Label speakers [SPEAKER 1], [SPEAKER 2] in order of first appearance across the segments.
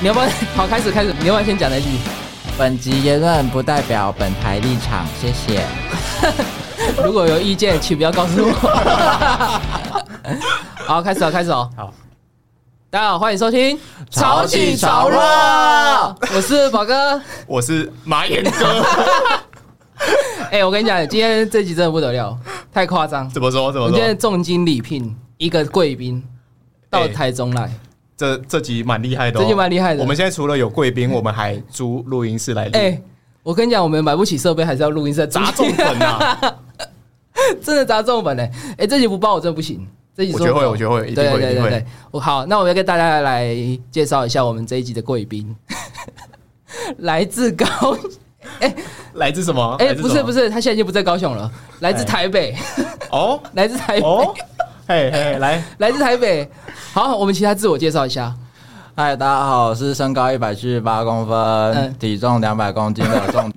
[SPEAKER 1] 你要不要好开始开始？你要不要先讲那句？
[SPEAKER 2] 本集言论不代表本台立场，谢谢。
[SPEAKER 1] 如果有意见，请不要告诉我。 好，开始哦，开始哦。
[SPEAKER 3] 好，
[SPEAKER 1] 大家好，欢迎收听《
[SPEAKER 2] 潮起潮落》，
[SPEAKER 1] 我是宝哥。
[SPEAKER 3] 我是马 眼哥，
[SPEAKER 1] 哎、我跟你讲，今天这集真的不得了，太夸张。
[SPEAKER 3] 怎么说？怎
[SPEAKER 1] 我
[SPEAKER 3] 么
[SPEAKER 1] 们今天
[SPEAKER 3] 说？
[SPEAKER 1] 重金礼聘一个贵宾到
[SPEAKER 3] 哎
[SPEAKER 1] 台中来，
[SPEAKER 3] 这这集蛮厉害的哦，
[SPEAKER 1] 这集蛮厉害的
[SPEAKER 3] 我们现在除了有贵宾，我们还租录音室来录
[SPEAKER 1] 哎、，我跟你讲，我们买不起设备，还是要录音室
[SPEAKER 3] 砸重本啊！
[SPEAKER 1] 真的砸重本嘞、哎、这集不报我真的不行。这集
[SPEAKER 3] 我觉得会，我觉得会，一定
[SPEAKER 1] 对对
[SPEAKER 3] 会，一
[SPEAKER 1] 对
[SPEAKER 3] 定
[SPEAKER 1] 对
[SPEAKER 3] 会
[SPEAKER 1] 对。，我好，那我要跟大家来介绍一下我们这一集的贵宾，来自高，
[SPEAKER 3] 来自什么？
[SPEAKER 1] 哎、
[SPEAKER 3] 哦来自
[SPEAKER 1] 不
[SPEAKER 3] 什
[SPEAKER 1] 是
[SPEAKER 3] 么
[SPEAKER 1] 不，是，他现在已经不在高雄了，来自
[SPEAKER 3] 哎
[SPEAKER 1] 台北，
[SPEAKER 3] 哦
[SPEAKER 1] 来自台北，
[SPEAKER 3] 哦，嘿嘿，来，
[SPEAKER 1] 来自台北。好，我们请他自我介绍一下。
[SPEAKER 2] 嗨，大家好，我是身高一百七十八公分，
[SPEAKER 1] 嗯
[SPEAKER 2] 体重两百公斤 的重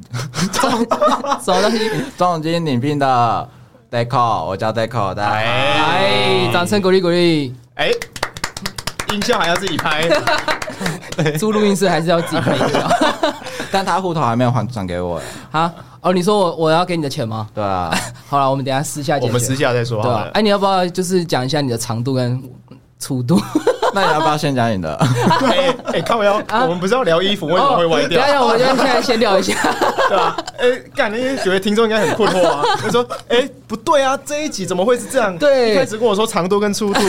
[SPEAKER 1] 什么东西？
[SPEAKER 2] 重金礼聘的 Deco，我叫 Deco，大家好。
[SPEAKER 1] 哎，掌声鼓励鼓励。
[SPEAKER 3] 哎，音效还要自己拍，
[SPEAKER 1] 租录音室还是要自己配哦掉。
[SPEAKER 2] 但他户头还没有还转给我，
[SPEAKER 1] 好，哦，你说我我要给你的钱吗？
[SPEAKER 2] 对啊，
[SPEAKER 1] 好了，我们等一下私下解
[SPEAKER 3] 我
[SPEAKER 1] 决。
[SPEAKER 3] 们私下再说
[SPEAKER 1] 对
[SPEAKER 3] 好
[SPEAKER 1] 吧、
[SPEAKER 3] 了
[SPEAKER 1] 哎、。你要不要就是讲一下你的长度跟粗度？
[SPEAKER 2] 那你要不要先讲 你的？
[SPEAKER 3] 哎哎，靠腰，我们不是要聊衣服，为什么会歪掉
[SPEAKER 1] 啊哦等一？下，我们就现在先聊一下。
[SPEAKER 3] 对啊，哎，干，因为觉得听众应该很困 惑啊。他说，哎，不对啊，这一集怎么会是这样？
[SPEAKER 1] 对
[SPEAKER 3] 一开始跟我说长度跟粗度，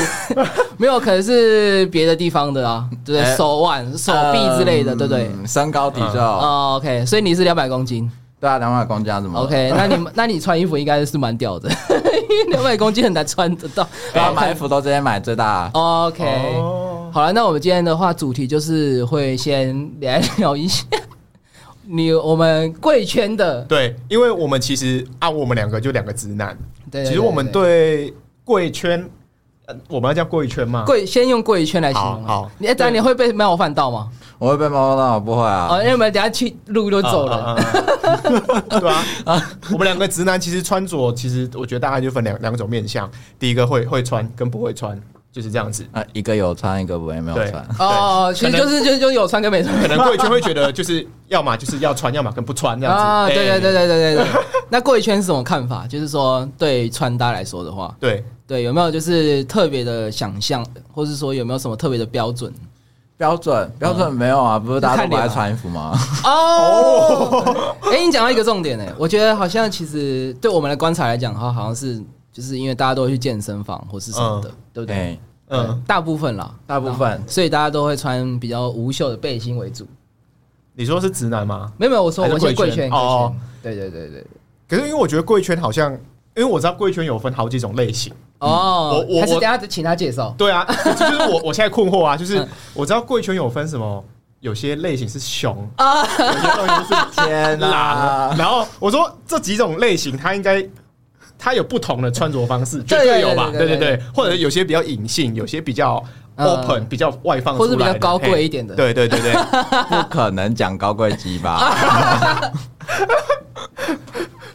[SPEAKER 1] 没有，可能是别的地方的啊，对不对？
[SPEAKER 2] 哎
[SPEAKER 1] 手腕、手臂之类的，
[SPEAKER 2] 嗯
[SPEAKER 1] 对不对？
[SPEAKER 2] 身高体重，
[SPEAKER 1] 哦，OK，所以你是两百公斤
[SPEAKER 2] 对啊，两百公斤啊，怎么了
[SPEAKER 1] ，OK，那 你那你穿衣服应该是蛮屌的， 因为两百公斤很难穿得到。
[SPEAKER 2] 对啊，买衣服都直接买最大。啊
[SPEAKER 1] OK，、
[SPEAKER 3] 哦
[SPEAKER 1] 好了，那我们今天的话主题就是会先来聊一下你我们贵圈的，
[SPEAKER 3] 对，因为我们其实啊，我们两个就两个直男，
[SPEAKER 1] 对
[SPEAKER 3] 其实我们对啊贵圈，呃我们要叫贵圈嘛，
[SPEAKER 1] 贵先用贵圈来形容。
[SPEAKER 3] 好好
[SPEAKER 1] 你哎等下你会被冒犯到吗？
[SPEAKER 2] 我会被猫到，我不会啊
[SPEAKER 1] 哦，。因为我们等下去路都走了。
[SPEAKER 3] 啊，啊 啊对啊，我们两个直男其实穿着，其实我觉得大概就分两两种面向，第一个会会穿跟不会穿，就是这样子。
[SPEAKER 2] 啊，一个有穿，一个不会没有
[SPEAKER 3] 对
[SPEAKER 2] 穿。
[SPEAKER 1] 哦，其
[SPEAKER 3] 啊
[SPEAKER 1] 实
[SPEAKER 3] 对
[SPEAKER 1] 就是就就有穿跟没穿
[SPEAKER 3] 可能贵圈会觉得就是要么 就是要穿，要么跟不穿这样子。
[SPEAKER 1] 啊，
[SPEAKER 3] 哎
[SPEAKER 1] 对对对对对对对。那贵圈是什么看法？就是说对穿搭来说的话，
[SPEAKER 3] 对，
[SPEAKER 1] 对有没有就是特别的想象，或是说有没有什么特别的标准？
[SPEAKER 2] 标准标准没有啊，不是大家
[SPEAKER 1] 嗯看
[SPEAKER 2] 都不
[SPEAKER 1] 脸啊
[SPEAKER 2] 爱穿衣服吗？
[SPEAKER 1] 哦，哎、你讲到一个重点呢、我觉得好像其实对我们的观察来讲的话，好像是就是因为大家都会去健身房或是什么的，对 不对？
[SPEAKER 2] 对，
[SPEAKER 3] 嗯，
[SPEAKER 1] 大部分啦，
[SPEAKER 2] 大部分
[SPEAKER 1] 所以大家都会穿比较无袖的背心为主。
[SPEAKER 3] 你说是直男吗？
[SPEAKER 1] 没有没有，我说
[SPEAKER 3] 还
[SPEAKER 1] 我
[SPEAKER 3] 是
[SPEAKER 1] 们先贵
[SPEAKER 3] 贵圈
[SPEAKER 1] 圈，贵
[SPEAKER 3] 哦
[SPEAKER 1] 圈，对对对对，
[SPEAKER 3] 可是因为我觉得贵圈好像，因为我知道贵圈有分好几种类型。
[SPEAKER 1] 哦，
[SPEAKER 3] 嗯我我
[SPEAKER 1] 还是
[SPEAKER 3] 我
[SPEAKER 1] 等一下请他介绍。
[SPEAKER 3] 对啊， 就就是 我我现在困惑啊，就是
[SPEAKER 1] 嗯
[SPEAKER 3] 我知道贵圈有分什么，有些类型是熊，
[SPEAKER 1] 啊，
[SPEAKER 3] 有些 类型是
[SPEAKER 2] 天哪
[SPEAKER 3] 狼，！然后我说这几种类型，它应该它有不同的穿着方式，绝
[SPEAKER 1] 对
[SPEAKER 3] 对有吧？
[SPEAKER 1] 对
[SPEAKER 3] 对
[SPEAKER 1] 对
[SPEAKER 3] 对
[SPEAKER 1] 对
[SPEAKER 3] 对，或者有些比较隐性，有些比较
[SPEAKER 1] 嗯
[SPEAKER 3] open，比较外放出
[SPEAKER 1] 或
[SPEAKER 3] 来
[SPEAKER 1] 是
[SPEAKER 3] 的，
[SPEAKER 1] 比较高贵
[SPEAKER 3] 嘿
[SPEAKER 1] 一点的
[SPEAKER 3] 对对对对，
[SPEAKER 2] 不可能讲高贵鸡吧？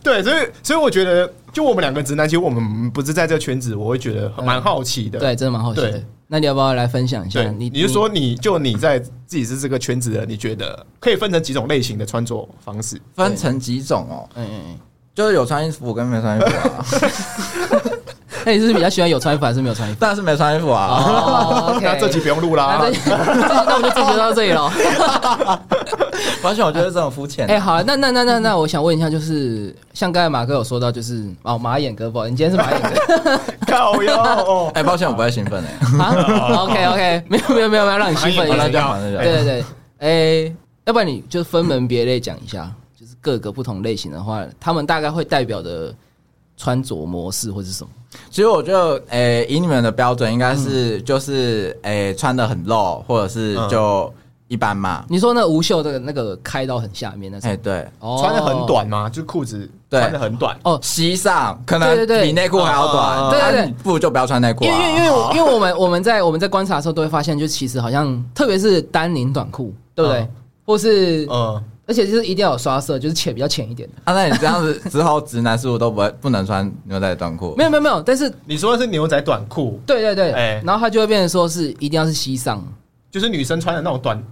[SPEAKER 3] 对，所以所以我觉得，就我们两个直男，其实我们不是在这个圈子，我会觉得蛮好奇的。
[SPEAKER 1] 嗯对，真的蛮好奇的
[SPEAKER 3] 对。
[SPEAKER 1] 那你要不要来分享一下
[SPEAKER 3] 对，？
[SPEAKER 1] 你
[SPEAKER 3] 你就说你就你在自己是这个圈子的，你觉得可以分成几种类型的穿着方式？
[SPEAKER 2] 分成几种哦，
[SPEAKER 1] 嗯嗯
[SPEAKER 2] 就是有穿衣服跟没穿衣服啊，
[SPEAKER 1] 嗯，那你是比较喜欢有穿衣服还是没有穿衣服？
[SPEAKER 2] 但是没穿衣服 啊。
[SPEAKER 1] 哦
[SPEAKER 3] 那这集不用录啦
[SPEAKER 1] 那。这这集 那我们就进行到这里了。
[SPEAKER 2] 完全我觉得这种肤浅
[SPEAKER 1] 哎、。好了，那那那那那，我想问一下，就是像刚才马哥有说到，就是哦，马眼哥，不好意思，你今天是马眼 哥
[SPEAKER 3] 靠腰哦，
[SPEAKER 2] 哎，抱歉，我不会兴奋哎。
[SPEAKER 1] 啊？OK OK，没有没有没有没有让你兴奋一
[SPEAKER 2] 马
[SPEAKER 1] 下，
[SPEAKER 2] 眼哥
[SPEAKER 1] 对对对，哎、要不然你就分门别类讲一下，就是各个不同类型的话，他们大概会代表的穿着模式或是什么？
[SPEAKER 2] 其实我觉得，诶，以你们的标准，应该
[SPEAKER 1] 嗯
[SPEAKER 2] 是就是诶穿的很露，或者是就一般嘛。
[SPEAKER 1] 你说那无袖的那个开到很下面那种，
[SPEAKER 2] 哎，对，
[SPEAKER 1] 哦
[SPEAKER 3] 穿的很。短嘛，就裤子
[SPEAKER 2] 对
[SPEAKER 3] 穿的很短。
[SPEAKER 2] 膝上可
[SPEAKER 1] 对对
[SPEAKER 2] 能
[SPEAKER 1] 对哦
[SPEAKER 2] 比内裤还要短，
[SPEAKER 1] 对对对
[SPEAKER 2] 那你不如就不要穿内裤
[SPEAKER 1] 因为
[SPEAKER 2] 啊。
[SPEAKER 1] 因为因为我哦因为我们我们在我们在观察的时候都会发现，就其实好像特别是丹宁短裤，对不对？
[SPEAKER 3] 嗯
[SPEAKER 1] 或是
[SPEAKER 3] 嗯，
[SPEAKER 1] 而且就是一定要有刷色，就是浅比较浅一点的。
[SPEAKER 2] 啊，那你这样子之后，直男是不是都不会不能穿牛仔短裤？
[SPEAKER 1] 没有没有没有，但是
[SPEAKER 3] 你说的是牛仔短裤，
[SPEAKER 1] 对对对，
[SPEAKER 3] 哎
[SPEAKER 1] 然后它就会变成说是一定要是西上，
[SPEAKER 3] 就是女生穿的那种短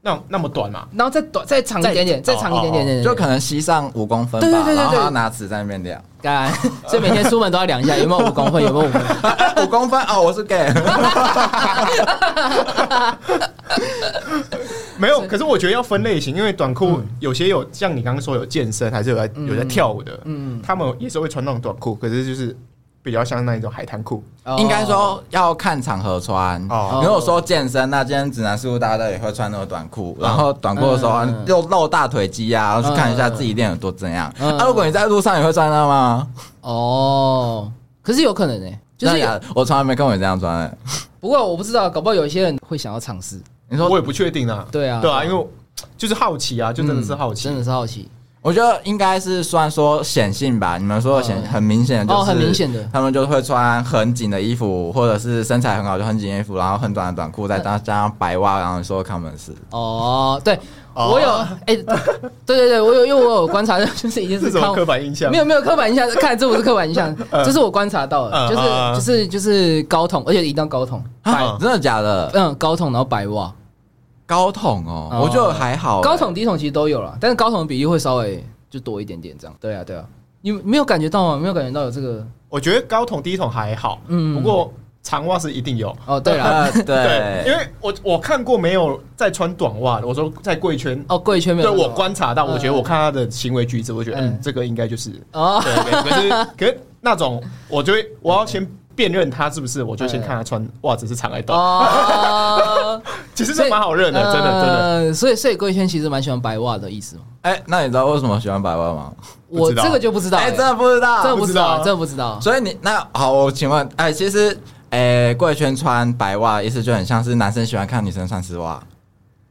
[SPEAKER 3] 那种那么短嘛，
[SPEAKER 1] 然后再短再长一点点，
[SPEAKER 3] 再哦
[SPEAKER 1] 再长一点点点，
[SPEAKER 2] 就可能膝上五公分吧，
[SPEAKER 1] 对对对对
[SPEAKER 2] 然后
[SPEAKER 1] 对
[SPEAKER 2] 他拿尺在那边量，
[SPEAKER 1] 干，所以每天出门都要量一下有没有五公分，有没有五 公分。
[SPEAKER 2] 五公分哦，我是 gay，
[SPEAKER 3] 没有。可是我觉得要分类型，因为短裤有些有像你刚刚说有健身，还是有在有在跳舞的，嗯，他们也是会穿那种短裤，可是就是比较像那一种海滩裤
[SPEAKER 1] 哦
[SPEAKER 2] 应该说要看场合穿。
[SPEAKER 3] 哦
[SPEAKER 2] 如果说健身，那今天指南事务大家也会穿那个短裤，然后短裤的时候
[SPEAKER 1] 嗯
[SPEAKER 2] 就露大腿肌啊，然后去看一下自己练有多怎样。
[SPEAKER 1] 嗯
[SPEAKER 2] 啊，如果你在路上也会穿那吗？
[SPEAKER 1] 哦，可是有可能呢、就
[SPEAKER 2] 真
[SPEAKER 1] 是
[SPEAKER 2] 的假
[SPEAKER 1] 有
[SPEAKER 2] 的啊我从来没跟我这样穿欸。
[SPEAKER 1] 不过我不知道，搞不好有一些人会想要尝试。
[SPEAKER 2] 你说
[SPEAKER 3] 我也不确定啊，
[SPEAKER 1] 对啊嗯
[SPEAKER 3] 对啊，因为我就是好奇啊，就真的是好奇
[SPEAKER 1] 真，的是好奇。
[SPEAKER 2] 我觉得应该是算说显性吧，你们说的显、
[SPEAKER 1] 嗯
[SPEAKER 2] 很明显的就是，
[SPEAKER 1] 哦很明显的
[SPEAKER 2] 他们就会穿很紧的衣服，或者是身材很好就很紧的衣服，然后很短的短裤，再
[SPEAKER 1] 嗯
[SPEAKER 2] 加加上白袜，然后你说他们是
[SPEAKER 1] 哦，对，
[SPEAKER 3] 哦
[SPEAKER 1] 我有，哎、对对对，我有，因为我有观察到， 就是已经
[SPEAKER 3] 是
[SPEAKER 1] 是
[SPEAKER 3] 什么
[SPEAKER 1] 看
[SPEAKER 3] 刻板印象？
[SPEAKER 1] 没有没有刻板印象，看这不是刻板印 象，这是我观察到的，
[SPEAKER 3] 嗯
[SPEAKER 1] 就是、
[SPEAKER 3] 嗯嗯
[SPEAKER 1] 就是就是高筒，而且一定要高筒，
[SPEAKER 3] 白
[SPEAKER 2] 啊真的假的？
[SPEAKER 1] 嗯，高筒然后白袜，
[SPEAKER 2] 高筒哦，
[SPEAKER 1] 哦
[SPEAKER 2] 我觉得还好、
[SPEAKER 1] 高筒低筒其实都有了，但是高筒的比例会稍微就多一点点这样。对啊对啊，你没有感觉到吗？没有感觉到有这个
[SPEAKER 3] 我觉得高筒低筒还好，
[SPEAKER 1] 嗯
[SPEAKER 3] 嗯，不过长袜是一定有。
[SPEAKER 1] 哦，对了，
[SPEAKER 3] 啊
[SPEAKER 2] 呃，对，
[SPEAKER 3] 因为我我看过没有在穿短袜的，我说在贵圈，
[SPEAKER 1] 哦，贵圈没
[SPEAKER 3] 对
[SPEAKER 1] 有这种
[SPEAKER 3] 我观察到，
[SPEAKER 1] 嗯
[SPEAKER 3] 我觉得我看他的行为举止，我觉得
[SPEAKER 1] 嗯
[SPEAKER 3] 嗯，这个应该就是
[SPEAKER 1] 哦，
[SPEAKER 3] 对，对可是 可是那种，我就会我要先辨认他是不是，我就先
[SPEAKER 1] 嗯
[SPEAKER 3] 看他穿袜子是长还是短。
[SPEAKER 1] 哦，
[SPEAKER 3] 其实这蛮好 认的，真的真的。
[SPEAKER 1] 的。所以所以贵圈其实蛮喜欢白袜的意思嘛。
[SPEAKER 2] 哎、那你知道为什么喜欢白袜吗？
[SPEAKER 3] 不
[SPEAKER 1] 我
[SPEAKER 3] 知道
[SPEAKER 1] 这个就不知道
[SPEAKER 2] 哎、
[SPEAKER 1] 欸，
[SPEAKER 2] 真的不知道，
[SPEAKER 1] 这个不
[SPEAKER 3] 不
[SPEAKER 1] 知
[SPEAKER 3] 知
[SPEAKER 1] 道，
[SPEAKER 3] 道
[SPEAKER 1] 这个不知道。
[SPEAKER 2] 所以你那好，我请问，哎、其实，哎、贵圈穿白袜的意思就很像是男生喜欢看女生穿丝袜，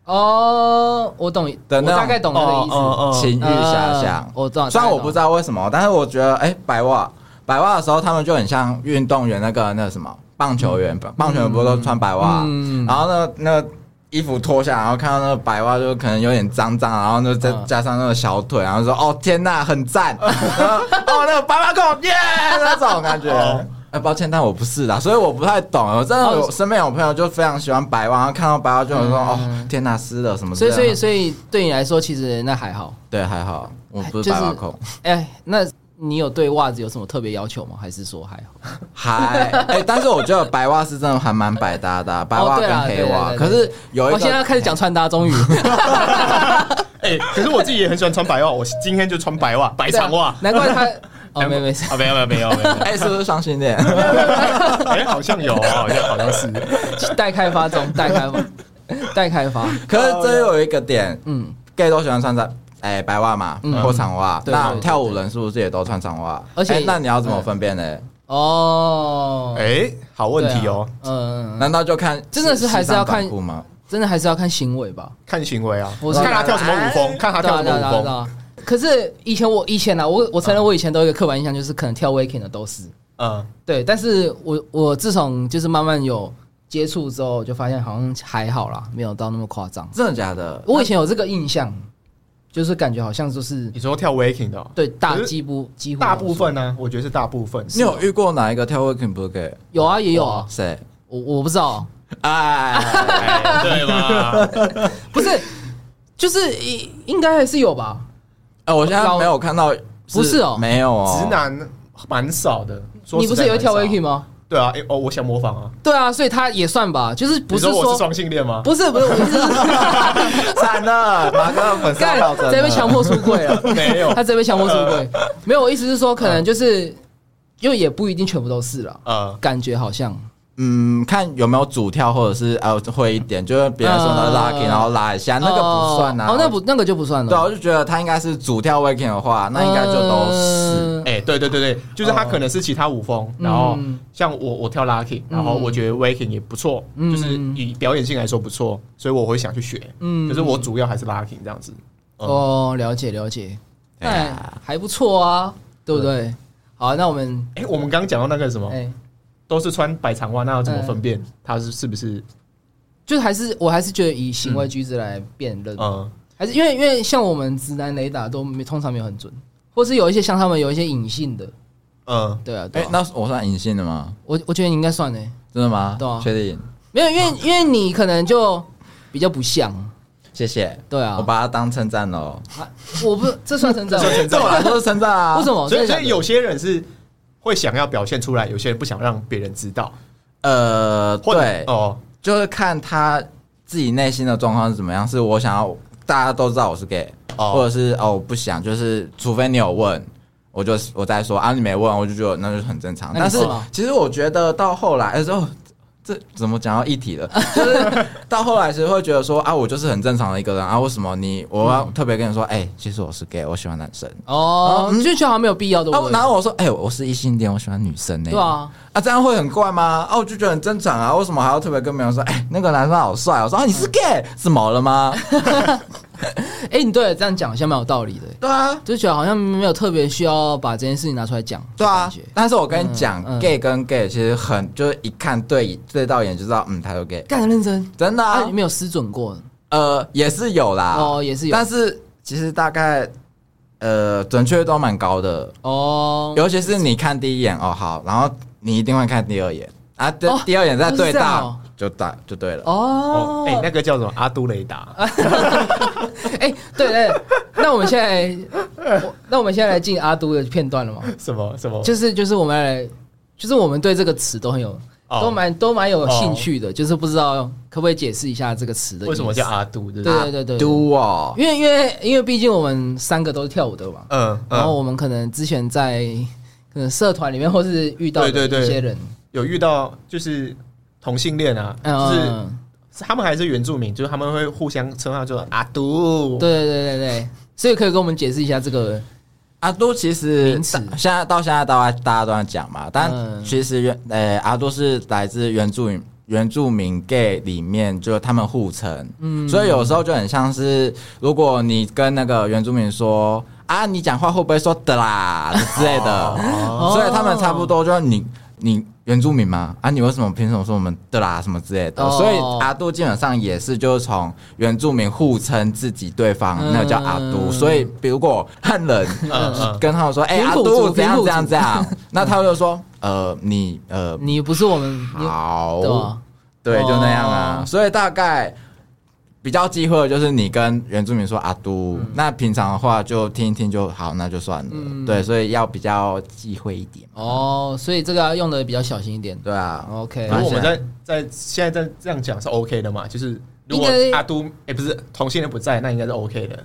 [SPEAKER 1] 哦，我懂，
[SPEAKER 2] 的
[SPEAKER 1] 我
[SPEAKER 2] 那种
[SPEAKER 1] 大概懂那
[SPEAKER 3] 哦
[SPEAKER 1] 个意思。
[SPEAKER 2] 情欲遐想。
[SPEAKER 1] 呃我懂，
[SPEAKER 2] 虽然我不知
[SPEAKER 1] 道，
[SPEAKER 2] 道为什么，但是我觉得，哎、白袜，白袜的时候，他们就很像运动员那个那个什么棒球员，棒球员不是都穿白袜、
[SPEAKER 1] 嗯
[SPEAKER 2] 然后呢，那个衣服脱下来，然后看到那个白袜就可能有点脏脏，然后呢再
[SPEAKER 1] 嗯
[SPEAKER 2] 加上那个小腿，然后说，哦天呐，很赞，然后哦那个白袜控，耶，那种感觉。
[SPEAKER 3] 哦
[SPEAKER 2] 哎，抱歉，但我不是啦，所以我不太懂。我真的，
[SPEAKER 1] 哦
[SPEAKER 2] 我身边有朋友就非常喜欢白袜，然后看到白袜就有说：“
[SPEAKER 1] 嗯
[SPEAKER 2] 哦，天呐，湿了什么之
[SPEAKER 1] 所
[SPEAKER 2] 类
[SPEAKER 1] 以
[SPEAKER 2] 的。”
[SPEAKER 1] 所以所以对你来说，其实那还好。
[SPEAKER 2] 对，还好，我
[SPEAKER 1] 就
[SPEAKER 2] 不是
[SPEAKER 1] 是
[SPEAKER 2] 白袜控。
[SPEAKER 1] 哎，那你有对袜子有什么特别要求吗？还是说还好？
[SPEAKER 2] 还哎、 但是我觉得白袜是真的还蛮百搭的啊、白袜
[SPEAKER 1] 哦对
[SPEAKER 2] 跟
[SPEAKER 1] 啦
[SPEAKER 2] 黑袜。
[SPEAKER 1] 对对对
[SPEAKER 2] 可是有一
[SPEAKER 1] 我
[SPEAKER 2] 个，
[SPEAKER 1] 哦现在要开始讲穿搭，终 于
[SPEAKER 3] 哎，可是我自己也很喜欢穿白袜，我今天就穿白袜，白长袜。
[SPEAKER 1] 难怪 他哦，没没事，
[SPEAKER 3] 啊，没有没有没有没 有，
[SPEAKER 2] 哎、是不是双性恋？
[SPEAKER 1] 哦
[SPEAKER 3] 哎，好像有，好像好像是。
[SPEAKER 1] 待开发中，待开发，待开发，
[SPEAKER 2] 可是这又有一个点，
[SPEAKER 1] 嗯，
[SPEAKER 2] gay 都喜欢穿长哎、白袜嘛，
[SPEAKER 1] 嗯
[SPEAKER 2] 或长袜。
[SPEAKER 1] 对对
[SPEAKER 2] 那
[SPEAKER 1] 对
[SPEAKER 2] 跳舞人是不是也都穿长袜？
[SPEAKER 1] 而且嗯
[SPEAKER 2] 哎那你要怎么分辨呢？
[SPEAKER 1] 哦，
[SPEAKER 3] 哎，好问题哦，
[SPEAKER 1] 对啊，嗯嗯，嗯
[SPEAKER 2] 难道就看
[SPEAKER 1] 真的是还是要看
[SPEAKER 2] 时尚短裤吗？
[SPEAKER 1] 真的还是要看行为吧。
[SPEAKER 3] 看行为啊，
[SPEAKER 1] 我是
[SPEAKER 3] 看他跳什么舞风，看他
[SPEAKER 1] 对
[SPEAKER 3] 跳
[SPEAKER 1] 啊
[SPEAKER 3] 什
[SPEAKER 1] 对
[SPEAKER 3] 么
[SPEAKER 1] 啊对啊对
[SPEAKER 3] 舞风。
[SPEAKER 1] 啊。可是以前我以前啊，我我承认我以前都有一个刻板印象，就是可能跳 waking 的都是
[SPEAKER 3] 嗯，
[SPEAKER 1] 对，但是我我自从就是慢慢有接触之后，就发现好像还好啦，没有到那么夸张。
[SPEAKER 2] 真的假的？
[SPEAKER 1] 我以前有这个印象，就是感觉好像就是
[SPEAKER 3] 你说跳 waking 的哦，
[SPEAKER 1] 对大
[SPEAKER 3] 可是
[SPEAKER 1] 几乎几乎
[SPEAKER 3] 大部分呢，我觉得是大部 分。
[SPEAKER 2] 你有遇过哪一个跳 working 不是 gay？
[SPEAKER 1] 有啊也有啊，
[SPEAKER 2] 谁？
[SPEAKER 1] 我我不知道，
[SPEAKER 2] 哎，
[SPEAKER 3] 哎对吧？
[SPEAKER 1] 不是就是应应该还是有吧？
[SPEAKER 2] 哎，我现在没有看到，
[SPEAKER 1] 不是哦
[SPEAKER 2] 没有哦，
[SPEAKER 3] 直男蛮少的。说
[SPEAKER 1] 你
[SPEAKER 3] 实
[SPEAKER 1] 不
[SPEAKER 3] 在
[SPEAKER 1] 是也会
[SPEAKER 3] 蛮
[SPEAKER 1] 跳
[SPEAKER 3] 少
[SPEAKER 1] waking 吗？
[SPEAKER 3] 对啊，哎哦，我想模仿啊。
[SPEAKER 1] 对啊，所以他也算吧，就是不
[SPEAKER 3] 你
[SPEAKER 1] 是
[SPEAKER 3] 说我
[SPEAKER 1] 说
[SPEAKER 3] 是双性恋吗？
[SPEAKER 1] 不是不是，我意思 是。
[SPEAKER 2] 惨了，马哥粉丝要
[SPEAKER 1] 干
[SPEAKER 2] 暴增
[SPEAKER 1] 直
[SPEAKER 2] 了
[SPEAKER 1] 接被强迫出柜 了，
[SPEAKER 3] 没 有
[SPEAKER 1] 他直接被强迫出柜。
[SPEAKER 3] 嗯
[SPEAKER 1] 没有，我意思是说，可能就是，又也不一定全部都是了，
[SPEAKER 3] 呃，
[SPEAKER 1] 感觉好像
[SPEAKER 2] 嗯，看有没有主跳，或者是呃会一点，就是别人说的 lucky，、
[SPEAKER 1] 嗯
[SPEAKER 2] 然后拉一下，那个不算啊。
[SPEAKER 1] 哦，那不那个就不算了。
[SPEAKER 2] 对啊，我就觉得他应该是主跳 waking 的话，那应该就都是。
[SPEAKER 1] 嗯
[SPEAKER 3] 哎、对对对对，就是他可能是其他舞风，然后
[SPEAKER 1] 嗯
[SPEAKER 3] 像我我跳 lucky，然后我觉得 waking 也不错，
[SPEAKER 1] 嗯
[SPEAKER 3] 就是以表演性来说不错，所以我会想去学。
[SPEAKER 1] 嗯
[SPEAKER 3] 可是我主要还是 lucky 这样子。嗯
[SPEAKER 1] 哦，了解了解，
[SPEAKER 2] 对
[SPEAKER 1] 那
[SPEAKER 2] 啊
[SPEAKER 1] 还不错啊，对不对？好，那我们
[SPEAKER 3] 哎、我们刚刚讲到那个什么，
[SPEAKER 1] 哎，
[SPEAKER 3] 都是穿白长袜，那要怎么分辨他是是不是？
[SPEAKER 1] 就还是我还是觉得以行为举止来辨认，
[SPEAKER 3] 嗯，
[SPEAKER 1] 还是因为因为像我们直男雷达都没通常没有很准，或是有一些像他们有一些隐性的，
[SPEAKER 3] 嗯，
[SPEAKER 1] 对啊，对
[SPEAKER 2] 哎、
[SPEAKER 1] 啊。
[SPEAKER 2] 那我算隐性的吗？
[SPEAKER 1] 我我觉得你应该算呢、
[SPEAKER 2] 真的吗？
[SPEAKER 1] 对啊
[SPEAKER 2] 确定。
[SPEAKER 1] 没有，因为因为你可能就比较不像，
[SPEAKER 2] 其谢谢。
[SPEAKER 1] 对啊
[SPEAKER 2] 我把它当称赞 喽。
[SPEAKER 1] 啊我不，这算成长吗？
[SPEAKER 2] 对我来说是称赞啊。
[SPEAKER 1] 为什？么？
[SPEAKER 3] 所
[SPEAKER 1] 哦真
[SPEAKER 3] 以
[SPEAKER 1] 的假
[SPEAKER 3] 所
[SPEAKER 1] 的
[SPEAKER 3] 以有些人是会想要表现出来，有些人不想让别人知道，
[SPEAKER 2] 呃，
[SPEAKER 3] 或者
[SPEAKER 2] 对，
[SPEAKER 3] 哦，
[SPEAKER 2] 就是看他自己内心的状况是怎么样。是我想要大家都知道我是 gay，、
[SPEAKER 3] 哦
[SPEAKER 2] 或者是哦我不想，就是除非你有问，我就我再说啊，你没问，我就觉得那就是很正常。
[SPEAKER 1] 那你
[SPEAKER 2] 但是
[SPEAKER 1] 说啊
[SPEAKER 2] 其实我觉得到后来的时候。这怎么讲到一体了？ 就是到后来，其实会觉得说啊，我就是很正常的一个人啊，为什么你我要
[SPEAKER 1] 嗯
[SPEAKER 2] 特别跟你说，哎、其实我是 gay，我喜欢男生。
[SPEAKER 1] 哦，
[SPEAKER 2] 嗯
[SPEAKER 1] 你就觉得好像没有必要的
[SPEAKER 2] 啊，
[SPEAKER 1] 问，
[SPEAKER 2] 然后我说，哎、我是异性恋，我喜欢女生呢、
[SPEAKER 1] 对啊，
[SPEAKER 2] 啊，这样会很怪吗？啊，我就觉得很正常啊，为什么还要特别跟别人说，哎、那个男生好帅哦？我说、啊、你是
[SPEAKER 1] 嗯
[SPEAKER 2] gay，怎么 了吗？
[SPEAKER 1] 哎，你对这样讲好像蛮有道理的，
[SPEAKER 2] 对啊，
[SPEAKER 1] 就觉得好像没有特别需要把这件事情拿出来讲，
[SPEAKER 2] 对
[SPEAKER 1] 这种感
[SPEAKER 2] 啊
[SPEAKER 1] 觉。
[SPEAKER 2] 但是我跟你讲、
[SPEAKER 1] 嗯嗯
[SPEAKER 2] g a y 跟 gay 其实很就是一看对对到眼就知道，嗯，他就 gay，
[SPEAKER 1] 干得认真
[SPEAKER 2] 真的啊
[SPEAKER 1] 啊，你，没有失准过
[SPEAKER 2] 呃，也是有啦，
[SPEAKER 1] 哦，也是有
[SPEAKER 2] 但是其实大概呃准确率都蛮高的，
[SPEAKER 1] 哦，
[SPEAKER 2] 尤其是你看第一眼哦好，然后你一定会看第二眼啊，第、
[SPEAKER 1] 哦
[SPEAKER 2] 第二眼再
[SPEAKER 1] 哦是
[SPEAKER 2] 对
[SPEAKER 1] 这样
[SPEAKER 2] 到、
[SPEAKER 1] 哦
[SPEAKER 2] 就打就对了。
[SPEAKER 1] 哦啊
[SPEAKER 3] 哦，，哎、那个叫什么阿都雷达，
[SPEAKER 1] 哎、对对，那我们现在，我那我们现在来进阿都的片段了嘛？
[SPEAKER 3] 什么什么，
[SPEAKER 1] 就是就是我们来，就是我们对这个词都很有，
[SPEAKER 3] 哦
[SPEAKER 1] 都蛮都蛮有兴趣的，就是不知道可不可以解释一下这个词的意思
[SPEAKER 3] 为什么叫？阿都？
[SPEAKER 1] 对
[SPEAKER 3] 对不
[SPEAKER 1] 对对对对，
[SPEAKER 2] do 哦，
[SPEAKER 1] 因为因为因为毕竟我们三个都是跳舞的嘛，
[SPEAKER 3] 嗯
[SPEAKER 1] 然后
[SPEAKER 3] 嗯，
[SPEAKER 1] 我们可能之前在可能社团里面或是遇到的
[SPEAKER 3] 对对对
[SPEAKER 1] 一些人，
[SPEAKER 3] 有遇到就是同性恋啊，就是
[SPEAKER 1] 嗯，
[SPEAKER 3] 他们还是原住民，就是他啊们会互相称号叫阿都，
[SPEAKER 1] 对对对对对，所以可以跟我们解释一下这个
[SPEAKER 2] 阿都其实
[SPEAKER 1] 名词
[SPEAKER 2] 大现在到现在大家大家都在讲嘛，但
[SPEAKER 1] 嗯
[SPEAKER 2] 其实原呃阿都是来自原住民原住民 gay 里面，就是他们互称，嗯，所以有时候就很像是如果你跟那个原住民说啊，你讲话会不会说 的啦之类的，
[SPEAKER 1] 哦
[SPEAKER 2] 所以他们差不多就是你。你原住民吗？啊，你为什么凭什么说我们的啦什么之类的？
[SPEAKER 1] 哦
[SPEAKER 2] 所以阿都基本上也是就是从原住民互称自己对方，那个叫阿都。
[SPEAKER 1] 嗯
[SPEAKER 2] 所以比如果汉 人
[SPEAKER 3] 嗯嗯
[SPEAKER 2] 跟他们说，哎、
[SPEAKER 1] 平
[SPEAKER 2] 阿
[SPEAKER 1] 埔
[SPEAKER 2] 杜
[SPEAKER 1] 族
[SPEAKER 2] 怎样
[SPEAKER 1] 平埔
[SPEAKER 2] 怎样
[SPEAKER 1] 族
[SPEAKER 2] 怎样，那他们就说，呃，你呃
[SPEAKER 1] 你不是我们，你
[SPEAKER 2] 好
[SPEAKER 1] 对，吧？
[SPEAKER 2] 对，就那样啊。
[SPEAKER 1] 哦
[SPEAKER 2] 所以大概比较忌讳的就是你跟原住民说阿都，
[SPEAKER 1] 嗯
[SPEAKER 2] 那平常的话就听一听就好，那就算了。对，所以要比较忌讳一点。
[SPEAKER 1] 哦，所以这个要用的比较小心一点。
[SPEAKER 2] 对啊，
[SPEAKER 1] OK，
[SPEAKER 3] 如果我们在在现在在这样讲是 OK 的嘛？就是如果
[SPEAKER 1] 应该
[SPEAKER 3] 阿都哎、不是同性恋不在，那应该是 OK 的，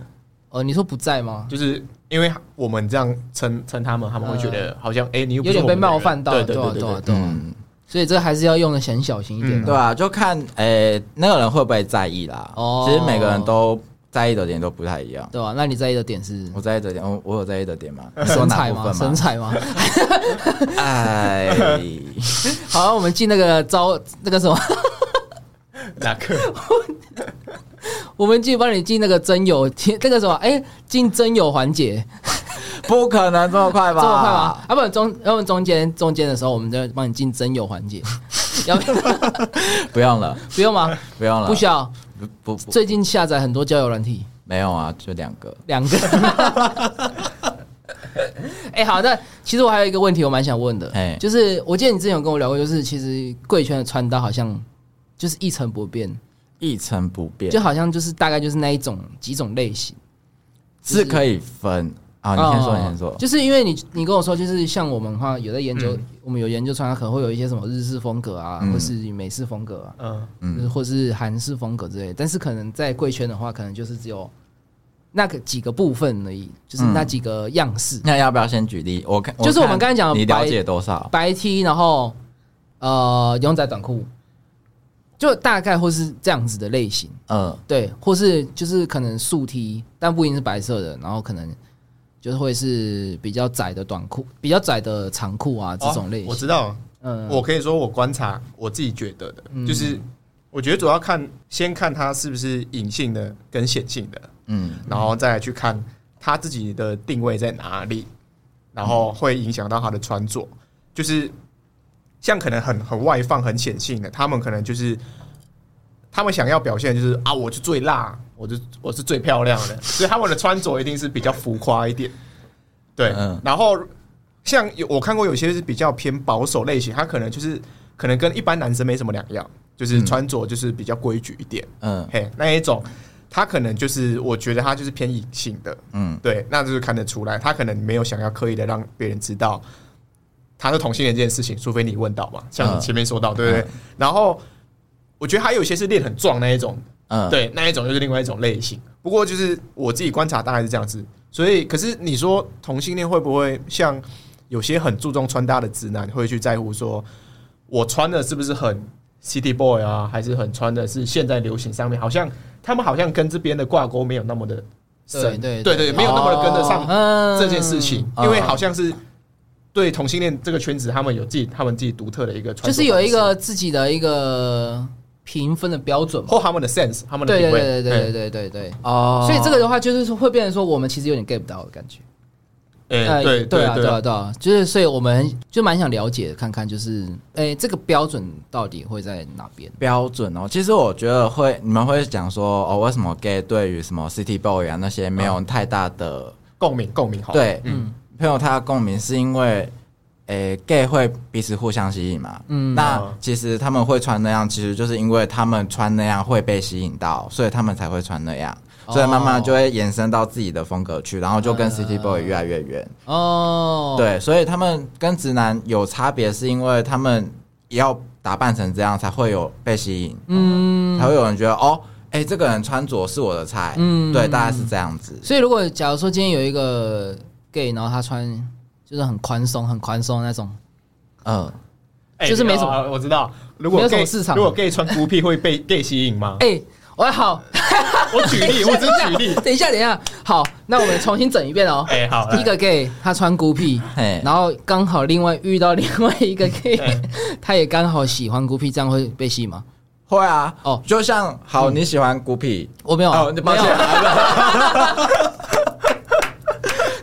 [SPEAKER 1] 哦，你说不在吗？
[SPEAKER 3] 就是因为我们这样称称他们，他们会觉得好像哎、你又不
[SPEAKER 1] 嗯有
[SPEAKER 3] 是
[SPEAKER 1] 点
[SPEAKER 3] 我
[SPEAKER 1] 被
[SPEAKER 3] 们的人
[SPEAKER 1] 冒犯到，
[SPEAKER 3] 对
[SPEAKER 1] 对
[SPEAKER 3] 对
[SPEAKER 1] 吧？
[SPEAKER 3] 对
[SPEAKER 1] 对
[SPEAKER 3] 对
[SPEAKER 1] 吧？
[SPEAKER 3] 对，
[SPEAKER 1] 对吧，
[SPEAKER 2] 嗯，
[SPEAKER 1] 所以这还是要用的很小心一点
[SPEAKER 2] 对
[SPEAKER 1] 啊。
[SPEAKER 2] 啊，就看诶、那个人会不会在意啦。
[SPEAKER 1] 哦
[SPEAKER 2] 其实每个人都在意的点都不太一样。
[SPEAKER 1] 对吧？那你在意的点是
[SPEAKER 2] 我在意的点，我我有在意的点吗？说
[SPEAKER 1] 身
[SPEAKER 2] 哪
[SPEAKER 1] 材
[SPEAKER 2] 部
[SPEAKER 1] 吗？
[SPEAKER 2] 分
[SPEAKER 1] 身
[SPEAKER 2] 吗？
[SPEAKER 1] 材吗？
[SPEAKER 2] 哎，
[SPEAKER 1] 好，那我们进那个招那个什么，
[SPEAKER 3] 哪个？
[SPEAKER 1] 我们进帮你进那个真友， 进那个什么，哎，进真友环节
[SPEAKER 2] 不可能这么快
[SPEAKER 1] 这
[SPEAKER 2] 吧？
[SPEAKER 1] 么快吗？啊要不然中，要不然中间中间的时候，我们再帮你进真友环节，要 不
[SPEAKER 2] 不用了，
[SPEAKER 1] 不用吗？
[SPEAKER 2] 不用了，
[SPEAKER 1] 不需要。
[SPEAKER 2] 不不不，
[SPEAKER 1] 最近下载很多交友软体，
[SPEAKER 2] 没有啊，就两个。
[SPEAKER 1] 两个。 哎、好，那其实我还有一个问题，我蛮想问的，
[SPEAKER 2] 哎
[SPEAKER 1] 就是我记得你之前有跟我聊过，就是其实贵圈的穿搭好像就是一成不变，
[SPEAKER 2] 一成不变，
[SPEAKER 1] 就好像就是大概就是那一种几种类型。
[SPEAKER 2] 是可以分啊。你先说，
[SPEAKER 1] 哦
[SPEAKER 2] 你先说。
[SPEAKER 1] 就是因为你你跟我说，就是像我们的话，有在研究，我们有研究穿搭，可能会有一些什么日式风格啊，
[SPEAKER 2] 嗯
[SPEAKER 1] 或是美式风格啊，
[SPEAKER 3] 嗯，
[SPEAKER 1] 就是或是韩式风格之类的。但是可能在贵圈的话，可能就是只有那个几个部分而已，就是
[SPEAKER 2] 嗯
[SPEAKER 1] 那几个样式。
[SPEAKER 2] 那要不要先举例？我看
[SPEAKER 1] 就是我们
[SPEAKER 2] 看
[SPEAKER 1] 刚才讲的
[SPEAKER 2] 你
[SPEAKER 1] 白
[SPEAKER 2] 了解多少？
[SPEAKER 1] 白 T，然后呃牛仔短裤，就大概或是这样子的类型，
[SPEAKER 2] 嗯，
[SPEAKER 1] 对，或是就是可能竖 T，但不一定是白色的，然后可能就是会是比较窄的短裤、比较窄的长裤啊这种类
[SPEAKER 3] 哦我
[SPEAKER 1] 型。
[SPEAKER 3] 知道，
[SPEAKER 1] 嗯，
[SPEAKER 3] 我可以说我观察我自己觉得的，就是我觉得主要看先看他是不是隐性的跟显性的，
[SPEAKER 2] 嗯
[SPEAKER 3] 嗯，然后再来去看他自己的定位在哪里，然后会影响到他的穿着，就是像可能很很外放、很显性的，他们可能就是。他们想要表现就是啊，我是最辣，我就我是最漂亮的， 所以他们的穿着一定是比较浮夸一点。对，
[SPEAKER 2] 嗯
[SPEAKER 3] 然后像有我看过有些是比较偏保守类型，他可能就是可能跟一般男生没什么两样，就是穿着就是比较规矩一点，
[SPEAKER 2] 嗯
[SPEAKER 3] 嘿，那一种他可能就是我觉得他就是偏隐性的，
[SPEAKER 2] 嗯，
[SPEAKER 3] 对，那就是看得出来，他可能没有想要刻意的让别人知道他是同性恋这件事情，除非你问到嘛，像你
[SPEAKER 2] 嗯
[SPEAKER 3] 前面说到，对不对？然后我觉得还有一些是练很壮那一种，
[SPEAKER 2] 嗯，
[SPEAKER 3] 对，那一种就是另外一种类型。不过就是我自己观察大概是这样子，所以可是你说同性恋会不会像有些很注重穿搭的直男会去在乎说，我穿的是不是很 city boy 啊，还是很穿的是现在流行上面？好像他们好像跟这边的挂钩没有那么的深，
[SPEAKER 1] 对对
[SPEAKER 3] 对对，没有那么的跟得上
[SPEAKER 1] 嗯
[SPEAKER 3] 这件事情，
[SPEAKER 2] 嗯
[SPEAKER 3] 因为好像是对同性恋这个圈子，他们有自己他们自己独特的一个穿着
[SPEAKER 1] 就是有一
[SPEAKER 3] 方式
[SPEAKER 1] 个自己的一个评分的标准嘛。
[SPEAKER 3] 或他们的 sense，他们的
[SPEAKER 1] 对
[SPEAKER 3] 品
[SPEAKER 1] 对对
[SPEAKER 3] 味，
[SPEAKER 1] 对对
[SPEAKER 3] 嘿
[SPEAKER 1] 对对对。
[SPEAKER 2] 哦
[SPEAKER 1] 所以这个的话，就是说会变成说我们其实有点 get 不到的感觉。
[SPEAKER 3] 哎，对
[SPEAKER 1] 对啊，
[SPEAKER 3] 对
[SPEAKER 1] 对啊，对啊，就是所以我们就蛮想了解看看，就是哎，这个标准到底会在哪边？
[SPEAKER 2] 标准哦。其实我觉得会，你们会讲说哦，为什么 gay 对于什么 city boy 啊那些没有太大的、
[SPEAKER 3] 共鸣共鸣好，
[SPEAKER 2] 对，
[SPEAKER 1] 嗯
[SPEAKER 2] 嗯，朋友他的共鸣是因为。诶、g a y 会彼此互相吸引嘛？嗯，那
[SPEAKER 3] 嗯
[SPEAKER 2] 其实他们会穿那样，其实就是因为他们穿那样会被吸引到，所以他们才会穿那样，所以慢慢就会延伸到自己的风格去，然后就跟
[SPEAKER 1] 嗯
[SPEAKER 2] City Boy 越来越远。
[SPEAKER 1] 哦，，
[SPEAKER 2] 对，所以他们跟直男有差别，是因为他们也要打扮成这样才会有被吸引，
[SPEAKER 1] 嗯，
[SPEAKER 2] 才会有人觉得哦，哎、这个人穿着是我的菜，
[SPEAKER 1] 嗯
[SPEAKER 2] 嗯，对，大概是这样子，
[SPEAKER 1] 所以如果假如说今天有一个 gay，然后他穿就是很宽松、很宽松的那种，
[SPEAKER 2] 嗯，
[SPEAKER 3] 哎
[SPEAKER 1] 就是没什么
[SPEAKER 3] 啊我知道，如
[SPEAKER 1] 没
[SPEAKER 3] 果
[SPEAKER 1] 有什么
[SPEAKER 3] gay
[SPEAKER 1] 市场
[SPEAKER 3] 如果 gay 穿孤僻会被 gay 吸引吗？
[SPEAKER 1] 哎，我好，哎
[SPEAKER 3] 我举
[SPEAKER 1] 。
[SPEAKER 3] 例，我只是举例
[SPEAKER 1] 等一下，等一下，好，那我们重新整一遍哦。
[SPEAKER 3] 哎，好，来
[SPEAKER 1] 一个 gay 他穿孤僻，
[SPEAKER 2] 嘿，
[SPEAKER 1] 然后刚好另外遇到另外一个 gay，他
[SPEAKER 3] 哎
[SPEAKER 1] 也刚好喜欢孤僻，这样会被吸吗？
[SPEAKER 2] 会啊，
[SPEAKER 1] 哦嗯
[SPEAKER 2] 哦，就像好，你喜欢孤僻，
[SPEAKER 1] 我没有，啊
[SPEAKER 2] 哦，
[SPEAKER 1] 没
[SPEAKER 2] 抱
[SPEAKER 1] 有
[SPEAKER 2] 歉，，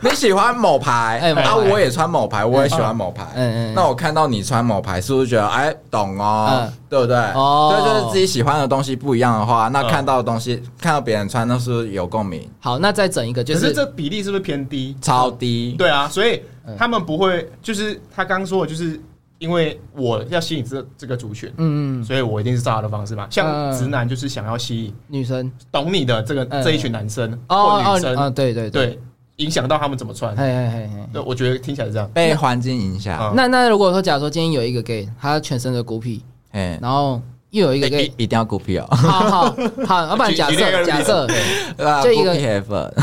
[SPEAKER 2] 你喜欢某牌
[SPEAKER 1] 哎，某牌
[SPEAKER 2] 啊，我也穿某牌，我也喜欢某牌，
[SPEAKER 1] 嗯嗯
[SPEAKER 2] 嗯
[SPEAKER 1] 嗯
[SPEAKER 2] 嗯，那我看到你穿某牌，是不是觉得哎，懂哦
[SPEAKER 1] 嗯，
[SPEAKER 2] 对不对？
[SPEAKER 1] 哦
[SPEAKER 2] 对，就是自己喜欢的东西不一样的话，那
[SPEAKER 3] 嗯
[SPEAKER 2] 看到的东西，看到别人穿，那是不是有共鸣，
[SPEAKER 1] 好，那再整一个，就
[SPEAKER 3] 可是
[SPEAKER 1] 是嗯
[SPEAKER 3] 这比例是不是偏低？
[SPEAKER 2] 超低，
[SPEAKER 3] 对啊，所以他们不会，就是他刚说的，就是因为我要吸引这这个族群，
[SPEAKER 1] 嗯，嗯
[SPEAKER 3] 所以我一定是照他的方式嘛。
[SPEAKER 1] 嗯
[SPEAKER 3] 像直男就是想要吸引
[SPEAKER 1] 女生
[SPEAKER 3] 懂你的这个
[SPEAKER 1] 嗯
[SPEAKER 3] 这一群男生
[SPEAKER 1] 哦
[SPEAKER 3] 或女
[SPEAKER 1] 哦哦，
[SPEAKER 3] 生，
[SPEAKER 1] 对对，
[SPEAKER 3] 对，影响到他们怎么穿
[SPEAKER 1] 嘿。嘿嘿嘿。
[SPEAKER 3] 对，我觉得听起来是这样。
[SPEAKER 2] 被环境影响，
[SPEAKER 3] 嗯
[SPEAKER 1] 那那如果说，假如说今天有一个 gay，他全身的孤僻，
[SPEAKER 3] 嗯
[SPEAKER 2] 哎，
[SPEAKER 1] 然后又有一个 gay，
[SPEAKER 2] 一一定要孤僻哦，
[SPEAKER 1] 好好好，要不然假
[SPEAKER 3] 举举另外
[SPEAKER 1] 设
[SPEAKER 3] 一个
[SPEAKER 1] 假
[SPEAKER 3] 例子
[SPEAKER 1] 设，
[SPEAKER 2] 对啊
[SPEAKER 1] 就
[SPEAKER 2] 孤
[SPEAKER 1] 一个
[SPEAKER 2] 僻黑粉，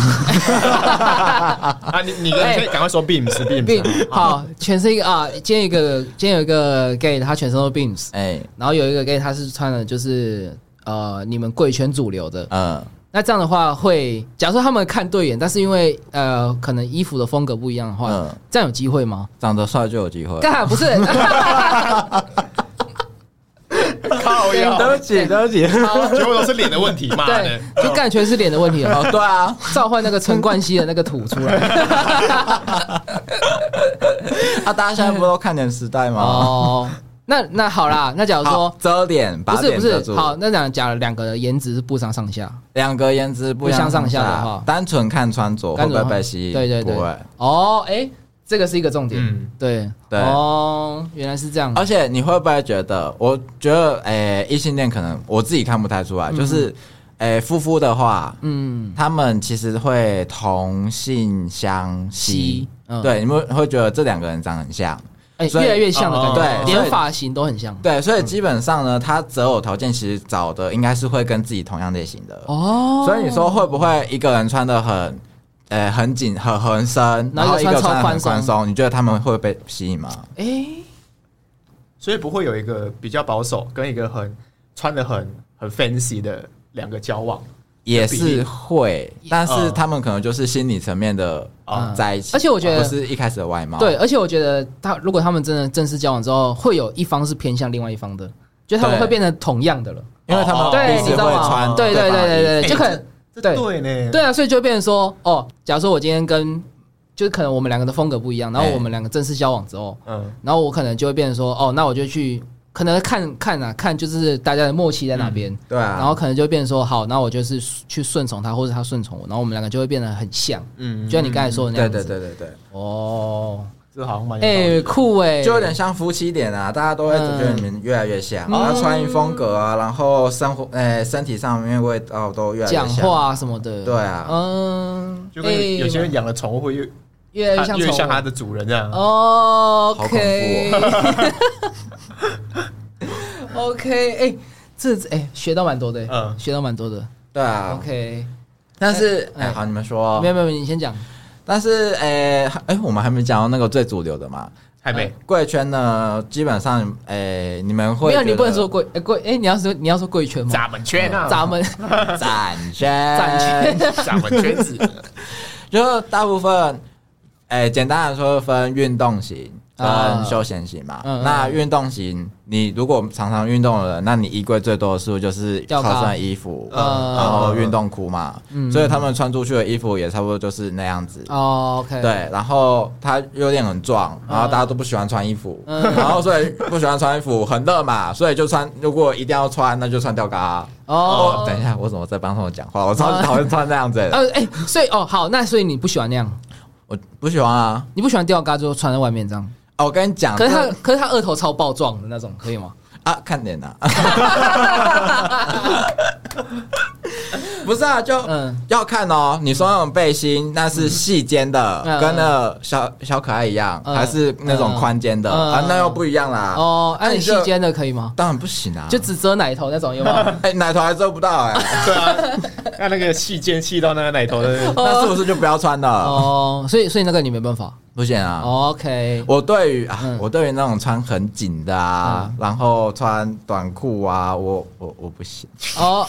[SPEAKER 3] 啊，你你你
[SPEAKER 1] 哎
[SPEAKER 3] 可以赶快说 beams beams，
[SPEAKER 1] 病好，全身一个啊，今天一个今天有一个 gay，他全身都 beams，
[SPEAKER 2] 哎，
[SPEAKER 1] 然后有一个 gay 他是穿的就是呃你们贵圈主流的，
[SPEAKER 2] 嗯，
[SPEAKER 1] 那这样的话会，假如说他们看对眼，但是因为呃可能衣服的风格不一样的话，
[SPEAKER 2] 嗯
[SPEAKER 1] 这样有机会吗？
[SPEAKER 2] 长得帅就有机会，
[SPEAKER 1] 干不是？
[SPEAKER 3] 靠呀，
[SPEAKER 2] 对不起，对不起，
[SPEAKER 3] 全部都是脸的问题，妈的
[SPEAKER 1] 对，，就干全是脸的问题了。
[SPEAKER 2] 哦，对啊，
[SPEAKER 1] 召唤那个陈冠希的那个土出 来
[SPEAKER 2] 啊，大家现在不都看点时代吗？
[SPEAKER 1] 哦，那那好啦，那假如
[SPEAKER 2] 好
[SPEAKER 1] 说
[SPEAKER 2] 遮脸，把
[SPEAKER 1] 不是
[SPEAKER 2] 脸
[SPEAKER 1] 不
[SPEAKER 2] 遮
[SPEAKER 1] 是
[SPEAKER 2] 住。
[SPEAKER 1] 好，那讲假如两个的颜值是不相上下，
[SPEAKER 2] 两个颜值不
[SPEAKER 1] 不相上下
[SPEAKER 2] 下
[SPEAKER 1] 的话
[SPEAKER 2] 单纯看穿着会
[SPEAKER 1] 干
[SPEAKER 2] 不会被吸引？
[SPEAKER 1] 对对对
[SPEAKER 2] 不会。，
[SPEAKER 1] 哦，哎，这个是一个重点，
[SPEAKER 3] 嗯
[SPEAKER 1] 对
[SPEAKER 2] 对啊
[SPEAKER 1] 哦，原来是这样，
[SPEAKER 2] 而且你会不会觉得？我觉得，诶、异性恋可能我自己看不太出来，就是，诶、夫妇的话，
[SPEAKER 1] 嗯，
[SPEAKER 2] 他们其实会同性相
[SPEAKER 1] 吸
[SPEAKER 2] 吸，
[SPEAKER 1] 嗯
[SPEAKER 2] 对，你们会觉得这两个人长得很像，
[SPEAKER 1] 哎，
[SPEAKER 2] 所以
[SPEAKER 1] 越来越像的感觉，
[SPEAKER 2] 哦对
[SPEAKER 1] 连
[SPEAKER 2] 所以
[SPEAKER 1] 发型都很像，
[SPEAKER 2] 对，所以基本上呢，他择偶条件其实找的应该是会跟自己同样类型的，
[SPEAKER 1] 哦，
[SPEAKER 2] 所以你说会不会一个人穿的很，呃，很紧、很很深，
[SPEAKER 1] 然
[SPEAKER 2] 然
[SPEAKER 1] 后
[SPEAKER 2] 后
[SPEAKER 1] 一
[SPEAKER 2] 一
[SPEAKER 1] 个
[SPEAKER 2] 个
[SPEAKER 1] 穿超
[SPEAKER 2] 穿的
[SPEAKER 1] 宽
[SPEAKER 2] 很
[SPEAKER 1] 松
[SPEAKER 2] 宽松？你觉得他们会被吸引吗？
[SPEAKER 1] 哎。
[SPEAKER 3] 所以不会有一个比较保守跟一个很穿的很很 fancy 的两个交往
[SPEAKER 2] 也是会，但是他们可能就是心理层面的呃
[SPEAKER 1] 嗯
[SPEAKER 2] 在一起，
[SPEAKER 1] 而且我觉得
[SPEAKER 2] 不是一开始的外貌，
[SPEAKER 1] 对，，而且我觉得他如果他们真的正式交往之后，会有一方是偏向另外一方的，就他们
[SPEAKER 2] 对
[SPEAKER 1] 会变成同样的了。
[SPEAKER 2] 因为他们
[SPEAKER 3] 哦
[SPEAKER 1] 对，
[SPEAKER 2] 彼
[SPEAKER 1] 你知
[SPEAKER 2] 此
[SPEAKER 1] 道
[SPEAKER 2] 会
[SPEAKER 1] 吗？
[SPEAKER 2] 穿
[SPEAKER 1] 对对
[SPEAKER 2] 对
[SPEAKER 1] 对
[SPEAKER 2] 方的
[SPEAKER 1] 对
[SPEAKER 2] 衣服
[SPEAKER 1] 对，
[SPEAKER 3] 哎
[SPEAKER 1] 就可能
[SPEAKER 3] 这
[SPEAKER 1] 对
[SPEAKER 3] 对呢？
[SPEAKER 1] 对啊，所以就会变成说，哦，假如说我今天跟就是可能我们两个的风格不一样，然后
[SPEAKER 2] 哎
[SPEAKER 1] 我们两个正式交往之后，
[SPEAKER 3] 嗯，
[SPEAKER 1] 然后我可能就会变成说，哦，那我就去可能看看啊看，就是大家的默契在哪边。
[SPEAKER 2] 对啊，
[SPEAKER 1] 然后可能就会变成说好，那我就是去顺从他，或者他顺从我，然后我们两个就会变得很像，
[SPEAKER 3] 嗯
[SPEAKER 1] 就像你刚才说的那
[SPEAKER 2] 对
[SPEAKER 1] 样子。
[SPEAKER 2] 对对对对，
[SPEAKER 1] 哦，
[SPEAKER 3] 这好像蛮有道理的
[SPEAKER 1] 哎，酷哎，
[SPEAKER 2] 就有点像夫妻脸啊，大家都会
[SPEAKER 1] 嗯
[SPEAKER 2] 觉得你们越来越像，然后穿衣风格啊，然后生活哎、身体上面味道都越来越
[SPEAKER 1] 讲
[SPEAKER 2] 像。
[SPEAKER 1] 话什么的，
[SPEAKER 2] 对啊
[SPEAKER 1] 嗯，
[SPEAKER 3] 就跟
[SPEAKER 1] 哎
[SPEAKER 3] 有有些人养了宠物会越
[SPEAKER 1] 越来越像
[SPEAKER 3] 越
[SPEAKER 1] 宠物
[SPEAKER 3] 像它的主人这样。
[SPEAKER 1] 哦
[SPEAKER 2] 好恐哦怖
[SPEAKER 1] OK，哎，这哎学到蛮多的，
[SPEAKER 3] 嗯
[SPEAKER 1] 学到蛮多的。
[SPEAKER 2] 对啊
[SPEAKER 1] 哦 OK，
[SPEAKER 2] 但是
[SPEAKER 1] 哎
[SPEAKER 2] 哎、好，你们说
[SPEAKER 1] 没，有没有，你先讲。
[SPEAKER 2] 但是哎哎、我们还没讲到那个最主流的嘛，
[SPEAKER 3] 还
[SPEAKER 1] 哎
[SPEAKER 3] 没，
[SPEAKER 2] 贵圈呢，基本上哎、你们会
[SPEAKER 1] 没有，
[SPEAKER 2] 觉
[SPEAKER 1] 你
[SPEAKER 2] 得
[SPEAKER 1] 不能说贵哎贵哎，你要说你要说贵圈吗？
[SPEAKER 3] 咱们圈啊，
[SPEAKER 1] 咱 们
[SPEAKER 2] 展圈，
[SPEAKER 1] 展圈
[SPEAKER 3] 咱们圈子，
[SPEAKER 2] 就是大部分，哎、简单来说分运动型
[SPEAKER 1] 啊
[SPEAKER 2] 跟休闲型嘛。
[SPEAKER 1] 嗯嗯
[SPEAKER 2] 那运动型，你如果常常运动的人，那你衣柜最多的是不是就是
[SPEAKER 1] 吊
[SPEAKER 2] 靠
[SPEAKER 1] 嘎
[SPEAKER 2] 身衣服，
[SPEAKER 1] 嗯
[SPEAKER 2] 然后运动裤嘛、
[SPEAKER 1] 嗯
[SPEAKER 2] 所以他们穿出去的衣服也差不多就是那样子。
[SPEAKER 1] 哦 OK，
[SPEAKER 2] 对，然后他有点很壮，然后大家都不喜欢穿衣服，
[SPEAKER 1] 嗯
[SPEAKER 2] 然后所以不喜欢穿衣服，很热嘛，所以就穿。如果一定要穿，那就穿吊嘎、
[SPEAKER 1] 哦
[SPEAKER 2] 哦，，等一下，我怎么在帮他们讲话？我超讨厌穿那样 子的，
[SPEAKER 1] 呃，哎、所以哦，好，那所以你不喜欢那样，
[SPEAKER 2] 我不喜欢啊。
[SPEAKER 1] 你不喜欢吊嘎，就穿在外面这样。
[SPEAKER 2] 哦，我跟你讲，
[SPEAKER 1] 可是他
[SPEAKER 2] 这，
[SPEAKER 1] 可是他额头超暴壮的那种，可以 吗？
[SPEAKER 2] 啊，看 脸呐、啊，不是啊，就
[SPEAKER 1] 嗯
[SPEAKER 2] 要看哦。你说那种背心，那是细肩的，
[SPEAKER 1] 嗯
[SPEAKER 2] 跟那小小可爱一样，
[SPEAKER 1] 嗯
[SPEAKER 2] 还是那种宽肩的、
[SPEAKER 1] 嗯
[SPEAKER 2] 啊？那又不一样啦。
[SPEAKER 1] 哦，那、
[SPEAKER 2] 那
[SPEAKER 1] 你
[SPEAKER 2] 你
[SPEAKER 1] 细
[SPEAKER 2] 就
[SPEAKER 1] 肩的可以吗？
[SPEAKER 2] 当然不行啊，
[SPEAKER 1] 就只遮奶头那种有 吗？
[SPEAKER 2] 哎、奶头还遮不到哎、
[SPEAKER 3] 对啊，那那个细肩细到那个奶头的，
[SPEAKER 2] 那是不是就不要穿了？
[SPEAKER 1] 哦，所以所以那个你没办法。哦
[SPEAKER 2] 不行啊。
[SPEAKER 1] OK，
[SPEAKER 2] 我对于啊，
[SPEAKER 1] 嗯
[SPEAKER 2] 我对于那种穿很紧的啊，然后穿短裤啊，我我我不行。
[SPEAKER 1] 哦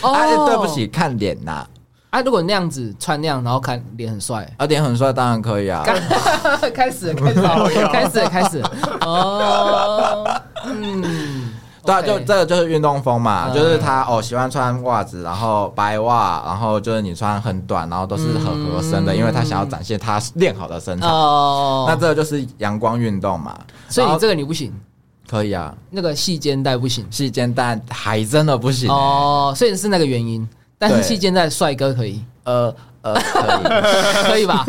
[SPEAKER 1] 哦、
[SPEAKER 2] 哎、对不起，看脸呐、
[SPEAKER 1] 啊，如果那样子穿那样，然后看脸很 帅。
[SPEAKER 2] 啊，脸很帅当然可以啊。
[SPEAKER 1] 干开始了，开始了， 开始了，开始了。哦，嗯，
[SPEAKER 2] 对啊，
[SPEAKER 1] OK
[SPEAKER 2] 就这个就是运动风嘛，
[SPEAKER 1] 嗯
[SPEAKER 2] 就是他哦喜欢穿袜子，然后白袜，然后就是你穿很短，然后都是很合身的，
[SPEAKER 1] 嗯
[SPEAKER 2] 因为他想要展现他练好的身材。
[SPEAKER 1] 哦，
[SPEAKER 2] 那这个就是阳光运动嘛，
[SPEAKER 1] 所以
[SPEAKER 2] 然
[SPEAKER 1] 你
[SPEAKER 2] 后
[SPEAKER 1] 这个你不行，
[SPEAKER 2] 可以啊，
[SPEAKER 1] 那个细肩带不行。
[SPEAKER 2] 细肩带还真的不行、
[SPEAKER 1] 哦，所以是那个原因。但是
[SPEAKER 2] 对
[SPEAKER 1] 细肩带帅哥可以，
[SPEAKER 2] 呃呃，可以，
[SPEAKER 1] 可以吧？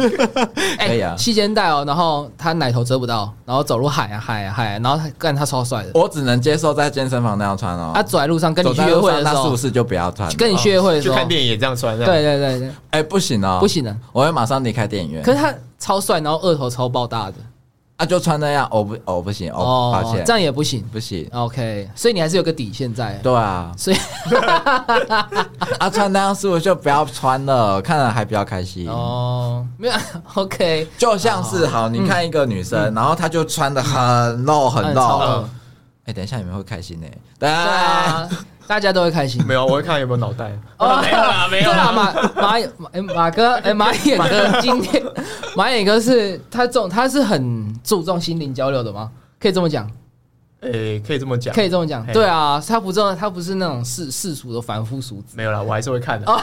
[SPEAKER 1] 哎
[SPEAKER 2] 可以啊
[SPEAKER 1] 细肩带哦，然后他奶头遮不到，然后走路喊啊喊啊喊啊，然后他干他超帅的。
[SPEAKER 2] 我只能接受在健身房那样穿哦。
[SPEAKER 1] 他走在路上啊跟你
[SPEAKER 2] 走
[SPEAKER 1] 去
[SPEAKER 2] 在
[SPEAKER 1] 约
[SPEAKER 2] 路
[SPEAKER 1] 会
[SPEAKER 2] 上
[SPEAKER 1] 的时
[SPEAKER 2] 那是不
[SPEAKER 1] 候，
[SPEAKER 2] 是就不要穿了？
[SPEAKER 1] 跟你去约会的时
[SPEAKER 3] 就
[SPEAKER 1] 候，
[SPEAKER 3] 哦看电影也这样穿，啊这样
[SPEAKER 1] 对对对对，
[SPEAKER 2] 哎、不行
[SPEAKER 3] 啊
[SPEAKER 2] 哦，
[SPEAKER 1] 不，行的。
[SPEAKER 2] 我会马上离开电影院。
[SPEAKER 1] 可是他超帅，然后二头超爆大的，
[SPEAKER 2] 啊，就穿那样，哦不哦不行哦，抱歉，
[SPEAKER 1] 这样也不行。
[SPEAKER 2] 不行。
[SPEAKER 1] OK，所以你还是有个底线在。
[SPEAKER 2] 对啊，
[SPEAKER 1] 所以
[SPEAKER 2] 啊，穿那样是不是就不要穿了？看了还比较开心。
[SPEAKER 1] 哦，嗯没有 OK，
[SPEAKER 2] 就像是好，你看一个女生，然后她就穿的很露很
[SPEAKER 1] 超
[SPEAKER 2] 露，
[SPEAKER 1] 了
[SPEAKER 2] 哎，等一下你们会开心呢。
[SPEAKER 1] 对
[SPEAKER 2] 对，
[SPEAKER 1] 啊，大家都会开心。
[SPEAKER 3] 没有，我会看有没有脑袋。
[SPEAKER 1] 哦，
[SPEAKER 3] 没 有啦，没有
[SPEAKER 1] 对啦，
[SPEAKER 3] 啦。
[SPEAKER 1] 马马眼马哎马哥哎马眼哥今天马眼哥是他重他是很注重心灵交流的吗？可以这么讲，
[SPEAKER 3] 诶，哎可以这么讲
[SPEAKER 1] 可，以这么讲，
[SPEAKER 3] 嘿
[SPEAKER 1] 对啊，他不重他不是那种世世俗的凡夫俗子。
[SPEAKER 3] 没有啦，我还是会看的。
[SPEAKER 1] 哦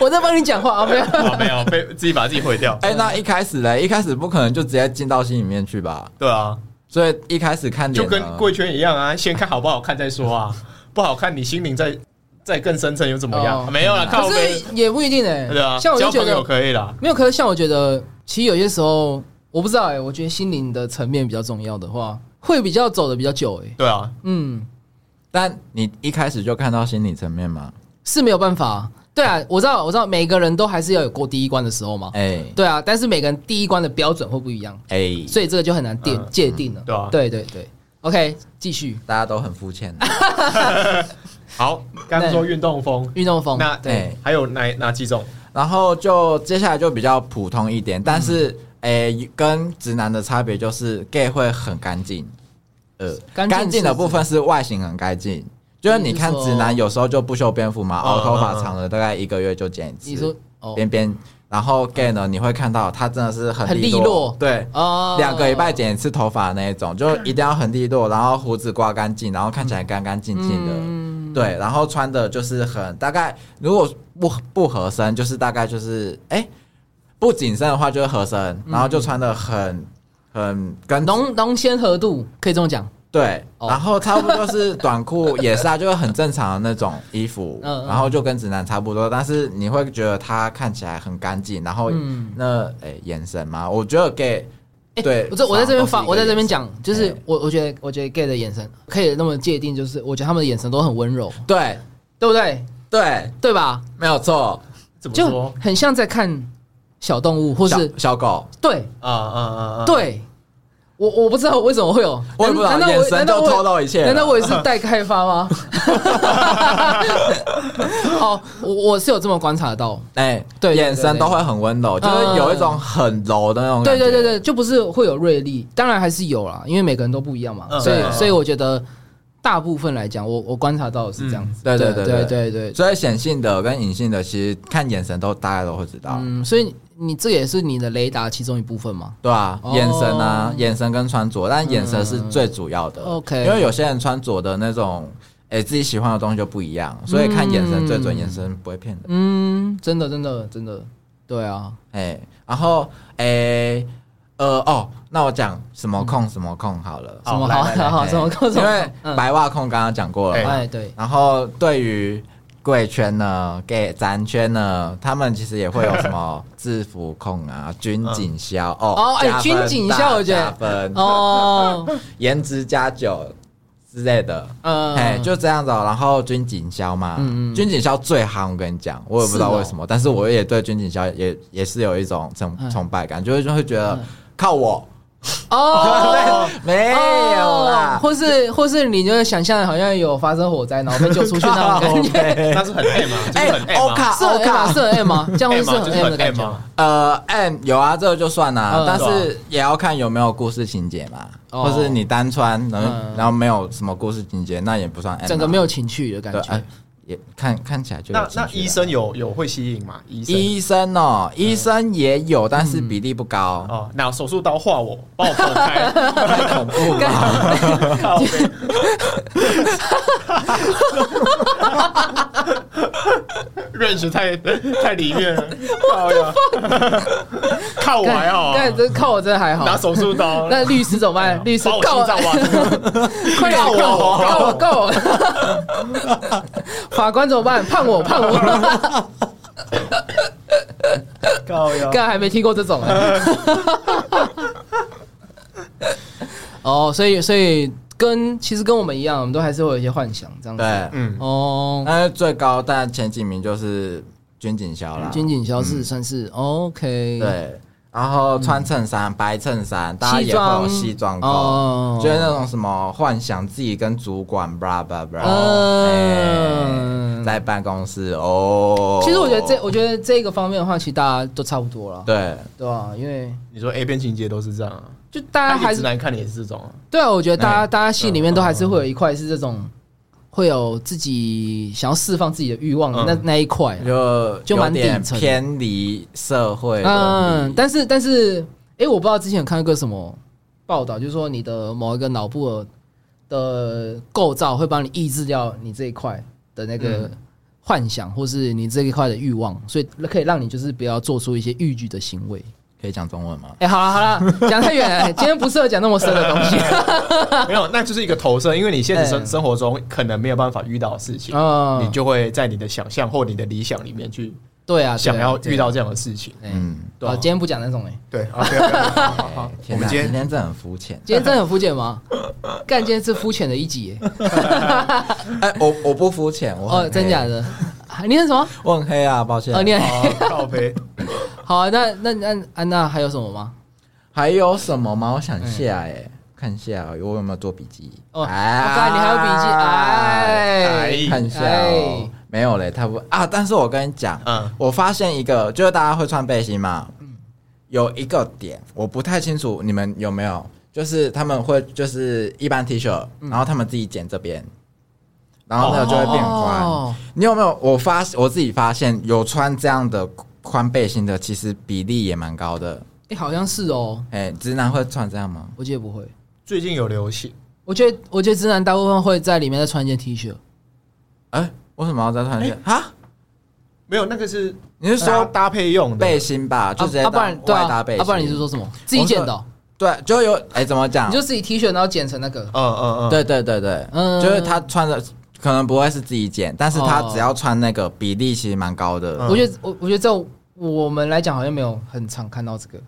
[SPEAKER 1] 我在帮你讲话啊，没有。
[SPEAKER 3] 哦没有，被自己把自己 毁掉。
[SPEAKER 2] 哎，那一开始嘞，一开始不可能就直接进到心里面去吧？
[SPEAKER 3] 对啊，
[SPEAKER 2] 所以一开始
[SPEAKER 1] 啊
[SPEAKER 2] 看
[SPEAKER 3] 就
[SPEAKER 2] 脸呢
[SPEAKER 3] 跟贵圈一样啊， 先看好不好看再说啊， 不好看你心灵再再更深层又怎么样？
[SPEAKER 1] 哦
[SPEAKER 3] 没有啦，
[SPEAKER 1] 可
[SPEAKER 3] 靠
[SPEAKER 1] 是
[SPEAKER 3] 背，
[SPEAKER 1] 也不一定哎、
[SPEAKER 3] 对啊，
[SPEAKER 1] 像我就
[SPEAKER 3] 交
[SPEAKER 1] 觉
[SPEAKER 3] 朋友
[SPEAKER 1] 得
[SPEAKER 3] 可以啦。
[SPEAKER 1] 没有，可是像我觉得，其实有些时候我不知道哎、我觉得心灵的层面比较重要的话，会比较走的比较久哎、
[SPEAKER 3] 对啊，
[SPEAKER 1] 嗯，
[SPEAKER 2] 但你一开始就看到心理层面吗？
[SPEAKER 1] 是没有办法。对啊，我知道，我知道，每个人都还是要有过第一关的时候嘛。
[SPEAKER 2] 哎
[SPEAKER 1] 对啊，但是每个人第一关的标准会不一样，
[SPEAKER 2] 哎，
[SPEAKER 1] 所以这个就很难定、
[SPEAKER 3] 嗯
[SPEAKER 1] 界定了。
[SPEAKER 3] 对啊
[SPEAKER 1] 对对对，OK，继续
[SPEAKER 2] 大家都很肤浅。
[SPEAKER 3] 好，刚刚说运动风，
[SPEAKER 1] 嗯运动风。
[SPEAKER 3] 那
[SPEAKER 1] 对
[SPEAKER 2] 哎，
[SPEAKER 3] 还有哪哪几种？
[SPEAKER 2] 然后就接下来就比较普通一
[SPEAKER 1] 嗯
[SPEAKER 2] 点，但是诶、跟直男的差别就是 gay 会很干净，呃，
[SPEAKER 1] 干净是
[SPEAKER 2] 的部分是外形很干净，就是你看直男有时候就不修边幅嘛，
[SPEAKER 3] 嗯
[SPEAKER 2] 熬头发
[SPEAKER 3] 嗯嗯
[SPEAKER 2] 长了大概一个月就剪一次，
[SPEAKER 1] 哦你说哦嗯
[SPEAKER 2] 边边，然后 gay 呢，你会看到他真的是很
[SPEAKER 1] 很利
[SPEAKER 2] 落，
[SPEAKER 1] 落
[SPEAKER 2] 对。
[SPEAKER 1] 哦嗯
[SPEAKER 2] 两个礼拜剪一次头发那一种，就一定要很利落，然后胡子刮干净，然后看起来干干净净的。
[SPEAKER 1] 嗯
[SPEAKER 2] 对，然后穿的就是很大概，如果不不合身，就是大概就是哎、不紧身的话
[SPEAKER 1] 嗯
[SPEAKER 2] 就是合身，然后就穿的很很跟
[SPEAKER 1] 浓浓鲜合度可以这么讲，
[SPEAKER 2] 对，
[SPEAKER 1] 哦
[SPEAKER 2] 然后差不多是短裤，也是啊，就是很正常的那种衣服，
[SPEAKER 1] 嗯嗯
[SPEAKER 2] 然后就跟直男差不多，但是你会觉得他看起来很干净，然后
[SPEAKER 1] 嗯
[SPEAKER 2] 那诶、眼神嘛，我觉得 gay
[SPEAKER 1] 哎
[SPEAKER 2] 对
[SPEAKER 1] 我这我在这边发，
[SPEAKER 2] 都是一个
[SPEAKER 1] 我在这边
[SPEAKER 2] 眼神
[SPEAKER 1] 讲，就是
[SPEAKER 2] 哎
[SPEAKER 1] 我我觉得我觉得 gay 的眼神可以那么界定，就是我觉得他们的眼神都很温柔，
[SPEAKER 2] 对
[SPEAKER 1] 对不对？
[SPEAKER 2] 对，
[SPEAKER 1] 对吧？
[SPEAKER 2] 没有错，
[SPEAKER 3] 怎么
[SPEAKER 1] 就
[SPEAKER 3] 说？
[SPEAKER 1] 很像在看小动物，或
[SPEAKER 2] 小
[SPEAKER 1] 是
[SPEAKER 2] 小狗，
[SPEAKER 1] 对
[SPEAKER 3] 啊啊啊啊！
[SPEAKER 1] 对。我我不知道为什么会有，
[SPEAKER 2] 我也不知道
[SPEAKER 1] 难道
[SPEAKER 2] 眼
[SPEAKER 1] 我
[SPEAKER 2] 神
[SPEAKER 1] 难道
[SPEAKER 2] 就
[SPEAKER 1] 我
[SPEAKER 2] 透露一切了
[SPEAKER 1] 难道我也是待开发吗？ 哦，我我是有这么观察到，
[SPEAKER 2] 哎、
[SPEAKER 1] 对对
[SPEAKER 2] 眼神都会很温柔，就是有一种很柔的那种感
[SPEAKER 1] 对
[SPEAKER 2] 觉，
[SPEAKER 1] 对对对，就不是会有锐利，当然还是有啦，因为每个人都不一样嘛，
[SPEAKER 3] 嗯
[SPEAKER 1] 所以
[SPEAKER 3] 对
[SPEAKER 1] 所以我觉得大部分来讲，我我观察到的是这样子，
[SPEAKER 2] 对对
[SPEAKER 1] 对
[SPEAKER 2] 对
[SPEAKER 1] 对对
[SPEAKER 2] 对
[SPEAKER 1] 对，
[SPEAKER 2] 所以显性的跟隐性的，其实看眼神都大家都会知道，
[SPEAKER 1] 嗯，所以你这也是你的雷达其中一部分嘛，
[SPEAKER 2] 对啊，
[SPEAKER 1] 哦
[SPEAKER 2] 眼神啊，眼神跟穿着，但眼神是最主要的。
[SPEAKER 1] 嗯，OK
[SPEAKER 2] 因为有些人穿着的那种，哎、自己喜欢的东西就不一样，所以看眼神最准，眼神不会骗人。
[SPEAKER 1] 嗯，真的真的真的，对啊，
[SPEAKER 2] 哎、然后哎、呃哦，那我讲什么控什么控好了，
[SPEAKER 1] 什么
[SPEAKER 3] 嗯来
[SPEAKER 1] 好
[SPEAKER 3] 来来哎
[SPEAKER 1] 好好什么控什
[SPEAKER 2] 因
[SPEAKER 1] 么嗯
[SPEAKER 2] 为
[SPEAKER 1] 控，
[SPEAKER 2] 白袜控刚刚讲过了嘛，
[SPEAKER 1] 哎 对，
[SPEAKER 2] 然后对于贵圈呢、给咱圈呢，他们其实也会有什 么制服控啊、军
[SPEAKER 3] 嗯
[SPEAKER 2] 警校哦
[SPEAKER 1] 哦哎
[SPEAKER 2] 加分
[SPEAKER 1] 军警校
[SPEAKER 2] 大
[SPEAKER 1] 我觉得
[SPEAKER 2] 加分
[SPEAKER 1] 哦，
[SPEAKER 2] 颜值加九之类的，
[SPEAKER 1] 呃，
[SPEAKER 2] 哎、就这样子、哦。然后军警校嘛，
[SPEAKER 1] 嗯嗯哦
[SPEAKER 2] 军警校最行，我跟你讲，我也不知道为什么，但是我也对军警校也也是有一种
[SPEAKER 1] 嗯
[SPEAKER 2] 崇崇拜感，就是就会觉得
[SPEAKER 1] 嗯
[SPEAKER 2] 靠我、
[SPEAKER 1] 哦。
[SPEAKER 2] 没有
[SPEAKER 1] 哦
[SPEAKER 2] 啦，
[SPEAKER 1] 或是或是你就想象好像有发生火灾，然后被救出去那种 感觉，
[SPEAKER 2] 觉。
[SPEAKER 3] 那是很 M 嘛，哦就是
[SPEAKER 2] 哎
[SPEAKER 3] 很 M
[SPEAKER 2] 欧
[SPEAKER 3] 嘛
[SPEAKER 2] 卡
[SPEAKER 1] 是
[SPEAKER 2] 欧
[SPEAKER 1] 很 M
[SPEAKER 2] 卡
[SPEAKER 1] 吗？是很 M 吗？这样会
[SPEAKER 3] ，M 啊
[SPEAKER 1] 是
[SPEAKER 3] 嘛，就
[SPEAKER 1] 很
[SPEAKER 3] 是
[SPEAKER 1] M 的
[SPEAKER 3] 很
[SPEAKER 1] 感
[SPEAKER 3] M
[SPEAKER 1] 觉吗？
[SPEAKER 3] 嘛。
[SPEAKER 2] 呃，M 有啊，这个就算啦、
[SPEAKER 1] 嗯
[SPEAKER 2] 但是也要看有没有故事情节嘛，
[SPEAKER 1] 哦
[SPEAKER 2] 或是你单穿，然后、
[SPEAKER 1] 嗯
[SPEAKER 2] 然后没有什么故事情节，那也不算 M、啊。
[SPEAKER 1] 整个没有情趣的感
[SPEAKER 2] 对，哎
[SPEAKER 1] 觉。
[SPEAKER 2] 也看看起来就有
[SPEAKER 3] 那
[SPEAKER 2] 情啊
[SPEAKER 3] 那
[SPEAKER 2] 绪了
[SPEAKER 3] 医生有有会吸引吗？医生
[SPEAKER 2] 医生
[SPEAKER 1] 嗯
[SPEAKER 2] 哦，医生也有，但是比例不高，
[SPEAKER 3] 哦，拿手术刀划我，把我剖开，
[SPEAKER 2] 太恐怖了。
[SPEAKER 3] 靠背认识太太里 面了，靠呀！靠我还好啊，
[SPEAKER 1] 但这靠我真的还好。
[SPEAKER 3] 拿手术刀，
[SPEAKER 1] 那律师怎么办？哎律师
[SPEAKER 3] 把我
[SPEAKER 1] 告
[SPEAKER 3] 心脏 挖出来，
[SPEAKER 1] 快点
[SPEAKER 3] 告我
[SPEAKER 1] 告我
[SPEAKER 3] 告
[SPEAKER 1] 告
[SPEAKER 3] 我
[SPEAKER 1] 我告我！ 法官怎么办？判我判 我！
[SPEAKER 3] 靠呀！
[SPEAKER 1] 刚还没听过这种 欸。哦，所以所以跟其实跟我们一样，我们都还是会有一些幻想这样子。
[SPEAKER 2] 对，
[SPEAKER 3] 嗯，
[SPEAKER 1] 哦，
[SPEAKER 2] 但是最高但前几名就是军警校啦，
[SPEAKER 1] 军警消
[SPEAKER 3] 嗯
[SPEAKER 1] 失算是 OK。，
[SPEAKER 2] 对。然后穿衬衫、白衬衫，大家也会有西装
[SPEAKER 1] 哦
[SPEAKER 2] 控，就是那种什么幻想自己跟主管 blah blah blah，、
[SPEAKER 1] 嗯
[SPEAKER 2] 哎在办公室哦。
[SPEAKER 1] 其实我觉得这，我觉得这个方面的话，其实大家都差不多了，
[SPEAKER 2] 对
[SPEAKER 1] 对吧、因为
[SPEAKER 3] 你说 A 片情节都是这样啊？
[SPEAKER 1] 就大家还
[SPEAKER 3] 他
[SPEAKER 1] 是
[SPEAKER 3] 直男看你也是这种啊？
[SPEAKER 1] 对啊，我觉得大家
[SPEAKER 2] 哎
[SPEAKER 1] 大家心里面都还是会有一块是这种，
[SPEAKER 3] 嗯
[SPEAKER 1] 会有自己想要释放自己的欲望的那
[SPEAKER 3] 嗯
[SPEAKER 1] 那一块啊啦。
[SPEAKER 2] 就
[SPEAKER 1] 就蛮
[SPEAKER 2] 有点
[SPEAKER 1] 底层的
[SPEAKER 2] 偏离社会的
[SPEAKER 1] 嗯
[SPEAKER 2] 利益，
[SPEAKER 1] 但是但是，哎，我不知道之前有看过什么报道，就是说你的某一个脑部的构造会帮你抑制掉你这一块的那个
[SPEAKER 3] 嗯
[SPEAKER 1] 幻想，或是你这一块的欲望，所以可以让你就是不要做出一些逾矩的行为。
[SPEAKER 2] 可以讲中文吗？
[SPEAKER 1] 哎、好了好 了，讲太远了，今天不适合讲那么深的东西。
[SPEAKER 3] 啊 没有，那就是一个投射，因为你现实
[SPEAKER 1] 哎
[SPEAKER 3] 生生活中可能没有办法遇到的事情，
[SPEAKER 1] 嗯
[SPEAKER 3] 你就会在你的想象或你的理想里面去
[SPEAKER 1] 对啊，对啊
[SPEAKER 3] 想要遇。到
[SPEAKER 1] 对啊
[SPEAKER 3] 这样的事情。
[SPEAKER 1] 哎
[SPEAKER 2] 嗯，
[SPEAKER 3] 对啊
[SPEAKER 1] 好，今天不讲那种哎、
[SPEAKER 3] 对，啊，对啊对啊好好好
[SPEAKER 2] 哎
[SPEAKER 3] 我
[SPEAKER 2] 天
[SPEAKER 3] 们
[SPEAKER 2] 哪，
[SPEAKER 3] 今
[SPEAKER 2] 今
[SPEAKER 3] 天
[SPEAKER 2] 天真的很肤浅。
[SPEAKER 1] 今天真的很肤浅 吗？干，今天是肤浅的一集、欸。
[SPEAKER 2] 哎，我我不肤浅，我很
[SPEAKER 1] 哦，
[SPEAKER 2] 黑
[SPEAKER 1] 真假，的？啊你很什么？
[SPEAKER 2] 我很黑啊，抱歉
[SPEAKER 1] 哦，。你很
[SPEAKER 3] 哦靠背，
[SPEAKER 1] 好啊。那那那安娜还有什么吗？
[SPEAKER 2] 还有什么吗？我想下哎，看一下哦我有没有做笔记。
[SPEAKER 1] 哦，我
[SPEAKER 2] 哎
[SPEAKER 1] 看你还有笔记，哎
[SPEAKER 3] 哎，
[SPEAKER 2] 看一下哦
[SPEAKER 1] 哎，
[SPEAKER 2] 没有嘞，他不啊。但是我跟你讲，
[SPEAKER 3] 嗯
[SPEAKER 2] 我发现一个，就是大家会穿背心嘛，
[SPEAKER 1] 嗯
[SPEAKER 2] 有一个点我不太清楚你们有没有，就是他们会就是一般 T 恤，然后他们自己剪这边，然后那个就会变宽。
[SPEAKER 1] 嗯哦
[SPEAKER 2] 你有没有？我发我自己发现有穿这样的宽背心的，其实比例也蛮高的。
[SPEAKER 1] 哎好像是哦，
[SPEAKER 2] 哎、直男会穿这样吗？
[SPEAKER 1] 我觉得不会。
[SPEAKER 3] 最近有流行，
[SPEAKER 1] 我觉得，我觉得直男大部分会在里面再穿一件 T 恤，
[SPEAKER 2] 哎、为什么要再穿一件？啊？
[SPEAKER 3] 没有那个是
[SPEAKER 2] 你是
[SPEAKER 3] 说
[SPEAKER 2] 说
[SPEAKER 3] 搭配用的
[SPEAKER 2] 背心吧？就直接
[SPEAKER 1] 啊，不
[SPEAKER 2] 当
[SPEAKER 1] 然对
[SPEAKER 2] 外
[SPEAKER 1] 啊，
[SPEAKER 2] 搭
[SPEAKER 1] 啊
[SPEAKER 2] 背心。
[SPEAKER 1] 不然你是说什么？自己剪的哦？
[SPEAKER 2] 对，就有哎、怎么讲
[SPEAKER 1] 你？就自己 T 恤，然后剪成那个，
[SPEAKER 3] 嗯嗯嗯，
[SPEAKER 2] 对对对对，
[SPEAKER 1] 嗯
[SPEAKER 2] 就是他穿的可能不会是自己剪，但是他
[SPEAKER 1] 哦
[SPEAKER 2] 只要穿那个比例其实蛮高的。
[SPEAKER 3] 嗯
[SPEAKER 1] 我觉得我我觉得在我们来讲好像没有很常看到这个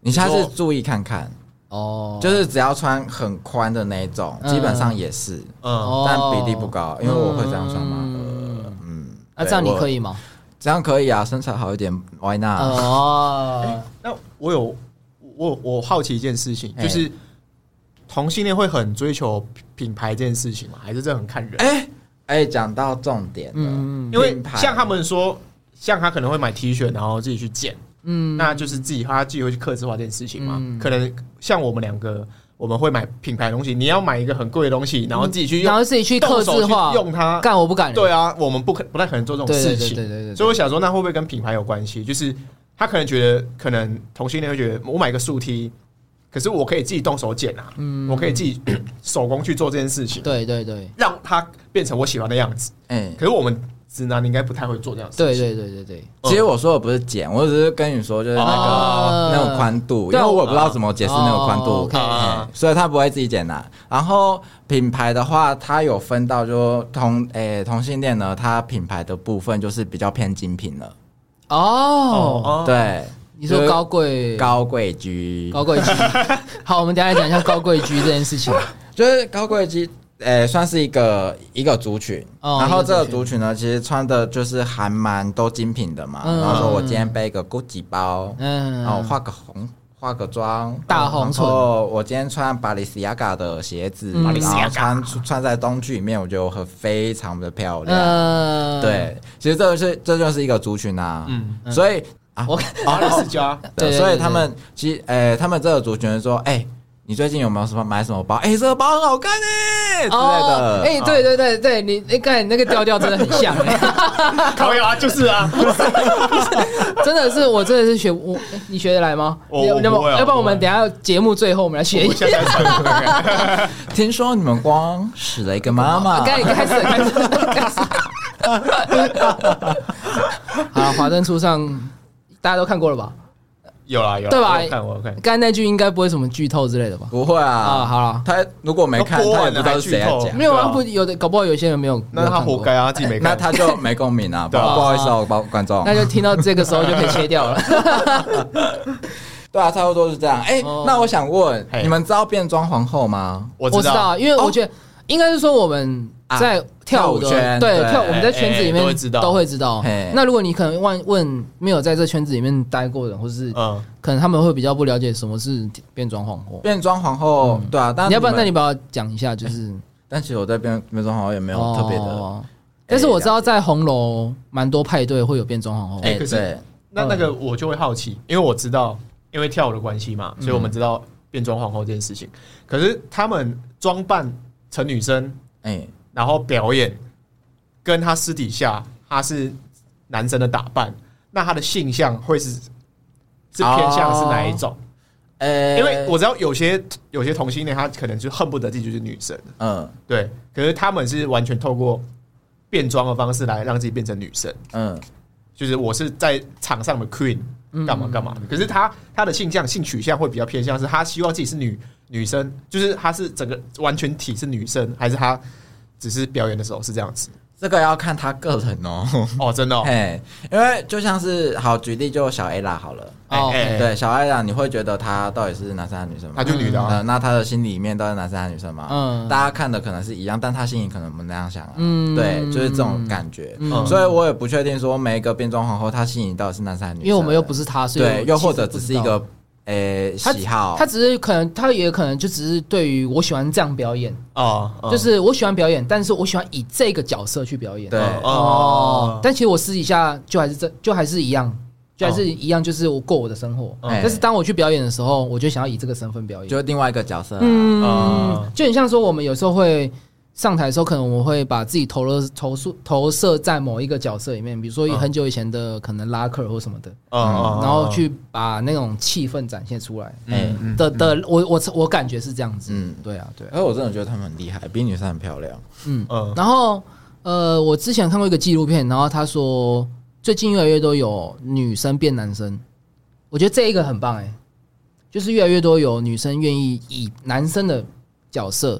[SPEAKER 2] 你下
[SPEAKER 3] 你
[SPEAKER 2] 次
[SPEAKER 3] 说
[SPEAKER 2] 注意看看，
[SPEAKER 1] 哦，
[SPEAKER 2] 就是只要穿很宽的那一种，
[SPEAKER 1] 嗯
[SPEAKER 2] 基本上也是，
[SPEAKER 3] 嗯，
[SPEAKER 1] 哦
[SPEAKER 2] 但比例不高，因为我会这样穿嘛。
[SPEAKER 1] 嗯啊
[SPEAKER 2] 呃嗯，
[SPEAKER 1] 那这样你可
[SPEAKER 2] 以，
[SPEAKER 1] 以嗯吗？
[SPEAKER 2] 我啊这样可以啊，身材好一点，Why not？
[SPEAKER 1] 哦，
[SPEAKER 3] 那我有我我好奇一件事情，
[SPEAKER 2] 哎
[SPEAKER 3] 就是同性恋会很追求品牌这件事情吗？还是这很看人？
[SPEAKER 2] 哎哎，讲到重点了，
[SPEAKER 1] 嗯
[SPEAKER 3] 因为
[SPEAKER 2] 品牌
[SPEAKER 3] 像他们说，像他可能会买 T 恤，然后自己去剪，
[SPEAKER 1] 嗯，
[SPEAKER 3] 那就是自己他自己会去克制化这件事情嘛。
[SPEAKER 1] 嗯
[SPEAKER 3] 可能像我们两个，我们会买品牌的东西，你要买一个很贵的东西，然后自己去
[SPEAKER 1] 嗯然
[SPEAKER 3] 用，
[SPEAKER 1] 后自己去
[SPEAKER 3] 动
[SPEAKER 1] 克
[SPEAKER 3] 手
[SPEAKER 1] 制
[SPEAKER 3] 去
[SPEAKER 1] 化，
[SPEAKER 3] 用它。
[SPEAKER 1] 干我不敢，
[SPEAKER 3] 对啊，我们不可不太可能做这种
[SPEAKER 1] 对
[SPEAKER 3] 事
[SPEAKER 1] 对
[SPEAKER 3] 情
[SPEAKER 1] 对。对对对，
[SPEAKER 3] 所以我想说，那会不会跟品牌有关系？就是他可能觉得，可能同性恋会觉得，我买个竖梯，可是我可以自己动手剪啊，
[SPEAKER 1] 嗯
[SPEAKER 3] 我可以自己 手工去做这件事情，
[SPEAKER 1] 对对对
[SPEAKER 3] 让它变成我喜欢的样子。
[SPEAKER 2] 哎。
[SPEAKER 3] 可是我们直男应该不太会做这样的事
[SPEAKER 1] 对
[SPEAKER 3] 情。
[SPEAKER 1] 对对对对，
[SPEAKER 2] 其实我说的不是剪，我只是跟你说就是那个、
[SPEAKER 1] 嗯哦
[SPEAKER 2] 那种宽度，因
[SPEAKER 1] 对
[SPEAKER 2] 为我也不知道怎么解释那个宽
[SPEAKER 1] 哦
[SPEAKER 2] 度，
[SPEAKER 3] 啊
[SPEAKER 1] ，OK
[SPEAKER 2] 哎所以他不会自己剪啦。然后品牌的话，它有分到就同诶、同性恋呢，它品牌的部分就是比较偏精品了，
[SPEAKER 1] 哦，
[SPEAKER 2] 对，
[SPEAKER 1] 你说高贵
[SPEAKER 2] 高贵居，
[SPEAKER 1] 高 贵居，好，我们等一下讲一下高贵居这件事情，
[SPEAKER 2] 就是高贵居。诶、算是一个一个族群，
[SPEAKER 1] 哦
[SPEAKER 2] 然后这
[SPEAKER 1] 一
[SPEAKER 2] 个
[SPEAKER 1] 个
[SPEAKER 2] 族
[SPEAKER 1] 族
[SPEAKER 2] 群呢，其实穿的就是还蛮多精品的嘛。
[SPEAKER 1] 嗯
[SPEAKER 2] 然后说我今天背一个 GUCCI 包，
[SPEAKER 1] 嗯，
[SPEAKER 2] 然后哦化个红，化个妆，
[SPEAKER 1] 大红唇
[SPEAKER 2] 然后我今天穿巴黎西亚嘎的鞋子，
[SPEAKER 1] 嗯
[SPEAKER 2] 然后穿穿在冬具里面，我觉得我很非常的漂亮。
[SPEAKER 1] 嗯，
[SPEAKER 2] 对，其实这就是这就是一个族群啊。
[SPEAKER 3] 嗯
[SPEAKER 2] 嗯，所以啊，
[SPEAKER 1] 我
[SPEAKER 3] 二十四加，
[SPEAKER 1] 对哦对
[SPEAKER 2] 对，所以
[SPEAKER 1] 对
[SPEAKER 2] 他们其实，诶、他们这个族群说，哎、你最近有没有什么买什么包？哎、这个包很好看哎、之类的。
[SPEAKER 1] 哦，哎，对对对对，你哎，刚才你那个调调真的很像，哎
[SPEAKER 3] 靠呀、啊，就是 啊，
[SPEAKER 1] 真的是我真的是学我，哎你学得来吗？
[SPEAKER 3] 我
[SPEAKER 1] 你
[SPEAKER 3] 我
[SPEAKER 1] 要
[SPEAKER 3] 不会啊
[SPEAKER 1] 要不然
[SPEAKER 3] 我
[SPEAKER 1] 我
[SPEAKER 3] 不会
[SPEAKER 1] 们等一下节目最后我们来学一
[SPEAKER 3] 我
[SPEAKER 1] 下
[SPEAKER 3] 现。在穿
[SPEAKER 2] 听说你们光死了一个妈妈，
[SPEAKER 1] 哦该开始了开始了 开始了。好，华灯初上，大家都看过了吧？
[SPEAKER 3] 有啦有啦，
[SPEAKER 1] 对吧
[SPEAKER 3] 我有看我有看，
[SPEAKER 1] 刚才那句应该不会什么剧透之类的吧？
[SPEAKER 2] 不会
[SPEAKER 1] 啊，
[SPEAKER 2] 啊。
[SPEAKER 1] 好了，
[SPEAKER 2] 他如果没看，
[SPEAKER 3] 都播
[SPEAKER 2] 他也
[SPEAKER 3] 完
[SPEAKER 2] 不知
[SPEAKER 3] 了
[SPEAKER 2] 道
[SPEAKER 3] 还
[SPEAKER 2] 是谁在
[SPEAKER 3] 剧透
[SPEAKER 2] 讲。
[SPEAKER 1] 没有啊，
[SPEAKER 3] 对啊
[SPEAKER 1] 不有的，搞不好有些人没有，没
[SPEAKER 3] 那
[SPEAKER 1] 有
[SPEAKER 3] 他
[SPEAKER 1] 看过
[SPEAKER 3] 活该。啊，自己没
[SPEAKER 2] 那
[SPEAKER 3] 看。
[SPEAKER 2] 他就没共鸣啊，不
[SPEAKER 3] 对啊
[SPEAKER 2] 不好意思哦，包观众。
[SPEAKER 1] 那就听到这个时候就可以切掉了。
[SPEAKER 2] 对啊，差不多是这样。哎、
[SPEAKER 1] 哦
[SPEAKER 2] 那我想问，
[SPEAKER 3] 嘿
[SPEAKER 2] 你们知道变装皇后吗？
[SPEAKER 3] 我
[SPEAKER 1] 我
[SPEAKER 3] 知
[SPEAKER 1] 知道，因为我觉得应该是说我们在跳舞
[SPEAKER 2] 啊跳舞
[SPEAKER 1] 的，
[SPEAKER 2] 圈
[SPEAKER 1] 对
[SPEAKER 2] 对
[SPEAKER 1] 跳，我们在圈子里
[SPEAKER 3] 哎都
[SPEAKER 1] 面
[SPEAKER 3] 会知道
[SPEAKER 1] 都会知道
[SPEAKER 2] 嘿。
[SPEAKER 1] 那如果你可能问问没有在这圈子里面待过的人，或是
[SPEAKER 3] 嗯，
[SPEAKER 1] 可能他们会比较不了解什么是变装皇后。
[SPEAKER 2] 变装皇后，对啊，
[SPEAKER 1] 嗯
[SPEAKER 2] 但
[SPEAKER 1] 你要不然，那
[SPEAKER 2] 们
[SPEAKER 1] 你，把我讲一下，就是
[SPEAKER 2] 但其实我对变变装皇后也没有特别的。哎
[SPEAKER 1] 哦但是我知道在红楼蛮多派对会有变装皇后，
[SPEAKER 2] 哎、
[SPEAKER 3] 可是
[SPEAKER 2] 对，
[SPEAKER 3] 那那个
[SPEAKER 1] 嗯
[SPEAKER 3] 我就会好奇，因为我知道，因为跳舞的关系
[SPEAKER 1] 嗯
[SPEAKER 3] 嘛，所以我们知道变装皇后这件事情。可是他们装扮成女生，
[SPEAKER 2] 哎、
[SPEAKER 3] 然后表演，跟她私底下她是男生的打扮，那她的性向会是是偏向
[SPEAKER 1] 哦
[SPEAKER 3] 是哪一种？
[SPEAKER 2] 哎、
[SPEAKER 1] 呃
[SPEAKER 3] 因为我知道有些有些同性恋，他可能就恨不得自己就是女生，
[SPEAKER 2] 嗯
[SPEAKER 3] 对。可是他们是完全透过变装的方式来让自己变成女生。
[SPEAKER 2] 嗯，
[SPEAKER 3] 就是我是在场上的 queen，干
[SPEAKER 1] 嗯
[SPEAKER 3] 嘛干嘛的。可是他他的性向性取向会比较偏向是，他希望自己是女女生，就是他是整个完全体是女生，还是他只是表演的时候是这样子？
[SPEAKER 2] 这个要看他个人哦。
[SPEAKER 1] 嗯
[SPEAKER 3] 哦，真的、哦，
[SPEAKER 2] 嘿，因为就像是好举例，就小 A 啦好了。
[SPEAKER 3] 哎
[SPEAKER 1] 哦
[SPEAKER 3] 哎
[SPEAKER 2] 对，小 A 啦，你会觉得她到底是男生还是女生吗？
[SPEAKER 3] 他就女的、啊
[SPEAKER 2] 呃，那他的心里面到底男生还是女生嘛？
[SPEAKER 1] 嗯
[SPEAKER 2] 嗯，大家看的可能是一样，但他心里可能不那样想啊。
[SPEAKER 1] 嗯
[SPEAKER 2] 对，就是这种感觉。
[SPEAKER 3] 嗯
[SPEAKER 2] 所以我也不确定说每一个变装皇后她心里到底是男生还是女生，
[SPEAKER 1] 因为我们又不是他，所以
[SPEAKER 2] 对，又或者只
[SPEAKER 1] 只
[SPEAKER 2] 是一个诶喜好。
[SPEAKER 1] 他只是可能，他也可能就只是对于我喜欢这样表演，
[SPEAKER 3] 哦，嗯
[SPEAKER 1] 就是我喜欢表演，但是我喜欢以这个角色去表演。
[SPEAKER 2] 对
[SPEAKER 3] 哦
[SPEAKER 1] 哦
[SPEAKER 3] 哦，，
[SPEAKER 1] 但其实我私底下就还是这，就还是一样，就还
[SPEAKER 2] 哦
[SPEAKER 1] 是一样，就是我过我的生活。
[SPEAKER 2] 哎
[SPEAKER 1] 但是当我去表演的时候，我就想要以这个身份表演。
[SPEAKER 2] 就是另外一个角色啊、
[SPEAKER 1] 嗯
[SPEAKER 3] 啊，
[SPEAKER 1] 就很像说我们有时候会上台的时候，可能我们会把自己投了投射投射在某一个角色里面，比如说
[SPEAKER 3] 嗯
[SPEAKER 1] 很久以前的可能拉克或什么的，
[SPEAKER 3] 哦哦
[SPEAKER 1] 嗯然后去把那种气氛展现出来。
[SPEAKER 2] 哎、
[SPEAKER 3] 嗯
[SPEAKER 1] 的的，我我我感觉是这样子。嗯
[SPEAKER 2] 嗯，
[SPEAKER 1] 对啊，对啊，
[SPEAKER 2] 而我真的觉得他们很厉害，比女生很漂亮。
[SPEAKER 1] 嗯。
[SPEAKER 3] 嗯
[SPEAKER 1] 然后呃，我之前看过一个纪录片，然后他说最近越来越多有女生变男生，我觉得这一个很棒哎、就是越来越多有女生愿意以男生的角色，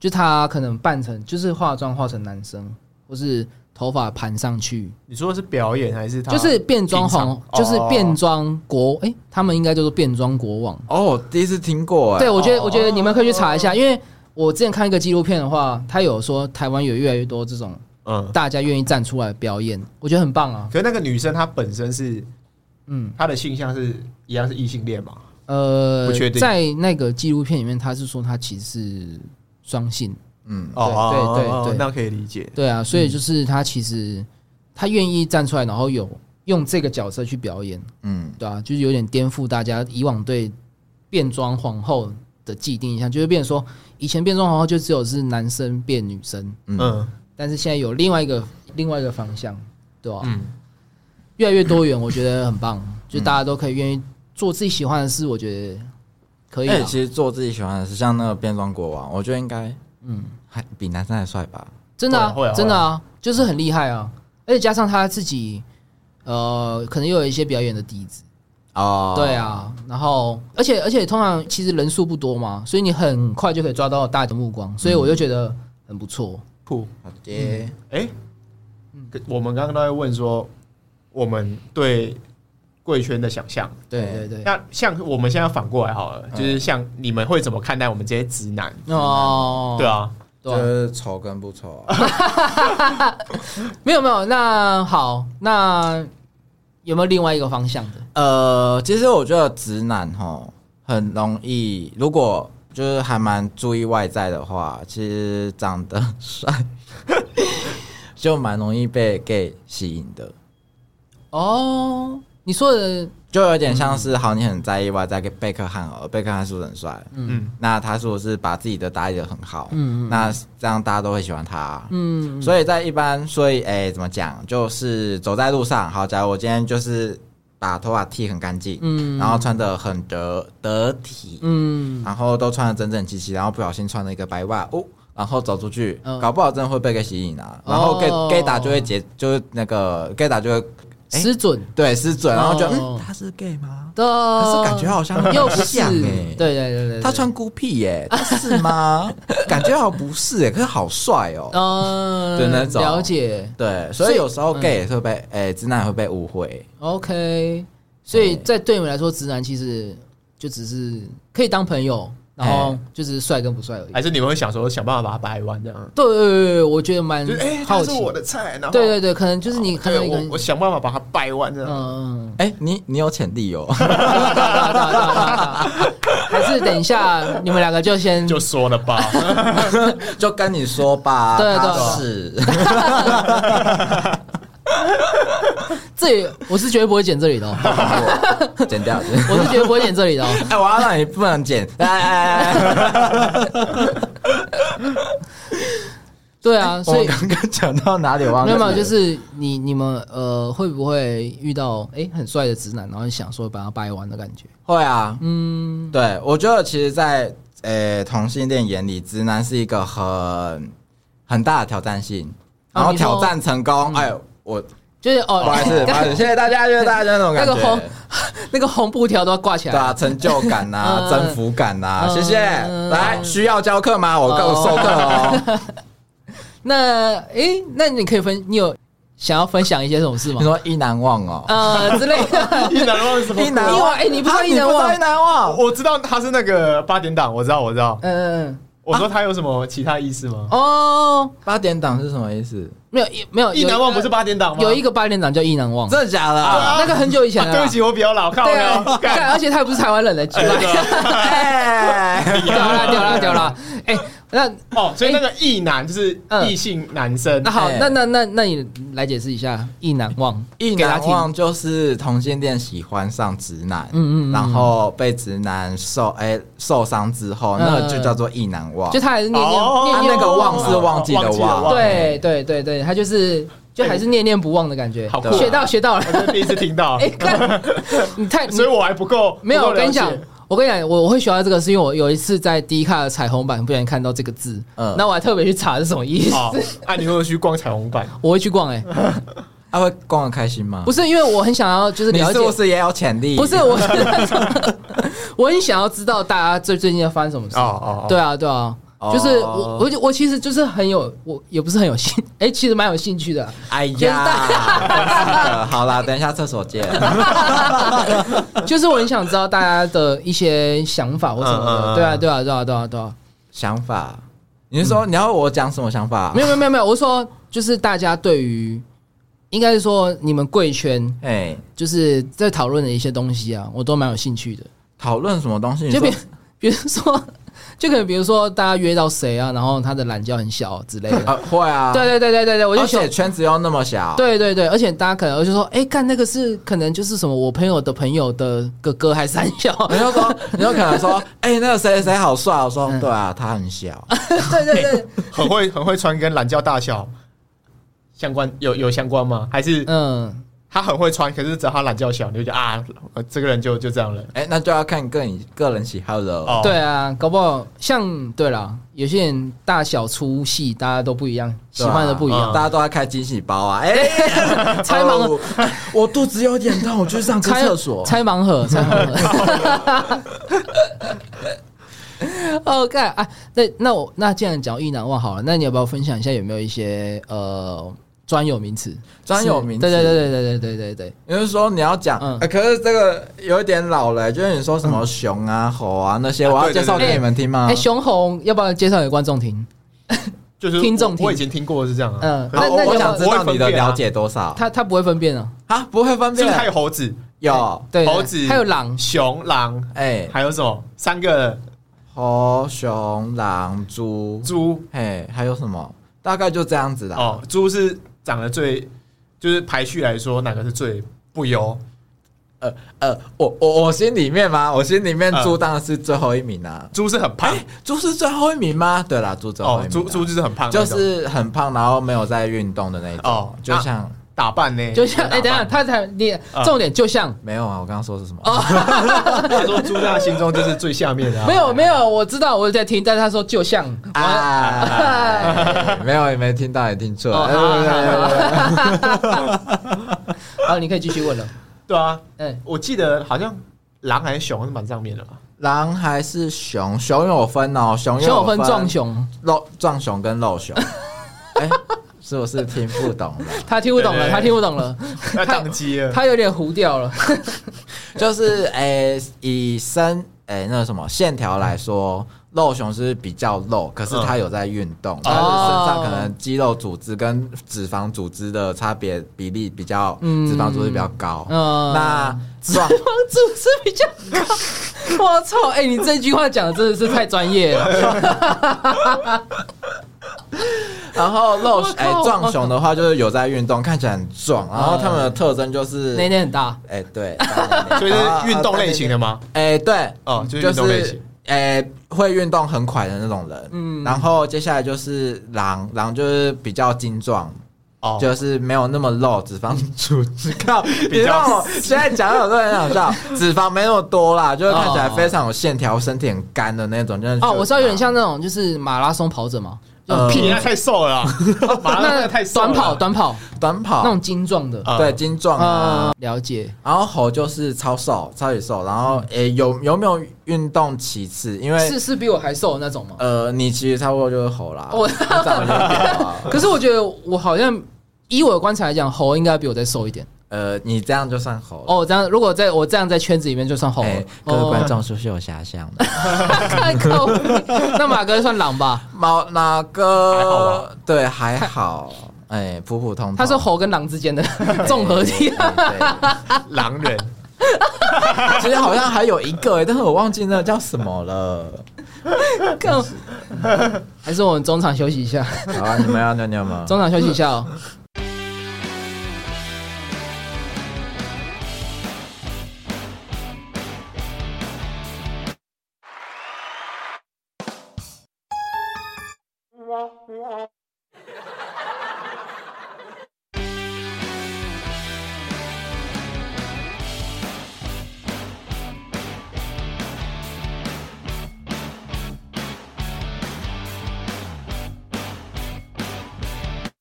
[SPEAKER 1] 就她可能扮成就是化妆化成男生，或是头发盘上去，
[SPEAKER 3] 你说的是表演还是他
[SPEAKER 1] 就是变装
[SPEAKER 3] 平
[SPEAKER 1] 皇，
[SPEAKER 3] 常
[SPEAKER 1] 就是变
[SPEAKER 3] 哦
[SPEAKER 1] 装国，哎、他们应该叫做变装国王。
[SPEAKER 2] 哦，第一次听过哎
[SPEAKER 1] 对，，我觉得
[SPEAKER 3] 哦
[SPEAKER 1] 我觉得你们可以去查一下，因为我之前看一个纪录片的话，他有说台湾有越来越多这种
[SPEAKER 3] 嗯，
[SPEAKER 1] 大家愿意站出来表演，我觉得很棒啊。
[SPEAKER 3] 可是那个女生她本身是
[SPEAKER 1] 嗯，
[SPEAKER 3] 她的性向是一样是异性恋嘛？
[SPEAKER 1] 呃
[SPEAKER 3] 不确，定
[SPEAKER 1] 在那个纪录片里面，他是说他其实是双性，
[SPEAKER 2] 嗯，
[SPEAKER 1] 对对对对
[SPEAKER 3] 哦那可以理解。
[SPEAKER 1] 对啊，所以就是他其实他愿意站出来，然后有用这个角色去表演，
[SPEAKER 2] 嗯，
[SPEAKER 1] 对啊，就是有点颠覆大家以往对变装皇后的既定印象，就是变成说以前变装皇后就只有是男生变女生，
[SPEAKER 3] 嗯
[SPEAKER 1] 但是现在有另外一个另外一个方向，对吧、啊
[SPEAKER 3] 嗯，
[SPEAKER 1] 越来越多元，我觉得很棒，就大家都可以愿意做自己喜欢的事，我觉得可以啊
[SPEAKER 2] 而且
[SPEAKER 1] 啦。
[SPEAKER 2] 哎其实做自己喜欢的事，像那个变装国王，我觉得应该，嗯，还比男生还帅吧？
[SPEAKER 1] 真的、
[SPEAKER 3] 会啊会啊
[SPEAKER 1] 啊，真的啊，就是很厉害啊！而且加上他自己，呃，可能又有一些表演的底子，
[SPEAKER 2] 哦，
[SPEAKER 1] 对，啊。然后，而且而且通常其实人数不多嘛，所以你很快就可以抓到大家的目光，所以我就觉得很不错。
[SPEAKER 3] 酷。
[SPEAKER 2] 好
[SPEAKER 1] 嗯
[SPEAKER 2] 的，
[SPEAKER 3] 哎，可我们刚刚都在问说，我们对贵圈的想象。
[SPEAKER 1] 对对嗯对，
[SPEAKER 3] 那像我们现在反过来好了，就是像你们会怎么看待我们这些直男？
[SPEAKER 1] 哦，
[SPEAKER 3] 对，啊，
[SPEAKER 1] 对
[SPEAKER 2] 就
[SPEAKER 1] 啊
[SPEAKER 2] 是丑跟不丑，啊
[SPEAKER 1] 没有没有，那好，那有没有另外一个方向的？
[SPEAKER 2] 呃，其实我觉得直男吼很容易，如果就是还蛮注意外在的话，其实长得 帅就蛮容易被 gay 吸引的，
[SPEAKER 1] 哦，你说的
[SPEAKER 2] 就有点像是好，你很在意外在给贝克汉哦，贝克汉是不是很帅？
[SPEAKER 3] 嗯，
[SPEAKER 2] 那他是不是把自己的打理的很好？
[SPEAKER 1] 嗯
[SPEAKER 2] 嗯，那这样大家都会喜欢他、
[SPEAKER 1] 嗯，
[SPEAKER 2] 所以在一般，所以哎、怎么讲，就是走在路上，好，假如我今天就是把头发剃很干净，
[SPEAKER 1] 嗯
[SPEAKER 2] 嗯，然后穿的很得得体，
[SPEAKER 1] 嗯，
[SPEAKER 2] 然后都穿的整整齐齐，然后不小心穿了一个白袜，哦，然后走出去，
[SPEAKER 1] 嗯
[SPEAKER 2] 搞不好真的会被给吸引啊，
[SPEAKER 1] 哦
[SPEAKER 2] 然后 gay、gay 打就会结，就是那个 gay 打就会哎
[SPEAKER 1] 失准
[SPEAKER 2] 对失准，然后觉得、
[SPEAKER 1] 哦
[SPEAKER 2] 嗯他是 gay 吗？
[SPEAKER 1] 的，
[SPEAKER 2] 可是感觉好像
[SPEAKER 1] 又
[SPEAKER 2] 不
[SPEAKER 1] 不是，
[SPEAKER 2] 像哎
[SPEAKER 1] 对对对对，
[SPEAKER 2] 他穿孤僻耶、他是 吗？感觉好像不是哎、可是好帅哦、
[SPEAKER 1] 嗯
[SPEAKER 2] 的那种
[SPEAKER 1] 了解
[SPEAKER 2] 对，所
[SPEAKER 1] 所以嗯
[SPEAKER 2] 以有时候 gay 也是会被，诶、直男也会被误会。
[SPEAKER 1] ，OK，所以在对你们来说，直男其实就只是可以当朋友，然后就只是帅跟不帅而已。
[SPEAKER 3] 还是你们会想说想办法把它掰弯这样？
[SPEAKER 1] 对对对对，我觉得蛮
[SPEAKER 3] 就是哎，
[SPEAKER 1] 好
[SPEAKER 3] 他
[SPEAKER 1] 奇
[SPEAKER 3] 是，我的菜，然后
[SPEAKER 1] 嗯对对对，可能就是你可能
[SPEAKER 3] 对
[SPEAKER 1] 一个人
[SPEAKER 3] 我我想办法把它掰弯这
[SPEAKER 1] 嗯
[SPEAKER 3] 样。
[SPEAKER 1] 嗯。嗯
[SPEAKER 2] 哎、你你有潜力哦，
[SPEAKER 1] 还是等一下，你们两个就先
[SPEAKER 3] 就说了 吧，
[SPEAKER 2] 就跟你说吧，
[SPEAKER 1] 对
[SPEAKER 2] 他
[SPEAKER 1] 对
[SPEAKER 2] 是，
[SPEAKER 1] 这里，我是绝对不会剪这里的、哦，
[SPEAKER 2] 剪掉。剪
[SPEAKER 1] 我是绝对不会剪这里的、哦。
[SPEAKER 2] 哎、我要让你不能剪，哎哎哎哎！
[SPEAKER 1] 对啊，
[SPEAKER 2] 我
[SPEAKER 1] 所
[SPEAKER 2] 们
[SPEAKER 1] 以
[SPEAKER 2] 刚刚讲到哪里？我忘
[SPEAKER 3] 啊
[SPEAKER 1] 没
[SPEAKER 2] 记
[SPEAKER 1] 有没
[SPEAKER 2] 了
[SPEAKER 1] 有，就是你你们呃会不会遇到哎、诶很帅的直男，然后你想说把他掰弯的感觉？
[SPEAKER 2] 会啊，
[SPEAKER 1] 嗯，
[SPEAKER 2] 对，我觉得其实在，呃同性恋眼里，直男是一个很很大的挑战性，然
[SPEAKER 1] 哦
[SPEAKER 2] 后
[SPEAKER 1] 你说
[SPEAKER 2] 挑战成功，哎，我
[SPEAKER 1] 就是
[SPEAKER 2] 不
[SPEAKER 1] 哦，
[SPEAKER 2] 好意思，不好 意思，谢谢大家，谢谢大家那种
[SPEAKER 1] 那
[SPEAKER 2] 感
[SPEAKER 1] 个红
[SPEAKER 2] 觉。
[SPEAKER 1] 那个红布条都要挂起来。
[SPEAKER 2] 对啊，成就感呐、
[SPEAKER 1] 嗯
[SPEAKER 2] 征服感呐、
[SPEAKER 1] 嗯
[SPEAKER 2] 谢谢。
[SPEAKER 1] 嗯
[SPEAKER 2] 来，需要教课吗？我
[SPEAKER 1] 哦
[SPEAKER 2] 告授课哦。
[SPEAKER 1] 那哎、诶那你可以分，你有想要分享一些什么事吗
[SPEAKER 2] 你？说一难忘哦，
[SPEAKER 1] 呃之类的。
[SPEAKER 3] 一男忘什么？
[SPEAKER 2] 一难
[SPEAKER 1] 因为
[SPEAKER 2] 忘，
[SPEAKER 1] 哎你不知道
[SPEAKER 2] 啊
[SPEAKER 1] 一难忘
[SPEAKER 2] 你不知道一难忘，
[SPEAKER 3] 我知道他是那个八点档，我知道，我知道。
[SPEAKER 1] 嗯、
[SPEAKER 3] 我说他有什么其他意思吗？
[SPEAKER 1] 哦，
[SPEAKER 2] 八点档是什么意思？
[SPEAKER 1] 没有一没有，
[SPEAKER 3] 一难忘不是
[SPEAKER 1] 吧？
[SPEAKER 3] 八点档吗？
[SPEAKER 1] 有一个八连长叫一难忘，
[SPEAKER 2] 哦真的假的？
[SPEAKER 3] 啊
[SPEAKER 1] 那个很久以前
[SPEAKER 3] 啊
[SPEAKER 1] 了啦、
[SPEAKER 3] 对不起，我比较老，靠
[SPEAKER 1] 对
[SPEAKER 3] 我
[SPEAKER 1] 啊，
[SPEAKER 3] 干
[SPEAKER 1] 干，而且他也不是台湾人的，奇怪，
[SPEAKER 3] 对啊
[SPEAKER 2] 哎，
[SPEAKER 1] 屌啦屌啦屌啦！哎，那
[SPEAKER 3] 哦，所以那个异男就是
[SPEAKER 1] 哎嗯
[SPEAKER 3] 异性男生
[SPEAKER 1] 那。好，
[SPEAKER 2] 哎
[SPEAKER 1] 那那那那你来解释一下意难忘，
[SPEAKER 2] 一
[SPEAKER 1] 给他
[SPEAKER 2] 难
[SPEAKER 1] 听
[SPEAKER 2] 忘就是同性恋喜欢上直男，
[SPEAKER 1] 嗯嗯嗯
[SPEAKER 2] 然后被直男受哎、受伤之后，
[SPEAKER 1] 嗯
[SPEAKER 2] 那个就叫做一难忘。
[SPEAKER 1] 就他还是念念
[SPEAKER 3] 哦
[SPEAKER 1] 念
[SPEAKER 2] 他
[SPEAKER 1] 念啊
[SPEAKER 2] 啊那个忘是忘记
[SPEAKER 3] 哦
[SPEAKER 2] 的
[SPEAKER 3] 忘记的
[SPEAKER 2] 忘
[SPEAKER 3] 忘，
[SPEAKER 1] 对对对对，他就是就还是念念不忘的感觉
[SPEAKER 3] 好酷，啊
[SPEAKER 1] 学到学到了
[SPEAKER 3] 我。真的第一次听到
[SPEAKER 1] 哎，，看你太你
[SPEAKER 3] 所以我还不够。
[SPEAKER 1] 没有，
[SPEAKER 3] 不
[SPEAKER 1] 我
[SPEAKER 3] 够了
[SPEAKER 1] 跟你讲
[SPEAKER 3] 解，
[SPEAKER 1] 我跟你讲，我我会学到这个，是因为我有一次在 D 卡的彩虹版不小心看到这个字，
[SPEAKER 2] 嗯
[SPEAKER 1] 那我还特别去查是什么意思，
[SPEAKER 3] 哦，哎，你会不会去逛彩虹 版？
[SPEAKER 1] 我会去逛。哎，
[SPEAKER 2] 他、会逛的开心吗？
[SPEAKER 1] 不是因为我很想要就是
[SPEAKER 2] 你
[SPEAKER 1] 了
[SPEAKER 2] 是
[SPEAKER 1] 解
[SPEAKER 2] 不是也有潜力？
[SPEAKER 1] 不是我是，我很想要知道大家最最近在发生什么事。
[SPEAKER 3] 哦哦哦
[SPEAKER 1] 对啊，对啊。
[SPEAKER 2] 哦
[SPEAKER 1] 就是我，我就我其实就是很有，我也不是很有兴， 哎、其实蛮有兴趣的啊、
[SPEAKER 2] 哎
[SPEAKER 1] 就是
[SPEAKER 2] 呀，
[SPEAKER 1] 大
[SPEAKER 2] 真是的好啦，等一下厕 所见。
[SPEAKER 1] 就是我很想知道大家的一些想法或什么
[SPEAKER 3] 嗯嗯嗯
[SPEAKER 1] 的。对啊，对啊，对啊，对啊，对啊。
[SPEAKER 2] 想法，你是说你要我讲什么想法
[SPEAKER 1] 嗯没？有，没有，没有，没有。我说就是大家对于，应该是说你们贵圈
[SPEAKER 2] 哎，
[SPEAKER 1] 就是在讨论的一些东西啊，我都蛮有兴趣的。
[SPEAKER 2] 讨论什么东西？你
[SPEAKER 1] 就
[SPEAKER 2] 说
[SPEAKER 1] 比 比如说，就可能比如说大家约到谁啊，然后他的懒觉很小之类 的。
[SPEAKER 2] 呃会啊，
[SPEAKER 1] 对对对对对对，我
[SPEAKER 2] 而
[SPEAKER 1] 就想
[SPEAKER 2] 且，圈子又那么小，
[SPEAKER 1] 对对对，而且大家可能就说，哎，看那个是可能就是什么我朋友的朋友的哥哥还是三 小，
[SPEAKER 2] 你就说，你就可能说，哎、那个谁谁谁好帅哦，我说，
[SPEAKER 1] 嗯
[SPEAKER 2] 对啊，他很小，
[SPEAKER 1] 对对对，
[SPEAKER 3] 很会很会穿跟懒觉大小相关，有有相关吗？还是
[SPEAKER 1] 嗯，
[SPEAKER 3] 他很会穿，可是只要他懒觉小，你就觉得啊，呃这个人就就这样了。
[SPEAKER 2] 哎、那就要看个人个人喜好了。哦，
[SPEAKER 3] 哦，
[SPEAKER 1] 对啊，搞不好像对啦，有些人大小粗细大家都不一样，喜欢的不一样，
[SPEAKER 2] 啊大家都在开惊喜包 啊，哎、
[SPEAKER 1] 拆盲盒
[SPEAKER 2] 哦 我肚子有点痛，我哦去上个
[SPEAKER 1] 拆
[SPEAKER 2] 厕所。
[SPEAKER 1] 拆盲 盒，拆盲盒。 哦，干啊！那那我那既然讲到意难忘好了，那你要不要分享一下有没有一些呃专有名词？
[SPEAKER 2] 专有名词
[SPEAKER 1] 对对对对对对对对对。
[SPEAKER 2] 也就是说，你要讲、
[SPEAKER 1] 嗯
[SPEAKER 2] 呃可是这个有一点老了、就是你说什么熊啊、猴啊那些，我
[SPEAKER 3] 啊
[SPEAKER 2] 要
[SPEAKER 3] 对对
[SPEAKER 2] 介绍
[SPEAKER 1] 对
[SPEAKER 2] 给你们听吗？
[SPEAKER 1] 哎、熊红要不要介绍给观众听？
[SPEAKER 3] 就是
[SPEAKER 1] 听众
[SPEAKER 3] 我
[SPEAKER 1] 听
[SPEAKER 3] 我已经听过是这样啊。
[SPEAKER 1] 嗯
[SPEAKER 3] 可
[SPEAKER 2] 好
[SPEAKER 3] 是
[SPEAKER 1] 那那
[SPEAKER 2] 我
[SPEAKER 1] 你要
[SPEAKER 2] 我想
[SPEAKER 1] 不
[SPEAKER 2] 知
[SPEAKER 3] 我
[SPEAKER 2] 道
[SPEAKER 3] 会分
[SPEAKER 2] 你的
[SPEAKER 3] 辨啊
[SPEAKER 2] 了解多少
[SPEAKER 1] 他他不会分辨啊。
[SPEAKER 2] 啊？不会分
[SPEAKER 3] 是
[SPEAKER 2] 辨
[SPEAKER 3] 不是还有猴子、
[SPEAKER 2] 有
[SPEAKER 1] 对，
[SPEAKER 3] 猴子
[SPEAKER 1] 还有狼，
[SPEAKER 3] 熊、狼，
[SPEAKER 2] 哎、
[SPEAKER 3] 还有什么？三个
[SPEAKER 2] 猴、熊、狼、猪，
[SPEAKER 3] 猪
[SPEAKER 2] 哎，还有什么？大概就这样子的。
[SPEAKER 3] 哦，猪是长得最，就是排序来说，哪个是最不优？
[SPEAKER 2] 呃呃，我我我心里面吗？我心里面
[SPEAKER 3] 嗯
[SPEAKER 2] 猪当然是最后一名啊。
[SPEAKER 3] 猪是很胖
[SPEAKER 2] 哎、猪是最后一名吗？对啦，猪最后一
[SPEAKER 3] 哦
[SPEAKER 2] 名啊、，
[SPEAKER 3] 猪猪就是很胖那
[SPEAKER 2] 就
[SPEAKER 3] 种，
[SPEAKER 2] 是很胖，然后没有在运动的那种。
[SPEAKER 3] 哦
[SPEAKER 2] 就像、
[SPEAKER 1] 啊
[SPEAKER 3] 打扮呢，
[SPEAKER 1] 就像哎、
[SPEAKER 3] 打扮
[SPEAKER 1] 等一下，他才你重点就像、
[SPEAKER 2] 没有啊，我刚刚说的是什么？
[SPEAKER 1] 哦
[SPEAKER 3] 他说猪在他心中就是最下面的啊，
[SPEAKER 1] 没有没有，我知道我在听，但是他说就 像哎
[SPEAKER 2] 啊，没有，也没听到，也听错。
[SPEAKER 1] 哦
[SPEAKER 2] 哎对对对对对
[SPEAKER 1] 好，你可以继续问了。
[SPEAKER 3] 对啊，
[SPEAKER 1] 哎、
[SPEAKER 3] 我记得好像狼还是熊是蛮上面的吧？
[SPEAKER 2] 狼还是熊？熊有分哦，熊
[SPEAKER 1] 熊有分壮、熊，
[SPEAKER 2] 肉壮熊跟肉熊。哎、是不是听不懂了？
[SPEAKER 1] 他听不懂
[SPEAKER 3] 对
[SPEAKER 1] 了，
[SPEAKER 3] 对
[SPEAKER 1] 他听不懂 了，
[SPEAKER 3] 那宕机了，
[SPEAKER 1] 他有点糊掉了。
[SPEAKER 2] 就是诶、以身诶、那个什么线条
[SPEAKER 3] 嗯
[SPEAKER 2] 来说，肉熊是比较肉，可是它有在运动，
[SPEAKER 3] 哦
[SPEAKER 2] 它、是身上可能肌肉组织跟脂肪组织的差别比例比较，
[SPEAKER 1] 嗯
[SPEAKER 2] 脂肪组织比较高。
[SPEAKER 1] 嗯
[SPEAKER 2] 那壮
[SPEAKER 1] 帮主持比较高，我操！哎、你这句话讲的真的是太专业了。
[SPEAKER 2] 然后肉
[SPEAKER 1] 我靠
[SPEAKER 2] 诶壮、熊的话就是有在运动，看起来很壮，然后它们
[SPEAKER 3] 嗯
[SPEAKER 2] 的特征就是
[SPEAKER 1] 奶奶很大，
[SPEAKER 2] 哎、对，
[SPEAKER 3] 所以是运动类型的吗？
[SPEAKER 2] 哎、对，
[SPEAKER 3] 哦就是
[SPEAKER 2] 就
[SPEAKER 3] 运动类型
[SPEAKER 2] 是哎、会运动很快的那种人，嗯，然后接下来就是狼，狼就是比较精壮，
[SPEAKER 3] 哦，
[SPEAKER 2] 就是没有那么肉，脂肪组织靠，你
[SPEAKER 3] 较
[SPEAKER 2] 让我现在讲有都很想 笑，脂肪没那么多啦，就是看起
[SPEAKER 3] 哦
[SPEAKER 2] 来非常有线条，身体很干的那种，就是
[SPEAKER 1] 哦，我知道有点像那种就是马拉松跑者嘛，就
[SPEAKER 2] 呃
[SPEAKER 3] 屁，
[SPEAKER 1] 屁、
[SPEAKER 3] 那太瘦 了啊，马拉
[SPEAKER 1] 那
[SPEAKER 3] 松太瘦
[SPEAKER 1] 短
[SPEAKER 3] 了
[SPEAKER 1] 跑短跑
[SPEAKER 2] 短
[SPEAKER 1] 那
[SPEAKER 2] 跑
[SPEAKER 1] 种，精壮的。
[SPEAKER 3] 啊
[SPEAKER 2] 对，精壮啊。
[SPEAKER 1] 啊，了解。
[SPEAKER 2] 然后猴就是超瘦，超级瘦，然后
[SPEAKER 3] 嗯
[SPEAKER 2] 诶、有有没有运动其次，因为
[SPEAKER 1] 是是比我还瘦的那种吗？
[SPEAKER 2] 呃你其实差不多就是猴啦，
[SPEAKER 1] 我
[SPEAKER 2] 你呃长得就是猴啊
[SPEAKER 1] 可是我觉得我好像以我的观察来讲，猴应该比我再瘦一点。
[SPEAKER 2] 呃你这样就算猴
[SPEAKER 1] 哦，这样如果在我这样在圈子里面就算猴了。
[SPEAKER 2] 哎各位
[SPEAKER 1] 哦
[SPEAKER 2] 观众是不是有遐想的？
[SPEAKER 1] 太 靠北那马哥算狼吧？
[SPEAKER 2] 毛哪
[SPEAKER 3] 还好
[SPEAKER 2] 个
[SPEAKER 3] 吧？
[SPEAKER 2] 对，还好，哎，普普通通。
[SPEAKER 1] 他是猴跟狼之间的综合体。啊
[SPEAKER 2] 哎。
[SPEAKER 3] 狼 人，
[SPEAKER 2] 对其实好像还有一个，哎但是我忘记那个叫什么了。
[SPEAKER 1] 更
[SPEAKER 2] 哎
[SPEAKER 1] 还是我们中场休息一下，
[SPEAKER 2] 好啊，你们要尿尿吗？
[SPEAKER 1] 中场休息一下哦。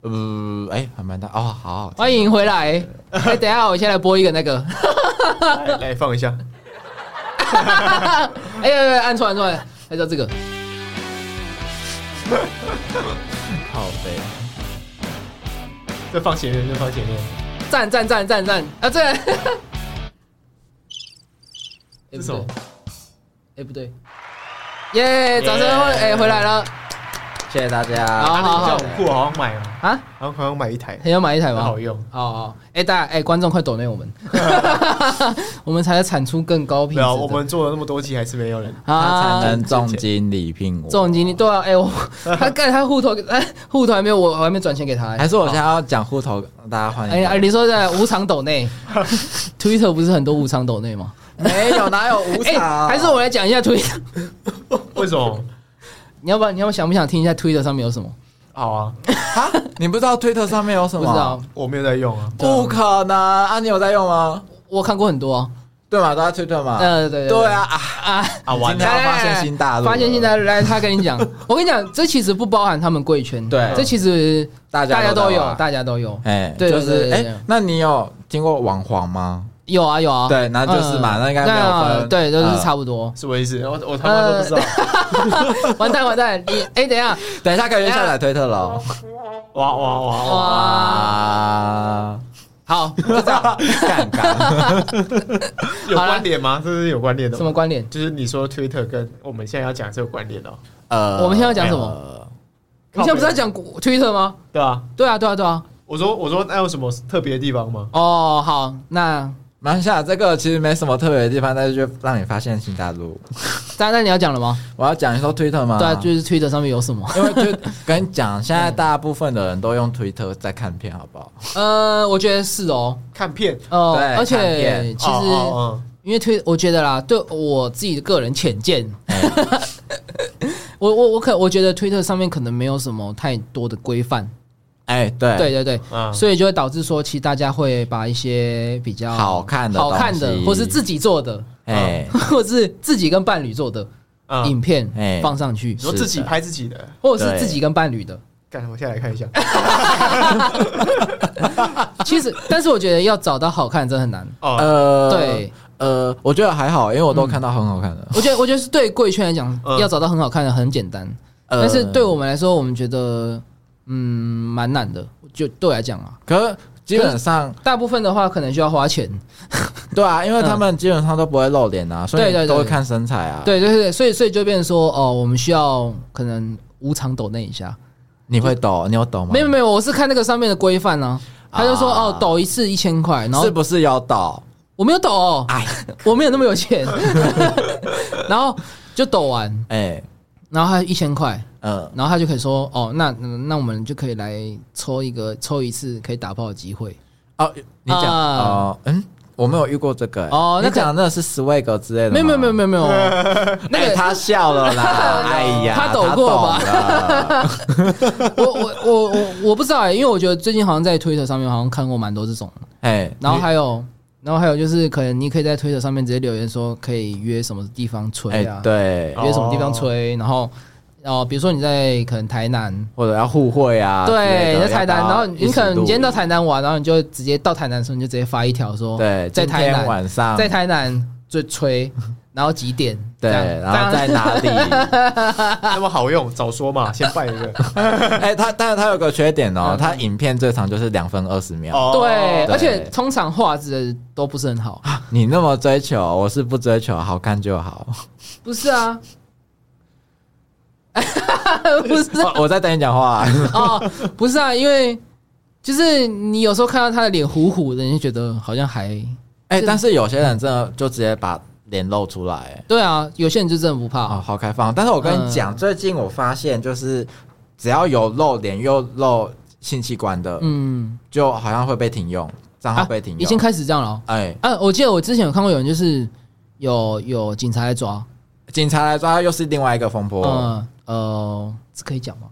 [SPEAKER 2] 呃，哎，还蛮大哦，好好。
[SPEAKER 1] 欢哦迎回来。哎，等一下，我先来播一个那个，
[SPEAKER 3] 来来放一下，
[SPEAKER 1] 哎哎哎，按错按错，还叫这个。
[SPEAKER 2] 好悲。
[SPEAKER 3] 再放前面，再放前面，
[SPEAKER 1] 赞赞赞赞赞啊！这哎
[SPEAKER 3] 这什么？
[SPEAKER 1] 不对哎，不对，耶！掌声
[SPEAKER 3] 耶
[SPEAKER 1] 哎回来了
[SPEAKER 2] 谢谢大家。
[SPEAKER 1] 好啊好
[SPEAKER 3] 叫
[SPEAKER 1] 好
[SPEAKER 3] 我酷，好像买了，
[SPEAKER 1] 啊！
[SPEAKER 3] 好像好像买一台，
[SPEAKER 1] 很要买一台
[SPEAKER 3] 很
[SPEAKER 1] 吗？
[SPEAKER 3] 好用。
[SPEAKER 1] 好好，哎大家哎观众快抖内我们， 我们才能产出更高品质
[SPEAKER 3] 对
[SPEAKER 1] 的。
[SPEAKER 3] 啊，我们做了那么多期，还是没有人。
[SPEAKER 2] 他
[SPEAKER 1] 啊
[SPEAKER 2] 才能重金礼聘我，
[SPEAKER 1] 总经理对啊，哎我他干他户头哎户头还没有我我还没转钱给他哎
[SPEAKER 2] 还是我现在要讲户头，大家换
[SPEAKER 1] 哎
[SPEAKER 2] 一
[SPEAKER 1] 呀，
[SPEAKER 2] 个。
[SPEAKER 1] 你说的无偿抖内，Twitter 不是很多无偿抖内吗？
[SPEAKER 2] 没有，哪有无
[SPEAKER 3] 啊
[SPEAKER 1] 哎，还是我来讲一下 Twitter，
[SPEAKER 3] 为什么？
[SPEAKER 1] 你要不要你要不要想不想听一下 Twitter 上面有什么？
[SPEAKER 3] 好啊，
[SPEAKER 2] 啊？你不知道推特上面有什
[SPEAKER 1] 不
[SPEAKER 2] 么？
[SPEAKER 1] 知道，，
[SPEAKER 3] 我没有在用啊。
[SPEAKER 2] 不可能啊！你有在用吗？
[SPEAKER 1] 我看过很多啊。
[SPEAKER 2] 对嘛，都在推特嘛。
[SPEAKER 1] 呃，对
[SPEAKER 2] 对，啊啊！
[SPEAKER 1] 啊，
[SPEAKER 3] 啊
[SPEAKER 2] 你今天要发现新大陆，
[SPEAKER 1] 发现新大陆。来，他跟你 讲，我跟你讲，这其实不包含他们贵圈，
[SPEAKER 2] 对
[SPEAKER 1] 这其实
[SPEAKER 2] 大家
[SPEAKER 1] 大家
[SPEAKER 2] 都啊
[SPEAKER 1] 都
[SPEAKER 2] 在
[SPEAKER 1] 有，
[SPEAKER 2] 玩
[SPEAKER 1] 大家都有，
[SPEAKER 2] 哎，
[SPEAKER 1] 对
[SPEAKER 2] 就
[SPEAKER 1] 对对
[SPEAKER 2] 是
[SPEAKER 1] 对对
[SPEAKER 2] 哎，那你有听过网黄吗？
[SPEAKER 1] 有啊有啊。
[SPEAKER 2] 对那就是嘛
[SPEAKER 1] 嗯
[SPEAKER 2] 那应该没有
[SPEAKER 1] 那
[SPEAKER 2] 分
[SPEAKER 1] 对，都是
[SPEAKER 2] 嗯
[SPEAKER 1] 差不多。
[SPEAKER 3] 什么意思？我我他妈都不知
[SPEAKER 1] 呃
[SPEAKER 3] 道。
[SPEAKER 1] 完蛋完蛋， 你哎，等一下，
[SPEAKER 2] 等一下可以去下载推特了。
[SPEAKER 3] 哇哇哇
[SPEAKER 1] 哦
[SPEAKER 3] 哇！
[SPEAKER 1] 哎哇，
[SPEAKER 2] 哇，
[SPEAKER 1] 好，就这样，
[SPEAKER 2] 尴尬。
[SPEAKER 3] 有
[SPEAKER 1] 好啦
[SPEAKER 3] 关联吗？这是有关联的。
[SPEAKER 1] 什么？关联？
[SPEAKER 3] 就是你说 Twitter 跟我们现在要讲这个关联哦，
[SPEAKER 2] 呃
[SPEAKER 1] 我们现在要讲什么
[SPEAKER 2] 么？
[SPEAKER 1] 我们现在不是在讲 Twitter 吗？
[SPEAKER 3] 对啊，
[SPEAKER 1] 对啊对啊对啊。
[SPEAKER 3] 我说我说那有什么特别的地方吗？
[SPEAKER 1] 哦，好，那
[SPEAKER 2] 蛮下这个其实没什么特别的地方，但是就让你发现新大陆。
[SPEAKER 1] 丹丹你要讲了吗？
[SPEAKER 2] 我要讲一说推特吗？
[SPEAKER 1] 对啊，就是 Twitter 上面有什 么？
[SPEAKER 2] 因为就跟你讲，现在大部分的人都用推特在看片，好不好？
[SPEAKER 1] 呃，我觉得是哦，
[SPEAKER 3] 看片。
[SPEAKER 1] 哦，
[SPEAKER 2] 对
[SPEAKER 1] 而
[SPEAKER 2] 看
[SPEAKER 1] 且
[SPEAKER 2] 片
[SPEAKER 1] 其实
[SPEAKER 3] 哦哦
[SPEAKER 1] 因为推，我觉得啦，对我自己个人浅见，
[SPEAKER 2] 嗯
[SPEAKER 1] 我我我可我觉得推特上面可能没有什么太多的规范，
[SPEAKER 2] 哎，对
[SPEAKER 1] 对对对，
[SPEAKER 3] 嗯
[SPEAKER 1] 所以就会导致说，其实大家会把一些比较
[SPEAKER 2] 好看的
[SPEAKER 1] 好看的
[SPEAKER 2] 东，西
[SPEAKER 1] 或是自己做的，
[SPEAKER 2] 哎，
[SPEAKER 1] 或是自己跟伴侣做的
[SPEAKER 3] 嗯嗯，
[SPEAKER 1] 影片
[SPEAKER 2] 哎
[SPEAKER 1] 放上去
[SPEAKER 3] 你，说
[SPEAKER 2] 是
[SPEAKER 3] 自己
[SPEAKER 2] 的
[SPEAKER 3] 拍自己的，
[SPEAKER 1] 或者是
[SPEAKER 2] 对
[SPEAKER 1] 自己跟伴侣的。
[SPEAKER 3] 干，我下来看一下。
[SPEAKER 1] 其实，但是我觉得要找到好看真的很难。
[SPEAKER 3] 哦，
[SPEAKER 2] 呃，
[SPEAKER 1] 对，
[SPEAKER 2] 呃，我觉得还好，因为我都看到很好看的。
[SPEAKER 1] 我觉得，我觉得是对贵圈来讲
[SPEAKER 3] 嗯，
[SPEAKER 1] 要找到很好看的很简单，
[SPEAKER 2] 呃
[SPEAKER 1] 但是对我们来说，我们觉得嗯蛮难的。就对我来讲啊，
[SPEAKER 2] 可是基本上
[SPEAKER 1] 大部分的话可能需要花钱，
[SPEAKER 2] 对啊，因为他们基本上都不会露脸啊，所
[SPEAKER 1] 对对对
[SPEAKER 2] 以都会看身材啊。，
[SPEAKER 1] 对对对，所以所以就变成说，哦，我们需要可能无偿抖那一下，
[SPEAKER 2] 你会抖，你有抖吗？
[SPEAKER 1] 没有没有，我是看那个上面的规范呢，他就说
[SPEAKER 2] 啊
[SPEAKER 1] 哦，抖一次一千块，然后
[SPEAKER 2] 是不是有抖？
[SPEAKER 1] 我没有抖哦，
[SPEAKER 2] 哎
[SPEAKER 1] 我没有那么有钱， 然后就抖完，
[SPEAKER 2] 哎，
[SPEAKER 1] 然后他一千块，
[SPEAKER 2] 呃，
[SPEAKER 1] 然后他就可以说哦，那那我们就可以来抽一个抽一次可以打炮的机会，
[SPEAKER 2] 哦，你讲
[SPEAKER 1] 啊
[SPEAKER 2] 哦，嗯，我没有遇过这个。哎
[SPEAKER 1] 哦那
[SPEAKER 2] 你
[SPEAKER 1] 可
[SPEAKER 2] 讲的那个是 swag 之类的吗？
[SPEAKER 1] 没有没有没有没有没有， 那
[SPEAKER 2] 那
[SPEAKER 1] 个
[SPEAKER 2] 个他笑了 啦，哎呀，
[SPEAKER 1] 他抖过吧
[SPEAKER 2] 他懂了？
[SPEAKER 1] 我我我我我不知道哎、因为我觉得最近好像在推特上面好像看过蛮多这种，
[SPEAKER 2] 哎，
[SPEAKER 1] 然后还有，然后还有就是可能你可以在推特上面直接留言说可以约什么地方
[SPEAKER 2] 哎
[SPEAKER 1] 吹啊，
[SPEAKER 2] 对，
[SPEAKER 1] 约什么地方吹，然后哦，比如说你在可能台南。
[SPEAKER 2] 或者要互惠啊，
[SPEAKER 1] 对，你
[SPEAKER 2] 之类的
[SPEAKER 1] 在台南，
[SPEAKER 2] 要到
[SPEAKER 1] 然后你可能你今天到
[SPEAKER 2] 一起
[SPEAKER 1] 台南玩，然后你就直接到台南的时候，你就直接发一条
[SPEAKER 2] 录
[SPEAKER 1] 说，
[SPEAKER 2] 对，
[SPEAKER 1] 在台
[SPEAKER 2] 今天
[SPEAKER 1] 南，
[SPEAKER 2] 晚上
[SPEAKER 1] 在台南就吹，然后几点？
[SPEAKER 2] 对，
[SPEAKER 1] 这样
[SPEAKER 2] 然后
[SPEAKER 1] 这
[SPEAKER 2] 在
[SPEAKER 1] 样
[SPEAKER 2] 哪里？
[SPEAKER 3] 那么好用，早说嘛，先办一个。
[SPEAKER 2] 哎，他但是他有个缺点哦
[SPEAKER 1] 嗯，
[SPEAKER 2] 他影片最长就是两分二十秒。
[SPEAKER 3] 哦，
[SPEAKER 1] 对，
[SPEAKER 2] 对
[SPEAKER 1] 而且通常画质都不是很 好，
[SPEAKER 2] 你那么追求，我是不追求，好看就 好。
[SPEAKER 1] 不是啊， 不是啊
[SPEAKER 2] 我在等你讲话。
[SPEAKER 1] 哦，不是啊，因为就是你有时候看到他的脸糊糊的，你就觉得好像还
[SPEAKER 2] 哎，
[SPEAKER 1] 是
[SPEAKER 2] 但是有些人真的就直接把脸露出来，哎
[SPEAKER 1] 对啊，有些人就真的不怕
[SPEAKER 2] 哦，好开放。但是我跟
[SPEAKER 1] 嗯
[SPEAKER 2] 你讲，最近我发现，就是只要有露脸又露性器官的，
[SPEAKER 1] 嗯，
[SPEAKER 2] 就好像会被停用，账号
[SPEAKER 1] 啊
[SPEAKER 2] 被停，
[SPEAKER 1] 已经
[SPEAKER 2] 用。
[SPEAKER 1] 开始这样了哦。
[SPEAKER 2] 哎，
[SPEAKER 1] 啊，我记得我之前有看过有人就是有有警察来抓，
[SPEAKER 2] 警察来抓又是另外一个风波。
[SPEAKER 1] 嗯呃，这可以讲吗？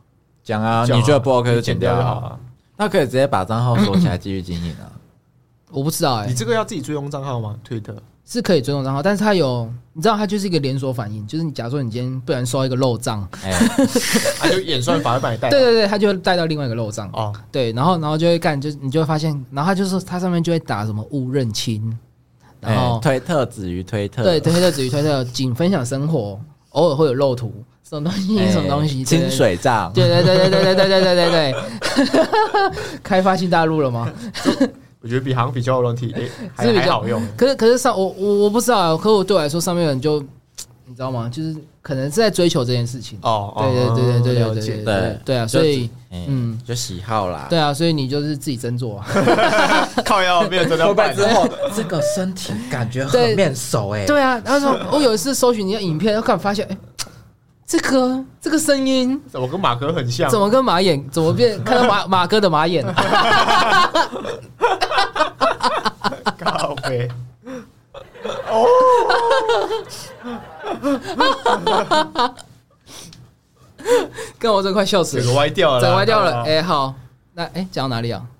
[SPEAKER 2] 讲啊，
[SPEAKER 3] 讲啊
[SPEAKER 2] 你觉得不 OK 就剪掉
[SPEAKER 3] 就
[SPEAKER 2] 就
[SPEAKER 3] 好
[SPEAKER 2] 好
[SPEAKER 3] 啊
[SPEAKER 2] 了。那可以直接把账号锁 起来继续经营啊。
[SPEAKER 1] 我不知道哎、
[SPEAKER 3] 你这个要自己追踪账号吗？Twitter
[SPEAKER 1] 是可以追踪账号，但是它有，你知道它就是一个连锁反应，就是你假如说你今天不然收到一个漏账，
[SPEAKER 2] 哎，
[SPEAKER 3] 啊，就演算法会把你带。
[SPEAKER 1] 对对对，它就会带到另外一个漏账，
[SPEAKER 3] 哦，
[SPEAKER 1] 对，然后然后就会干，就你就会发现，然后它就说它上面就会打什么误认清，然后
[SPEAKER 2] 推特止于推特，
[SPEAKER 1] 哎对推特止于推特，仅分享生活，偶尔会有露图，什么东西
[SPEAKER 2] 哎
[SPEAKER 1] 什么东西，
[SPEAKER 2] 清水账，
[SPEAKER 1] 对，对对对对对对对对对对对，开发新大陆了吗？
[SPEAKER 3] 我觉得比好像比较软体诶还
[SPEAKER 1] 是比
[SPEAKER 3] 还
[SPEAKER 1] 较
[SPEAKER 3] 好用。
[SPEAKER 1] 可是可是上我我我不知道啊，可我对我来说上面有人就你知道吗？就是可能是在追求这件事情。
[SPEAKER 3] 哦，
[SPEAKER 1] 对对对对对
[SPEAKER 3] 了
[SPEAKER 1] 对对
[SPEAKER 3] 解。
[SPEAKER 1] 对
[SPEAKER 2] 对
[SPEAKER 1] 对啊！所以嗯
[SPEAKER 2] 嗯，就喜好啦。
[SPEAKER 1] 对啊，所以你就是自己斟酌啊。
[SPEAKER 3] 靠腰没有真
[SPEAKER 2] 后
[SPEAKER 3] 的
[SPEAKER 2] 半
[SPEAKER 3] 办
[SPEAKER 2] 之 后，
[SPEAKER 4] 这个身体感觉
[SPEAKER 1] 对
[SPEAKER 4] 很面熟哎、
[SPEAKER 1] 对啊，然后说我有一次搜寻你的影片，然后看发现，哎，这个这个声音
[SPEAKER 3] 怎么跟马哥很像？
[SPEAKER 1] 怎么跟马眼怎么变？看到马马哥的马眼啊，
[SPEAKER 3] 靠背？
[SPEAKER 1] 跟我真的快笑死
[SPEAKER 3] 整个
[SPEAKER 1] 了，
[SPEAKER 3] 歪掉了啦，
[SPEAKER 1] 整歪掉了。
[SPEAKER 3] 哎，
[SPEAKER 1] 哎，好，那哎讲到哪里啊？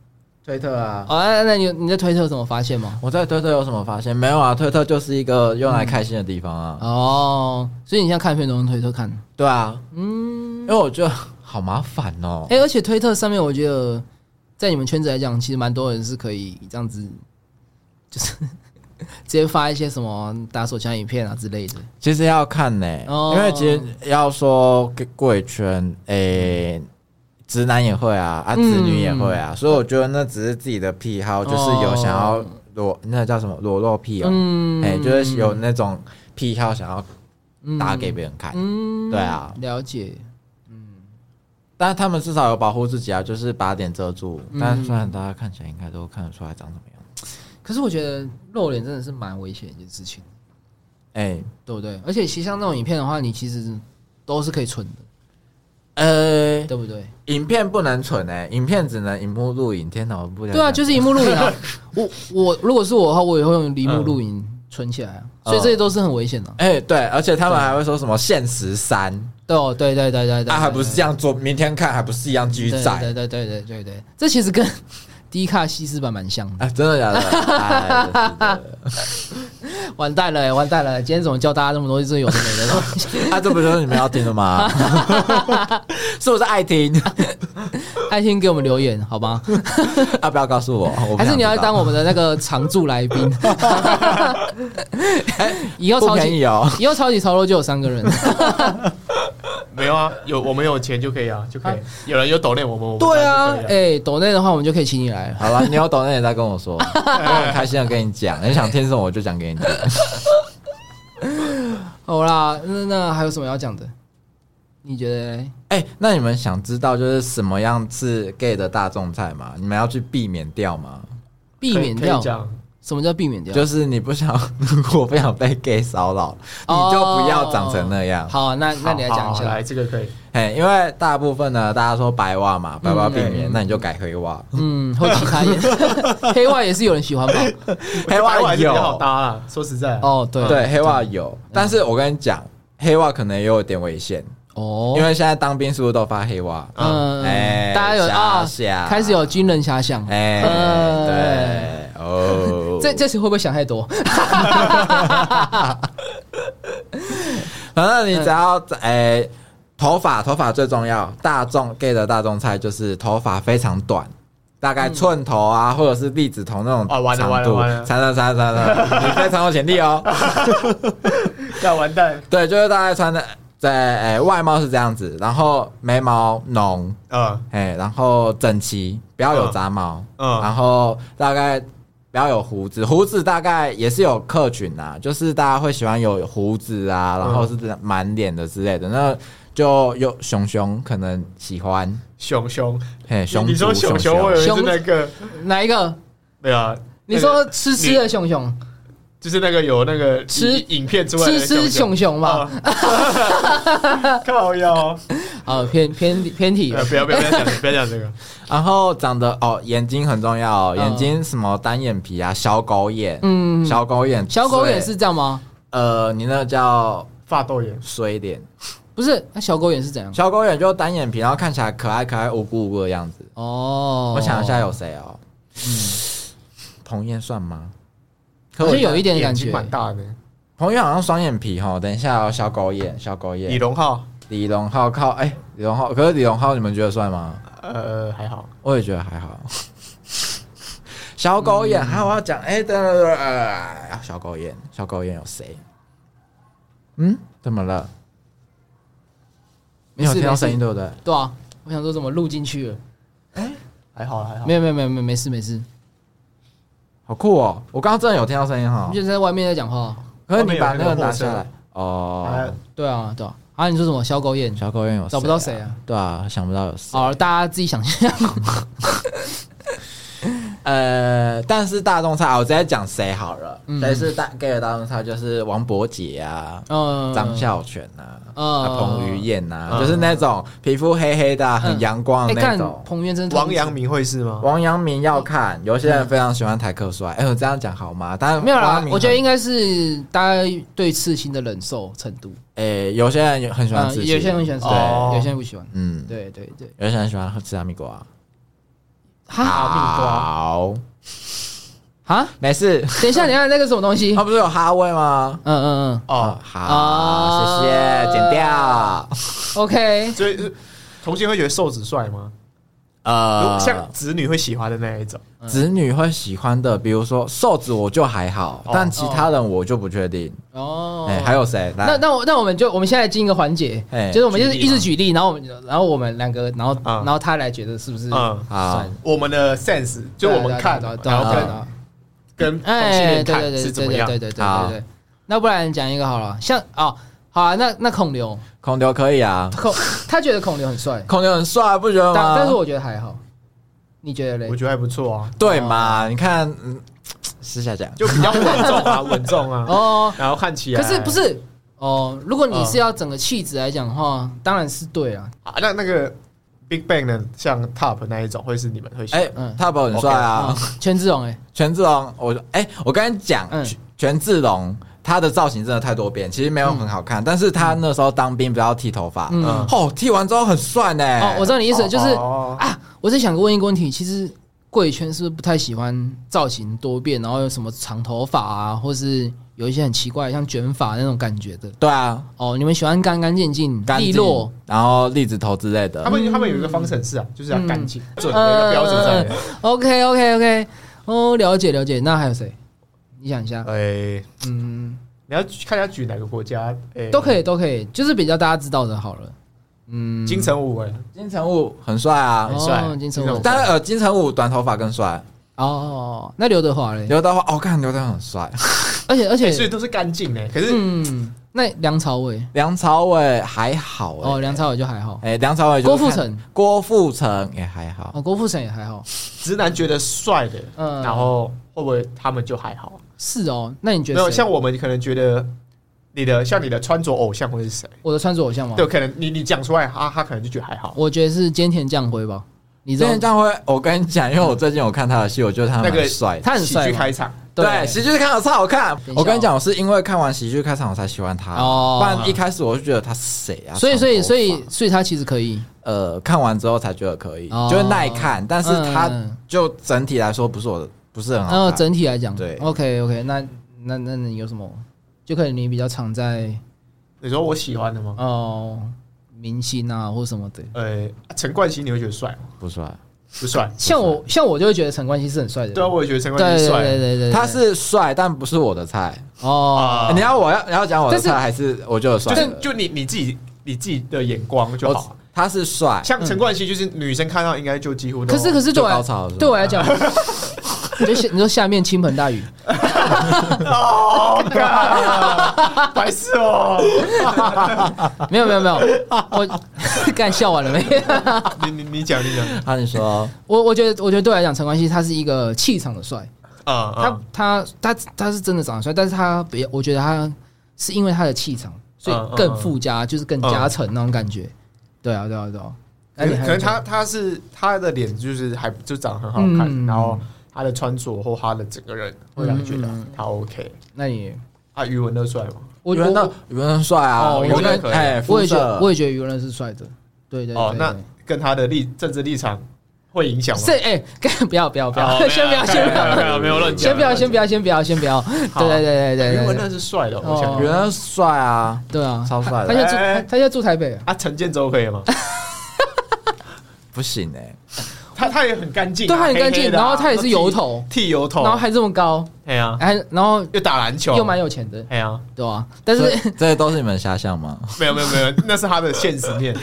[SPEAKER 4] 推特啊，
[SPEAKER 1] 哦，那那你你在推特有什么发现吗？
[SPEAKER 2] 我在推特有什么发现？没有啊，推特就是一个用来开心的地方啊。
[SPEAKER 1] 哦，所以你现在看片都用推特看。
[SPEAKER 2] 对啊，
[SPEAKER 1] 嗯，
[SPEAKER 2] 因为我觉得好麻烦哦。
[SPEAKER 1] 哎、而且推特上面，我觉得在你们圈子来讲，其实蛮多人是可以这样子，就是 直接发一些什么打手枪影片啊之类的。
[SPEAKER 2] 其实要看呢、
[SPEAKER 1] 哦
[SPEAKER 2] 因为其实要说贵圈，诶、直男也会啊，
[SPEAKER 1] 嗯
[SPEAKER 2] 啊，子女也会啊，所以我觉得那只是自己的癖好，就是有想
[SPEAKER 1] 哦
[SPEAKER 2] 要裸，那叫什么裸露癖哦，
[SPEAKER 1] 嗯，
[SPEAKER 2] 哎、就是有那种癖好想要打给别人看，
[SPEAKER 1] 嗯
[SPEAKER 2] 对啊
[SPEAKER 1] 了解。
[SPEAKER 2] 但是他们至少有保护自己啊，就是把脸遮住。但虽然大家看起来应该都看得出来长怎么样，
[SPEAKER 1] 可是我觉得露脸真的是蛮危险的一件事情，
[SPEAKER 2] 哎、
[SPEAKER 1] 对不对？而且其实像那种影片的话，你其实都是可以存的，
[SPEAKER 2] 呃，
[SPEAKER 1] 对不对？
[SPEAKER 2] 影片不能存哎、影片只能荧幕录影。天哪，我不了解
[SPEAKER 1] 对啊，就是荧幕录影啊。我我如果是我的话，我也会用荧
[SPEAKER 2] 嗯
[SPEAKER 1] 幕录影存起来啊。所以这些都是很危险的、啊
[SPEAKER 2] 哎、对，而且他们还会说什么限时删，
[SPEAKER 1] 对哦，对对对对对，
[SPEAKER 2] 啊，还
[SPEAKER 1] 对
[SPEAKER 2] 不是这样做，明天看还不是一样继续
[SPEAKER 1] 对
[SPEAKER 2] 载
[SPEAKER 1] 对对对对对，这其实跟 低卡西斯版蛮 像的。
[SPEAKER 2] 啊？真 的假的？哎真
[SPEAKER 1] 完蛋了、欸，完蛋了！今天怎么教大家那么多这有的没的东西？
[SPEAKER 2] 是的啊，这不就是你们要听 的吗？是不是爱听？
[SPEAKER 1] 爱听给我们留言好吗？
[SPEAKER 2] 啊，不要告诉我，我不
[SPEAKER 1] 还是你
[SPEAKER 2] 想
[SPEAKER 1] 要
[SPEAKER 2] 知道
[SPEAKER 1] 当我们的那个常驻来宾？ 以后
[SPEAKER 2] 不
[SPEAKER 1] 超
[SPEAKER 2] 便宜
[SPEAKER 1] 级
[SPEAKER 2] 哦？
[SPEAKER 1] 以后超级潮流就有三个人。
[SPEAKER 3] 没有啊，有我们有钱就可以啊，就可以。有人有抖内我们，我们
[SPEAKER 1] 对啊
[SPEAKER 3] 当然，就可以
[SPEAKER 1] 哎，抖内的话我们就可以请你来了。
[SPEAKER 2] 好了，你有懂那也再跟我说，我很开心的跟你讲，你想听什么我就讲给你听。
[SPEAKER 1] 好啦，那那还有什么要讲的？你觉得嘞？
[SPEAKER 2] 哎、那你们想知道就是什么样是 gay 的大众菜吗？你们要去避免掉吗？
[SPEAKER 1] 避免
[SPEAKER 3] 可以可
[SPEAKER 1] 掉
[SPEAKER 3] 以？讲
[SPEAKER 1] 什么叫避免掉？
[SPEAKER 2] 就是你不想，如果不想被 gay 骚扰，你就不要长成那样。
[SPEAKER 1] 好，啊那那你来讲一
[SPEAKER 3] 好好来
[SPEAKER 1] 下。
[SPEAKER 3] 这个可以。
[SPEAKER 2] 哎，因为大部分呢，大家说白袜嘛，白袜避免，那你就改黑袜。
[SPEAKER 1] 嗯，或其他也 黑袜也是有人喜欢吧？
[SPEAKER 2] 黑袜
[SPEAKER 3] 白还是比较好
[SPEAKER 2] 有，
[SPEAKER 3] 搭啦，说实在，啊
[SPEAKER 1] 哦，对
[SPEAKER 2] 对，黑袜有，但是我跟你讲，黑袜可能也有点危险，
[SPEAKER 1] 哦，
[SPEAKER 2] 因为现在当兵是不是都发黑袜？
[SPEAKER 1] 嗯，
[SPEAKER 2] 哎
[SPEAKER 1] 大家有啊
[SPEAKER 2] 遐想，
[SPEAKER 1] 开始有军人遐想，
[SPEAKER 2] 哎，
[SPEAKER 1] 呃，
[SPEAKER 2] 对，哦，
[SPEAKER 1] 这这次会不会想太多？
[SPEAKER 2] 反正你只要在诶、头发头发最重要。大众 gay 的大众菜就是头发非常短，大概寸头啊，或者是栗子头那种
[SPEAKER 3] 啊完了
[SPEAKER 2] 长度
[SPEAKER 3] 完了完了，
[SPEAKER 2] 惨了惨了惨了，你非常有潜力哦。
[SPEAKER 3] 要完蛋，
[SPEAKER 2] 对，就是大概穿的在诶、外貌是这样子，然后眉毛浓，
[SPEAKER 3] 嗯
[SPEAKER 2] 哎、然后整齐，不要有杂毛，
[SPEAKER 3] 嗯嗯
[SPEAKER 2] 然后大概不要有胡子，胡子大概也是有客群啊，就是大家会喜欢有胡子
[SPEAKER 3] 嗯
[SPEAKER 2] 啊，然后是满脸的之类的，那就有熊熊可能喜欢，
[SPEAKER 3] 熊熊，
[SPEAKER 2] 嘿，熊
[SPEAKER 3] 你说
[SPEAKER 2] 族熊
[SPEAKER 3] 熊，我以为
[SPEAKER 1] 熊
[SPEAKER 3] 是那个，
[SPEAKER 1] 哪一个？
[SPEAKER 3] 对啊，
[SPEAKER 1] 你
[SPEAKER 3] 那
[SPEAKER 1] 说
[SPEAKER 3] 个
[SPEAKER 1] 吃吃的熊熊，
[SPEAKER 3] 就是那个有那个
[SPEAKER 1] 吃
[SPEAKER 3] 影影片出来的
[SPEAKER 1] 吃吃熊熊
[SPEAKER 2] 哦
[SPEAKER 1] 嘛？
[SPEAKER 3] 啊 靠腰，
[SPEAKER 1] 啊，偏偏偏题
[SPEAKER 3] 呃，不要不要不要讲不要讲这个，
[SPEAKER 2] 然后长得哦，眼睛很重要、哦，
[SPEAKER 1] 嗯
[SPEAKER 2] 眼睛什么单眼皮啊，小狗眼，
[SPEAKER 1] 嗯
[SPEAKER 2] 小狗眼，
[SPEAKER 1] 小狗眼是这样吗？
[SPEAKER 2] 呃，你那叫
[SPEAKER 3] 发豆眼，
[SPEAKER 2] 衰脸，
[SPEAKER 1] 不是，那小狗眼是怎样？
[SPEAKER 2] 小狗眼就单眼皮，然后看起来可爱可爱无辜无辜的样子。
[SPEAKER 1] 哦，
[SPEAKER 2] 我想一下有谁哦？彭晏算吗？可
[SPEAKER 1] 好
[SPEAKER 2] 我
[SPEAKER 1] 像有一点
[SPEAKER 3] 眼
[SPEAKER 1] 感
[SPEAKER 3] 睛
[SPEAKER 1] 觉，
[SPEAKER 3] 蛮大的。
[SPEAKER 2] 彭晏好像双眼皮哈。等一下哦，小狗眼，小狗
[SPEAKER 3] 李
[SPEAKER 2] 眼。
[SPEAKER 3] 荣浩，
[SPEAKER 2] 李荣浩靠哎，李荣浩，可是李荣浩你们觉得帅吗？
[SPEAKER 3] 呃，还好，
[SPEAKER 2] 我也觉得还好。小狗眼，还有我要讲哎，等等等等，呃小狗眼，小狗眼有谁？嗯，怎么了？你有
[SPEAKER 1] 没事
[SPEAKER 2] 听到
[SPEAKER 1] 没事
[SPEAKER 2] 声音对不对？
[SPEAKER 1] 对啊，我想说怎么录进去了？
[SPEAKER 3] 还好
[SPEAKER 2] 哦
[SPEAKER 3] 还好
[SPEAKER 1] 没，有没有没有没有没事没事，
[SPEAKER 2] 好酷哦！我刚刚真的有听到声音哈
[SPEAKER 1] 你，就在外面在讲话。
[SPEAKER 2] 可是你把那个
[SPEAKER 3] 后面有那个
[SPEAKER 2] 拿
[SPEAKER 3] 货车
[SPEAKER 2] 下来
[SPEAKER 3] 还呃
[SPEAKER 2] 哦。
[SPEAKER 1] 对啊对啊，啊你说什么小狗眼？
[SPEAKER 2] 小狗眼有、
[SPEAKER 1] 找不到谁啊？
[SPEAKER 2] 对啊，想不到有谁。
[SPEAKER 1] 好，大家自己想 象。
[SPEAKER 2] 呃，但是大众菜，我直接讲谁好了。
[SPEAKER 1] 嗯
[SPEAKER 2] 谁是大 gay 的大众菜？就是王伯杰啊，
[SPEAKER 1] 嗯，
[SPEAKER 2] 张孝全啊，
[SPEAKER 1] 嗯
[SPEAKER 2] 啊彭于晏啊，
[SPEAKER 3] 嗯
[SPEAKER 2] 就是那种皮肤黑黑的啊、很阳光的
[SPEAKER 1] 哎，
[SPEAKER 2] 那
[SPEAKER 1] 看
[SPEAKER 2] 种。
[SPEAKER 1] 彭于晏真的
[SPEAKER 3] 王阳明会是吗？
[SPEAKER 2] 王阳明要看，有些人非常喜欢台客帅。哎，我这样讲好吗？但
[SPEAKER 1] 没有啦，我觉得应
[SPEAKER 2] 该，
[SPEAKER 1] 该是大家对刺青的忍受程度，
[SPEAKER 2] 哎，有些人很喜欢
[SPEAKER 1] 嗯，
[SPEAKER 2] 自己，
[SPEAKER 1] 有些人喜欢刺青，
[SPEAKER 3] 哦
[SPEAKER 1] 有些人不喜欢。
[SPEAKER 2] 嗯，
[SPEAKER 1] 对对对，
[SPEAKER 2] 有些人喜欢吃哈密瓜。
[SPEAKER 3] 啊
[SPEAKER 1] 啊哈
[SPEAKER 2] 啊好，
[SPEAKER 1] 啊！
[SPEAKER 2] 没 事。
[SPEAKER 1] 等一下，等一下，那个什么东西？
[SPEAKER 2] 他
[SPEAKER 1] 嗯
[SPEAKER 3] 啊
[SPEAKER 2] 不是有哈味吗？
[SPEAKER 1] 嗯
[SPEAKER 2] 哦
[SPEAKER 3] 哦，，
[SPEAKER 2] 好，
[SPEAKER 1] 啊
[SPEAKER 2] 谢谢，剪掉。
[SPEAKER 1] 嗯，OK，
[SPEAKER 3] 所以是同性会觉得瘦子帅吗？
[SPEAKER 1] 啊
[SPEAKER 3] 如
[SPEAKER 2] 呃
[SPEAKER 3] 果，像子女会喜欢的那一种，
[SPEAKER 1] 嗯
[SPEAKER 2] 子女会喜欢的，比如说瘦子，我就还好，
[SPEAKER 3] 哦
[SPEAKER 2] 但其他人我就不确定。
[SPEAKER 1] 哦
[SPEAKER 2] 哎，，还有谁？来
[SPEAKER 1] 那那我那我们就我们现在进一个环节
[SPEAKER 2] 哎，
[SPEAKER 1] 就是我们就是
[SPEAKER 3] 举例
[SPEAKER 1] 一
[SPEAKER 3] 嘛
[SPEAKER 1] 直举例，然后我们然后我们两个，然后
[SPEAKER 3] 嗯
[SPEAKER 1] 然后他来觉得是不是？
[SPEAKER 3] 嗯，
[SPEAKER 2] 好
[SPEAKER 1] 算，
[SPEAKER 3] 我们的 sense 就我们看，
[SPEAKER 1] 对啊对
[SPEAKER 3] 然
[SPEAKER 1] 啊
[SPEAKER 3] 后
[SPEAKER 1] 对啊对啊对
[SPEAKER 3] 跟
[SPEAKER 1] 啊
[SPEAKER 3] 跟同性
[SPEAKER 1] 哎，
[SPEAKER 3] 恋
[SPEAKER 1] 对
[SPEAKER 3] 看
[SPEAKER 1] 对对
[SPEAKER 3] 是
[SPEAKER 1] 对
[SPEAKER 3] 怎
[SPEAKER 1] 对
[SPEAKER 3] 么
[SPEAKER 1] 对
[SPEAKER 3] 样？
[SPEAKER 1] 对对对
[SPEAKER 2] 好
[SPEAKER 1] 对，那不然讲一个好了，像啊，好啊，那那孔刘，
[SPEAKER 2] 孔刘可以啊，
[SPEAKER 1] 孔 他觉得孔刘很帅，
[SPEAKER 2] 孔刘很帅，不觉得
[SPEAKER 1] 但
[SPEAKER 2] 吗？
[SPEAKER 1] 但是我觉得还好，你觉得嘞
[SPEAKER 3] 我？觉得还不错啊，
[SPEAKER 2] 对
[SPEAKER 1] 哦
[SPEAKER 2] 嘛？你看，嗯，私下
[SPEAKER 1] 嗯
[SPEAKER 2] 讲，
[SPEAKER 3] 就比较稳重 啊，稳重啊，
[SPEAKER 1] 哦，
[SPEAKER 3] 然后看起来
[SPEAKER 1] 可是不是哦？如果你是要整个气质来讲的话，当然是对啊，
[SPEAKER 3] 啊？那那个 Big Bang 的像 Top 那一种，会是你们会喜欢？
[SPEAKER 2] 哎
[SPEAKER 1] 嗯，
[SPEAKER 2] 他很帅啊
[SPEAKER 1] 啊，， 权志龙哎，
[SPEAKER 2] 权志龙，我就哎，我跟你讲
[SPEAKER 1] 嗯，
[SPEAKER 2] 权权志龙他的造型真的太多变，其实没有很好看，但是他那时候当兵不要剃头发，
[SPEAKER 1] 嗯
[SPEAKER 3] 嗯。
[SPEAKER 2] 哦，剃完之后很帅呢。
[SPEAKER 1] 哦，我知道你意思，就是
[SPEAKER 3] 哦
[SPEAKER 1] 啊，我是想问一个问题，其实贵圈是不是不太喜欢造型多变，然后有什么长头发啊，或是有一些很奇怪像卷发那种感觉的？
[SPEAKER 2] 对啊，
[SPEAKER 1] 哦，你们喜欢干干净净、
[SPEAKER 2] 干
[SPEAKER 1] 利
[SPEAKER 2] 净
[SPEAKER 1] 落，，啊
[SPEAKER 2] 然后栗子头之类的
[SPEAKER 3] 他。
[SPEAKER 1] 嗯
[SPEAKER 3] 们他们有一个方程式啊，就是要干净准的一
[SPEAKER 1] 呃
[SPEAKER 3] 个标准在。
[SPEAKER 1] OK OK OK，哦，了解了解。那还有谁？你想一下，
[SPEAKER 3] 哎，
[SPEAKER 1] 呃嗯，
[SPEAKER 3] 你要举看一下举哪个国家？哎，
[SPEAKER 1] 都可以都可以，就是比较大家知道的好了。
[SPEAKER 3] 以。金城武哎，
[SPEAKER 2] 金城武很帅啊，
[SPEAKER 1] 哦
[SPEAKER 3] 帅
[SPEAKER 1] 金
[SPEAKER 3] 金
[SPEAKER 1] 城
[SPEAKER 3] 城
[SPEAKER 1] 武
[SPEAKER 3] 武。
[SPEAKER 2] 但是呃，金城武短头发更帅。
[SPEAKER 1] 哦，那刘德华嘞？
[SPEAKER 2] 刘德华，哦，看刘德华很帅。
[SPEAKER 1] 而且而
[SPEAKER 3] 哎所以
[SPEAKER 1] 且，
[SPEAKER 3] 都是干净哎。可是
[SPEAKER 1] 嗯，那梁朝伟
[SPEAKER 2] 梁朝伟还好欸
[SPEAKER 1] 哦，梁朝伟就还好，
[SPEAKER 2] 哎，梁朝伟就
[SPEAKER 1] 郭
[SPEAKER 2] 是
[SPEAKER 1] 富
[SPEAKER 2] 看
[SPEAKER 1] 城，
[SPEAKER 2] 郭富城也还好。
[SPEAKER 1] 哦，郭富城也还好。
[SPEAKER 3] 直男觉得帅的，
[SPEAKER 1] 嗯
[SPEAKER 3] 然后会不会他们就还好？
[SPEAKER 1] 是哦，那你觉
[SPEAKER 3] 没
[SPEAKER 1] 得
[SPEAKER 3] 有
[SPEAKER 1] 谁
[SPEAKER 3] 像我们可能觉得你的像你的穿着偶像会是谁？
[SPEAKER 1] 我的穿着偶像吗？
[SPEAKER 3] 对，，可能你你讲出来，啊他他可能就觉得还好。
[SPEAKER 1] 我觉得是菅田将晖吧。你
[SPEAKER 2] 之
[SPEAKER 1] 知道
[SPEAKER 2] 前这样会，我跟你讲，因为我最近有看他的戏，我觉得他
[SPEAKER 3] 那个
[SPEAKER 2] 蛮帅的。
[SPEAKER 1] 他很
[SPEAKER 3] 喜
[SPEAKER 1] 帅
[SPEAKER 3] 剧
[SPEAKER 1] 吗
[SPEAKER 3] 开场，
[SPEAKER 2] 对，喜剧看场超好看
[SPEAKER 1] 等一下哦。
[SPEAKER 2] 我跟你讲，我是因为看完喜剧开场我才喜欢他，
[SPEAKER 1] 哦
[SPEAKER 2] 不然一开始我就觉得他是谁啊？
[SPEAKER 1] 所以所以所
[SPEAKER 2] 长头
[SPEAKER 1] 以
[SPEAKER 2] 发
[SPEAKER 1] 所以他其实可以。
[SPEAKER 2] 呃，看完之后才觉得可以
[SPEAKER 1] 哦，
[SPEAKER 2] 就是耐看，但是他
[SPEAKER 1] 嗯嗯嗯
[SPEAKER 2] 就整体来说不是我的，不是很
[SPEAKER 3] 啊
[SPEAKER 1] 然后
[SPEAKER 2] 好看。
[SPEAKER 1] 整体来讲，
[SPEAKER 2] 对
[SPEAKER 1] ，OK OK，那那那你有什么？就可能你比较常在
[SPEAKER 3] 你说我喜欢的吗？
[SPEAKER 1] 哦明星啊或什么的。
[SPEAKER 3] 呃，陈冠希你会觉得帅吗？
[SPEAKER 2] 不帅，
[SPEAKER 3] 不帅。
[SPEAKER 1] 像我像我就会觉得陈冠希是很帅的人。
[SPEAKER 3] 对啊，我也觉得陈
[SPEAKER 1] 对
[SPEAKER 3] 冠希
[SPEAKER 1] 对
[SPEAKER 3] 帅。
[SPEAKER 1] 对对对，
[SPEAKER 2] 他是帅，但不是我的菜。
[SPEAKER 1] 哦
[SPEAKER 3] 啊
[SPEAKER 2] 你要我要你要讲我的
[SPEAKER 1] 但是
[SPEAKER 2] 菜，还是我觉得
[SPEAKER 3] 就
[SPEAKER 2] 帅
[SPEAKER 3] 是
[SPEAKER 2] 的？
[SPEAKER 3] 就你你自己你自己的眼光就好
[SPEAKER 2] 我。他是帅，
[SPEAKER 3] 像陈冠希，就是女生看到应该就几乎都。
[SPEAKER 1] 可是可是对我
[SPEAKER 2] 就高潮了是
[SPEAKER 1] 来
[SPEAKER 2] 吧
[SPEAKER 1] 对我来讲，你就下你说下面倾盆大雨，
[SPEAKER 3] 哦，干白痴哦！
[SPEAKER 1] 没有没有没有，我 干笑完了没？
[SPEAKER 3] 你你你讲你讲
[SPEAKER 2] 他你说
[SPEAKER 1] 我我觉得，我觉得对我来讲，陈冠希他是一个气场的帅，
[SPEAKER 3] 啊
[SPEAKER 1] 他
[SPEAKER 3] 啊
[SPEAKER 1] 他他他是真的长得帅，但是他比我觉得他是因为他的气场，所
[SPEAKER 3] 嗯嗯
[SPEAKER 1] 以更附加，就是更加成那种感觉。对啊，对啊，对啊。那
[SPEAKER 3] 可
[SPEAKER 1] 你
[SPEAKER 3] 能
[SPEAKER 1] 还
[SPEAKER 3] 可能他他是他的脸就是还就长得很好
[SPEAKER 1] 嗯
[SPEAKER 3] 看，然后他的穿着或他的整个人会让你觉得
[SPEAKER 1] 嗯
[SPEAKER 3] 他 OK。
[SPEAKER 1] 那你
[SPEAKER 3] 啊，余文乐帅吗？
[SPEAKER 1] 我
[SPEAKER 2] 袁
[SPEAKER 1] 我
[SPEAKER 2] 的袁很帅啊，
[SPEAKER 1] 哦
[SPEAKER 2] 我
[SPEAKER 1] 余文乐
[SPEAKER 2] 跟
[SPEAKER 3] 可以
[SPEAKER 2] 哎，
[SPEAKER 1] 我也觉
[SPEAKER 2] 得
[SPEAKER 1] 得我也觉得舆论是帅的，对对
[SPEAKER 3] 哦
[SPEAKER 1] 对，
[SPEAKER 3] 那
[SPEAKER 1] 对
[SPEAKER 3] 跟他的立政治立场会影响吗？
[SPEAKER 1] 这哎，干不要不要不要， 先不要先不要
[SPEAKER 3] 要哦啊没有乱
[SPEAKER 1] 先不要先不要先不要先不要，对对对对
[SPEAKER 3] 余
[SPEAKER 1] 对
[SPEAKER 3] 文
[SPEAKER 1] 对
[SPEAKER 3] 乐是帅的，我想
[SPEAKER 1] 哦
[SPEAKER 2] 袁很帅啊，
[SPEAKER 1] 对啊，
[SPEAKER 2] 超帅
[SPEAKER 1] 他
[SPEAKER 2] 的，
[SPEAKER 1] 现在住他
[SPEAKER 3] 哎
[SPEAKER 1] 他现在住台北啊，
[SPEAKER 3] 啊，陈建州可以吗？
[SPEAKER 2] 不行哎，
[SPEAKER 3] 他他也很干净啊，
[SPEAKER 1] 对他很干净
[SPEAKER 3] 黑黑的啊
[SPEAKER 1] 然后他也是油头
[SPEAKER 3] 剃油头，
[SPEAKER 1] 然后还这么高，
[SPEAKER 3] 哎呀，
[SPEAKER 1] 还然后
[SPEAKER 3] 又打篮球，
[SPEAKER 1] 又蛮有钱的，
[SPEAKER 3] 哎呀，
[SPEAKER 1] 对吧、但是
[SPEAKER 2] 这这都是你们遐想吗？
[SPEAKER 3] 没有没有 没有，那是他的现实面。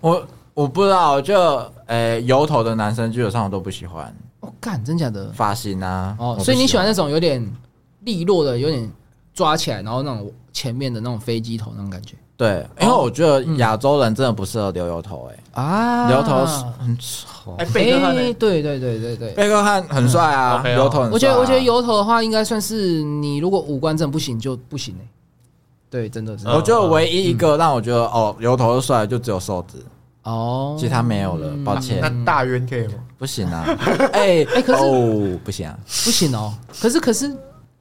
[SPEAKER 2] 我我不知道，就呃、油头的男生基本上我都不喜欢，
[SPEAKER 1] 我干、真假的
[SPEAKER 2] 发型啊。我
[SPEAKER 1] 哦，
[SPEAKER 2] 不
[SPEAKER 1] 所以你喜
[SPEAKER 2] 喜
[SPEAKER 1] 欢
[SPEAKER 2] 欢
[SPEAKER 1] 那种有点利落的，有点抓起来，然后那种前面的那种飞机头那种感觉
[SPEAKER 2] 对，因为我觉得亚洲人真的不适合留油头、欸，
[SPEAKER 1] 啊
[SPEAKER 2] 留头是很丑。欸
[SPEAKER 3] 哎，贝克汉呢
[SPEAKER 1] 哎对对对对对。
[SPEAKER 2] 贝克汉很帅啊，
[SPEAKER 3] 嗯
[SPEAKER 2] 油头很帅啊、
[SPEAKER 1] 我觉得，我觉得油头的话，应该算是你如果五官真的不行就不行哎、对，真的是、
[SPEAKER 3] 嗯
[SPEAKER 2] 我觉得唯一一个让我觉得、哦，油头是帅的就只有瘦子，
[SPEAKER 1] 哦。
[SPEAKER 2] 其他没有了，抱歉，
[SPEAKER 3] 那大渊可以吗？
[SPEAKER 2] 不行啊！哎、
[SPEAKER 1] 哎可是
[SPEAKER 2] 哦，不行啊！
[SPEAKER 1] 不行哦。可是可是，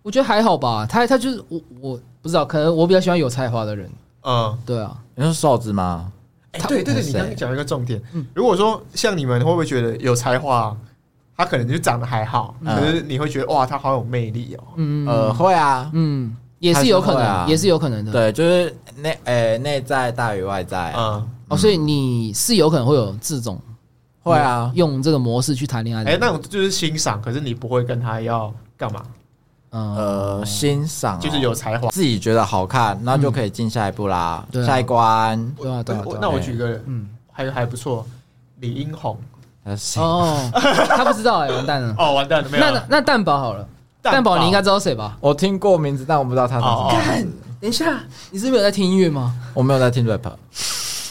[SPEAKER 1] 我觉得还好吧。他他就是我我不知道，可能我比较喜欢有才华的人。
[SPEAKER 3] 嗯，
[SPEAKER 1] 对啊，
[SPEAKER 2] 你说瘦子吗？
[SPEAKER 3] 哎，对对对，你刚刚讲了一个重点。
[SPEAKER 1] 嗯
[SPEAKER 3] 如果说像你们会不会觉得有才华，他可能就长得还好，
[SPEAKER 2] 嗯
[SPEAKER 3] 可是你会觉得哇，他好有魅力哦。
[SPEAKER 1] 嗯
[SPEAKER 2] 呃，会啊，
[SPEAKER 1] 嗯，也是有可能，
[SPEAKER 2] 还是会啊
[SPEAKER 1] 也是有可能的。
[SPEAKER 2] 对，就是内呃内在大于外在，
[SPEAKER 3] 嗯，
[SPEAKER 1] 哦，所以你是有可能会有这种
[SPEAKER 2] 会啊。
[SPEAKER 1] 用这个模式去谈恋爱的
[SPEAKER 3] 哎，
[SPEAKER 1] 人。
[SPEAKER 3] 那种就是欣赏，可是你不会跟他要干嘛，
[SPEAKER 1] 嗯
[SPEAKER 2] 呃，欣赏哦、
[SPEAKER 3] 就是有才华。
[SPEAKER 2] 自己觉得好看，那就可以进下一步啦，
[SPEAKER 1] 对啊
[SPEAKER 2] 下一关。
[SPEAKER 1] 对啊对啊
[SPEAKER 3] 哎我
[SPEAKER 1] 对啊
[SPEAKER 3] 那我举个
[SPEAKER 1] 嗯
[SPEAKER 3] 还还不错，李英红。
[SPEAKER 2] 呃谁
[SPEAKER 1] 哦，他不知道哎、完蛋了。
[SPEAKER 3] 哦，完蛋了，没有
[SPEAKER 1] 那
[SPEAKER 3] 了。
[SPEAKER 1] 那蛋宝好了，
[SPEAKER 3] 蛋
[SPEAKER 1] 蛋宝
[SPEAKER 3] 堡
[SPEAKER 1] 你应该知道谁吧？
[SPEAKER 2] 我听过名字，但我不知道他长什么样子。
[SPEAKER 1] 干， 等一下，你是没有在听音乐吗？
[SPEAKER 2] 我没有在听 rap。
[SPEAKER 3] 哦